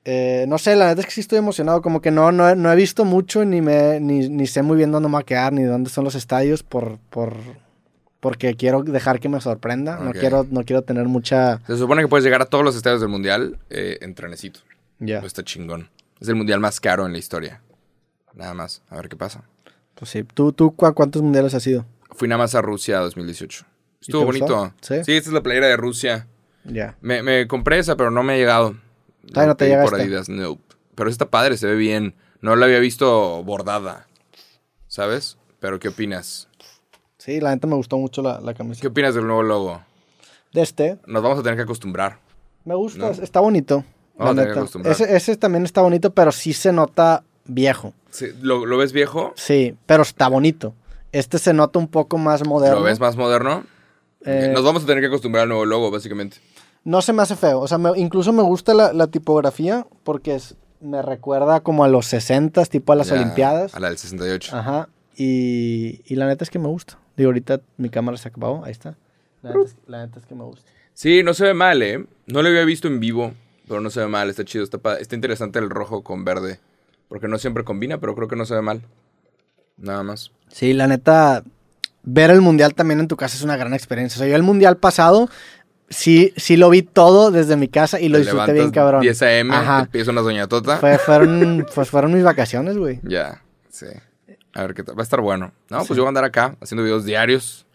Eh, no sé, la verdad es que sí estoy emocionado. Como que no, no, he- no he visto mucho ni, me, ni, ni sé muy bien dónde me va a quedar ni dónde son los estadios por... por porque quiero dejar que me sorprenda. No, Ok. quiero, no quiero tener mucha... Se supone que puedes llegar a todos los estadios del mundial eh, en trenecito. Ya. Eso Está chingón. Es el mundial más caro en la historia. Nada más. A ver qué pasa. Pues sí. ¿Tú, tú cu- cuántos mundiales has sido? Fui nada más a Rusia 2018. te Estuvo gustó? bonito. ¿Sí? esta es la playera de Rusia. Ya. Me, me compré esa, pero no me ha llegado. Todavía no te pedí llega por esta. Adidas, no. Pero esta padre, se ve bien. No la había visto bordada. ¿Sabes? Pero ¿qué opinas? Sí, la neta me gustó mucho la, la camiseta. ¿Qué opinas del nuevo logo? De este, Nos vamos a tener que acostumbrar. Me gusta, No. Ah, es- está bonito. Vamos a la tener que neta. acostumbrar. Ese, ese también está bonito, pero sí se nota viejo. Sí, ¿Lo, lo ves viejo? Sí, pero está bonito. Este se nota un poco más moderno. ¿Lo ves más moderno? Eh, Nos vamos a tener que acostumbrar al nuevo logo, básicamente. No se me hace feo. O sea, me- incluso me gusta la, la tipografía porque es- me recuerda como a los 60 tipo a las Ya, Olimpiadas. Ah. A la del 68. Ajá. Y, y la neta es que me gusta. Digo, ahorita mi cámara se acabó. Ahí está. La neta es, la neta es que me gusta. Sí, no se ve mal, ¿eh? No lo había visto en vivo, pero no se ve mal. Está chido, está, pa- está interesante el rojo con verde. Porque no siempre combina, pero creo que no se ve mal. Nada más. Sí, la neta, ver el mundial también en tu casa es una gran experiencia. O sea, yo el mundial pasado sí, sí lo vi todo desde mi casa y lo Te disfruté levantas bien, cabrón. 10 a.m., Ajá. empieza una soñatota. Fue- fueron, pues fueron mis vacaciones, güey. Ya, sí. A ver qué tal. Va a estar bueno. No, Sí. pues yo voy a andar acá haciendo videos diarios.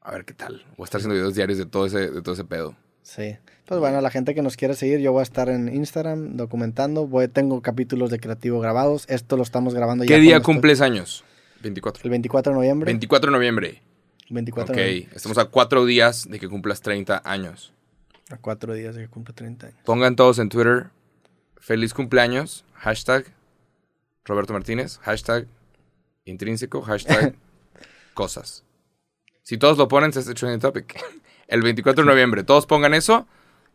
A ver qué tal. Voy a estar haciendo videos diarios de todo ese, de todo ese pedo. Sí. Pues bueno, la gente que nos quiere seguir, yo voy a estar en Instagram documentando. Voy, tengo capítulos de creativo grabados. Esto lo estamos grabando ya. ¿Qué día cuando cumples años? 24. estoy- El 24 de noviembre. 24 de noviembre. 24 ok, de noviembre. estamos a cuatro días de que cumplas 30 años. A cuatro días de que cumpla 30 años. Pongan todos en Twitter. Feliz cumpleaños. Hashtag Roberto Martínez. Hashtag intrínseco. Hashtag cosas. Si todos lo ponen, se hace trending topic. El 24 de noviembre. Todos pongan eso.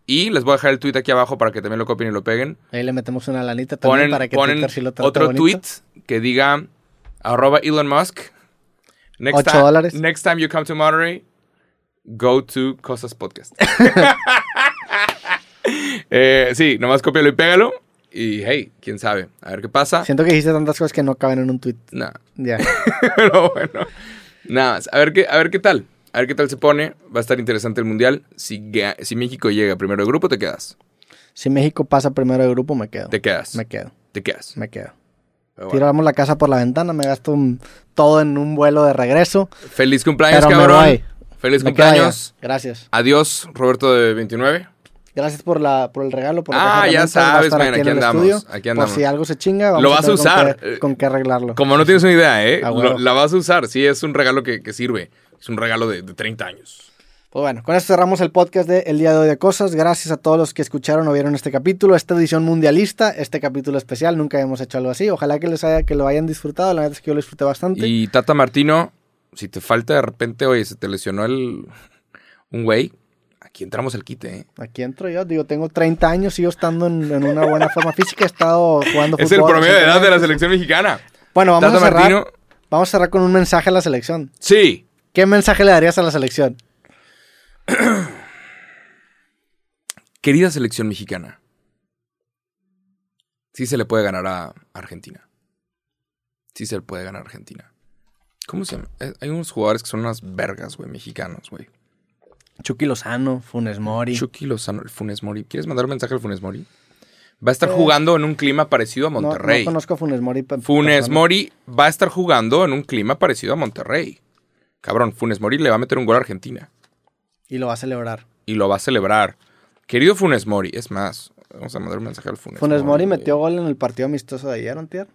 Y les voy a dejar el tweet aquí abajo para que también lo copien y lo peguen. Ahí le metemos una lanita también Ponen, para que ponen Twitter sí lo trate otro bonito. tweet que diga arroba Elon Musk. Next Ocho time, dólares. Next time you come to Monterey, go to Cosas Podcast. Eh, sí, nomás cópialo y pégalo. Y hey, quién sabe, a ver qué pasa. Siento que dijiste tantas cosas que no caben en un tweet. Nah, Ya. pero bueno, nada más. A ver, qué, a ver qué tal. A ver qué tal se pone. Va a estar interesante el mundial. Si, ga- si México llega primero de grupo, te quedas. Si México pasa primero de grupo, me quedo. Te quedas. Me quedo, Te quedas. me quedo. Pero bueno. Tiramos la casa por la ventana, me gasto un- todo en un vuelo de regreso. Feliz cumpleaños, Pero me cabrón. voy. Feliz Me quedo allá. cumpleaños. Gracias. Adiós, Roberto de 29. Gracias por, la, por el regalo. Por la Ah, caja de ya herramientas, va a sabes, estar man, aquí en el andamos, estudio. aquí andamos. Por si algo se chinga, vamos Lo vas a tener usar, Con eh, qué, con qué arreglarlo. Como no tienes una idea, ¿eh? A huevo. Lo- la vas a usar. Sí, es un regalo que, que sirve. Es un regalo de, de 30 años. Pues bueno, con esto cerramos el podcast de El Día de Hoy de Cosas. Gracias a todos los que escucharon o vieron este capítulo, esta edición mundialista, este capítulo especial. Nunca hemos hecho algo así. Ojalá que les haya, que lo hayan disfrutado. La verdad es que yo lo disfruté bastante. Y Tata Martino, si te falta de repente, oye, se te lesionó el, un güey, aquí entramos al quite, ¿eh? Aquí entro yo, digo, tengo 30 años, sigo estando en, en una buena forma física, he estado jugando fútbol. Es el promedio de edad de la recientemente. selección mexicana. Bueno, vamos a, Tata cerrar, Martino, vamos a cerrar con un mensaje a la selección. sí. ¿Qué mensaje le darías a la selección? Querida selección mexicana, sí se le puede ganar a Argentina. Sí se le puede ganar a Argentina. ¿Cómo se llama? Eh, Hay unos jugadores que son unas vergas, güey, mexicanos, güey. Chucky Lozano, Funes Mori. Chucky Lozano, el Funes Mori. ¿Quieres mandar un mensaje al Funes Mori? Va a estar jugando en un clima parecido a Eh, No- Monterrey. No, conozco a Funes Mori. pe- Funes persona. Mori va a estar jugando en un clima parecido a Monterrey. Cabrón, Funes Mori le va a meter un gol a Argentina Y lo va a celebrar. y lo va a celebrar. Querido Funes Mori, es más, vamos a mandar un mensaje al Funes, Funes Mori güey. metió gol en el partido amistoso de ayer, Antier.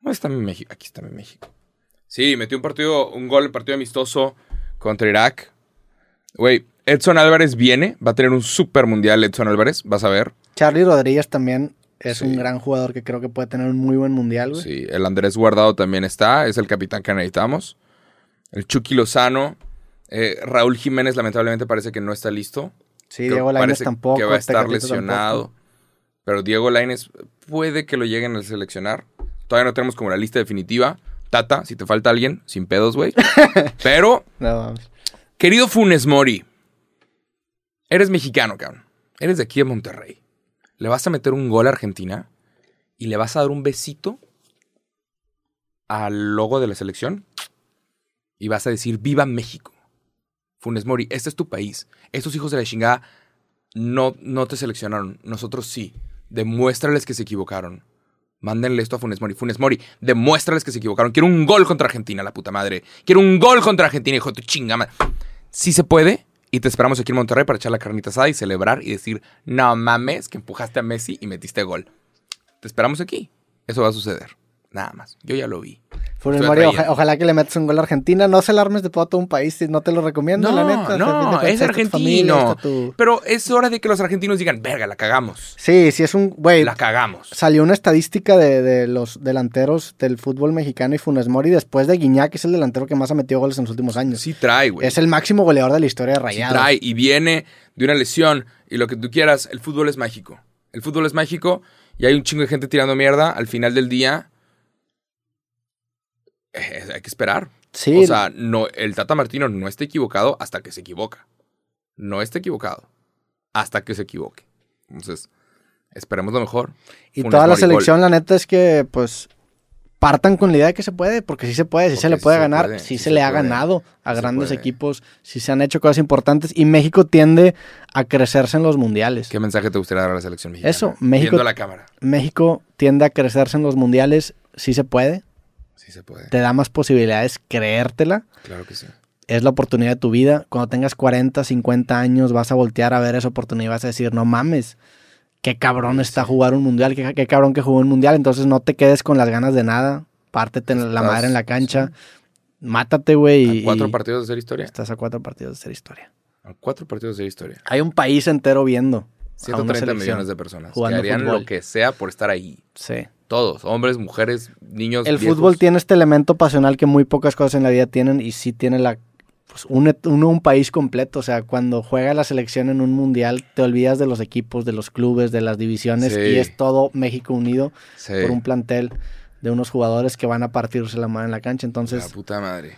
¿Dónde está mi México? Aquí está mi México. Sí, metió un partido, un gol, en partido amistoso contra Irak. Güey, Edson Álvarez viene, va a tener un super mundial Edson Álvarez, vas a ver. Charlie Rodríguez también es Sí. un gran jugador que creo que puede tener un muy buen mundial, güey. Sí, el Andrés Guardado también está, es el capitán que necesitamos. El Chucky Lozano. eh, Raúl Jiménez lamentablemente parece que no está listo. Sí, Creo Diego que Lainez parece tampoco. Que va a estar Tecatito lesionado. tampoco. Pero Diego Lainez puede que lo lleguen a seleccionar. Todavía no tenemos como la lista definitiva. Tata, si te falta alguien, sin pedos, güey. Pero, No, mames. querido Funes Mori, eres mexicano, cabrón. Eres de aquí de Monterrey. Le vas a meter un gol a Argentina y le vas a dar un besito al logo de la selección y vas a decir viva México. Funes Mori, este es tu país. Estos hijos de la chingada no, no te seleccionaron. Nosotros sí. Demuéstrales que se equivocaron. Mándenle esto a Funes Mori. Funes Mori, demuéstrales que se equivocaron. Quiero un gol contra Argentina, la puta madre. Quiero un gol contra Argentina, hijo de tu chingada. Sí se puede. Y te esperamos aquí en Monterrey para echar la carnita asada y celebrar y decir, no mames, que empujaste a Messi y metiste gol. Te esperamos aquí. Eso va a suceder. Nnada más. Yo ya lo vi. Funes Estoy Mori, oja- atrayendo. ojalá que le metas un gol a Argentina. No se alarmes de todo un país, si no te lo recomiendo, la neta. O sea, a fin de no, cuentas, es está tu familia, argentino. está tu- Pero es hora de que los argentinos digan, verga, la cagamos. Sí, sí es un... Güey, La cagamos. salió una estadística de, de los delanteros del fútbol mexicano y Funes Mori después de Guiñac es el delantero que más ha metido goles en los últimos años. Sí trae, güey. es el máximo goleador de la historia de Si Rayados. trae y viene de una lesión y lo que tú quieras, el fútbol es mágico. El fútbol es mágico y hay un chingo de gente tirando mierda. Al final del día, eh, hay que esperar. sí, O sea, no, el Tata Martino no está equivocado hasta que se equivoca. No está equivocado hasta que se equivoque. Entonces, esperemos lo mejor. y Funes toda la Mori, gol. selección, la neta, es que pues partan con la idea de que se puede, porque sí se puede, sí Porque se le sí puede se ganar, puede, sí, sí se, se le ha puede, ganado a sí se grandes puede. equipos, sí se han hecho cosas importantes y México tiende a crecerse en los mundiales. ¿Qué mensaje te gustaría dar a la selección mexicana? Eso, México- Viendo a la cámara. México tiende a crecerse en los mundiales, sí se puede, Sí se puede. te da más posibilidades creértela. Claro que sí. es la oportunidad de tu vida. Cuando tengas 40, 50 años, vas a voltear a ver esa oportunidad y vas a decir, no mames, qué cabrón está jugar un mundial, qué, qué cabrón que jugó un mundial. Entonces no te quedes con las ganas de nada, pártete en la Estás- madre en la cancha, mátate, güey. a y- cuatro y partidos de hacer historia. Estás a cuatro partidos de hacer historia. A cuatro partidos de hacer historia. Hay un país entero viendo. a una 130 selección. millones de personas que jugando harían fútbol. lo que sea por estar ahí. Sí. Todos, hombres, mujeres, niños. El viejos. fútbol tiene este elemento pasional que muy pocas cosas en la vida tienen y sí tiene la... Pues une, une un país completo, o sea, cuando juega la selección en un mundial te olvidas de los equipos, de los clubes, de las divisiones Sí. y es todo México unido Sí. por un plantel de unos jugadores que van a partirse la madre en la cancha. La Entonces, puta madre.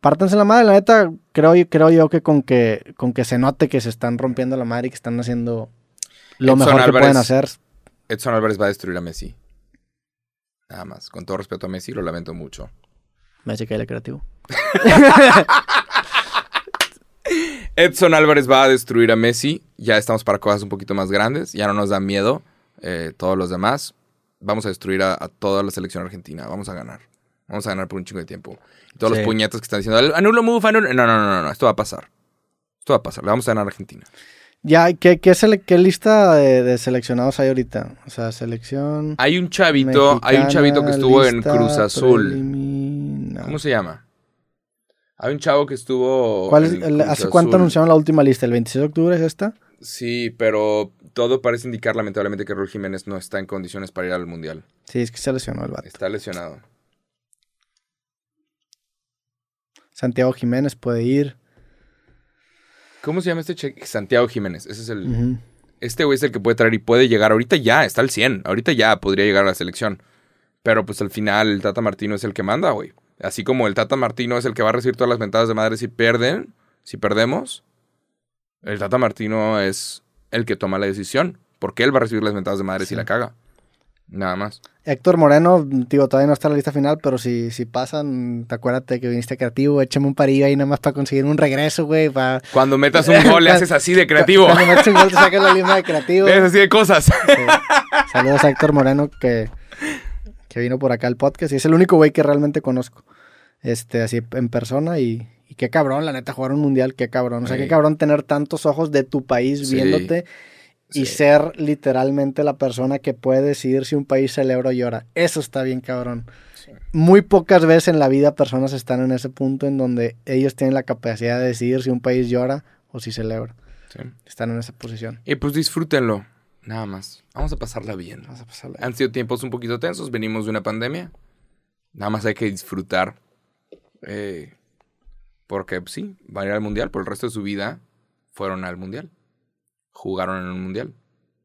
pártanse la madre, la neta, creo, yo- creo yo que con, que con que se note que se están rompiendo la madre y que están haciendo lo Edson mejor que Álvarez. pueden hacer. Edson Álvarez va a destruir a Messi. Nada más. Con todo respeto a Messi, lo lamento mucho. Me hace que el creativo. Edson Álvarez va a destruir a Messi. Ya estamos para cosas un poquito más grandes. Ya no nos da miedo eh, todos los demás. Vamos a destruir a, a toda la selección argentina. Vamos a ganar. Vamos a ganar por un chingo de tiempo. Y todos Sí. los puñetos que están diciendo, anulo move, anulo. No, no, no, no, no. Esto va a pasar. Esto va a pasar. Le vamos a ganar a Argentina. Ya, ¿qué, qué, sele- qué lista de, de seleccionados hay ahorita? O sea, selección. Hay un chavito, hay un chavito que estuvo en Cruz Azul. ¿Cómo se llama? Hay un chavo que estuvo. ¿Cuál es en el- Cruz ¿Hace cuánto Azul. anunciaron la última lista? ¿El 26 de octubre es esta? Sí, pero todo parece indicar, lamentablemente, que Raúl Jiménez no está en condiciones para ir al mundial. Sí, es que se lesionó el vato. Está lesionado. Santiago Jiménez puede ir. ¿Cómo se llama este cheque? Santiago Jiménez. Ese es el. Ujú. Este güey es el que puede traer y puede llegar. Ahorita ya, está al 100. Ahorita ya podría llegar a la selección. Pero pues al final el Tata Martino es el que manda, güey. Así como el Tata Martino es el que va a recibir todas las mentadas de madre si pierden, si perdemos, el Tata Martino es el que toma la decisión. Porque él va a recibir las mentadas de madre Sí. si la caga. Nada más. Héctor Moreno, digo, todavía no está en la lista final, pero si, si pasan, te acuérdate que viniste a creativo, échame un parillo ahí nada más para conseguir un regreso, güey. Para... Cuando metas un gol le haces así de creativo. Cuando metes un gol, te sacas la línea de creativo. Le haces así de cosas. Sí. Saludos a Héctor Moreno que, que vino por acá al podcast y es el único güey que realmente conozco. Este, así en persona y, y qué cabrón, la neta, jugar un mundial, qué cabrón. O sea, Sí. qué cabrón tener tantos ojos de tu país Sí. viéndote y Sí. ser literalmente la persona que puede decidir si un país celebra o llora. Eso está bien cabrón. Muy pocas veces en la vida personas están en ese punto en donde ellos tienen la capacidad de decidir si un país llora o si celebra. Sí. Están en esa posición. Y pues disfrútenlo. Nada más. Vamos a pasarla bien. Vamos a pasarla. Han sido tiempos un poquito tensos, venimos de una pandemia. Nada más hay que disfrutar. eh, porque pues, sí, van a ir al mundial, por el resto de su vida fueron al mundial. Jugaron en un mundial.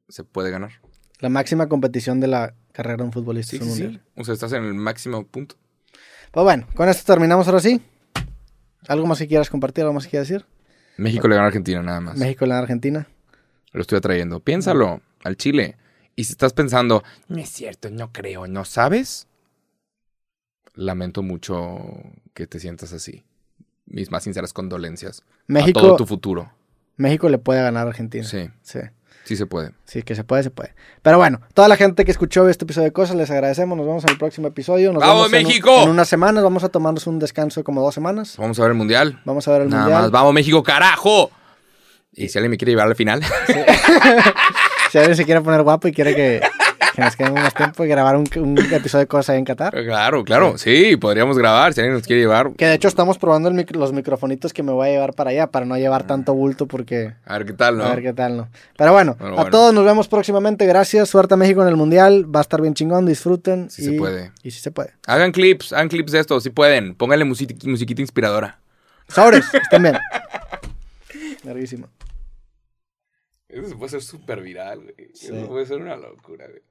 Se puede ganar. La máxima competición de la carrera de un futbolista Sí, es un sí, sí. mundial. O sea, estás en el máximo punto. Pues bueno, con esto terminamos ahora sí. ¿Algo más que quieras compartir? ¿Algo más que quieras decir? México le ganó a Argentina nada más. México en la Argentina. Lo estoy atrayendo. Piénsalo al Chile. Y si estás pensando, no es cierto, no creo, no sabes, lamento mucho que te sientas así. Mis más sinceras condolencias a México, todo tu futuro. México le puede ganar a Argentina. Sí. sí. Sí, sí se puede. que se puede, se puede. Pero bueno, toda la gente que escuchó este episodio de Cosas, les agradecemos. Nos vemos en el próximo episodio. Nos ¡Vamos, vemos en un- México! en unas semanas. Vamos a tomarnos un descanso de como dos semanas. Vamos a ver el mundial. Vamos a ver el Nada mundial. más, vamos México, carajo. Y si alguien me quiere llevar a la final, Si alguien se quiere poner guapo y quiere que, que nos quedemos más tiempo y grabar un, un episodio de cosas ahí en Qatar. Claro, claro. Sí, podríamos grabar. Si alguien nos quiere llevar, Que de hecho estamos probando el mic- los microfonitos que me voy a llevar para allá, para no llevar tanto bulto porque... a ver qué tal, Ah. ¿no? A ver qué tal, ¿no? Pero bueno, Pero a bueno. todos nos vemos próximamente. Gracias. Suerte a México en el Mundial. Va a estar bien chingón. Disfruten. Si se puede. Y si se puede. Hagan clips, hagan clips de esto, si pueden. Pónganle musiqui- musiquita inspiradora. Sobres. Estén bien. Larguísimo. Eso puede ser súper viral, güey. Eso Sí. puede ser una locura, güey.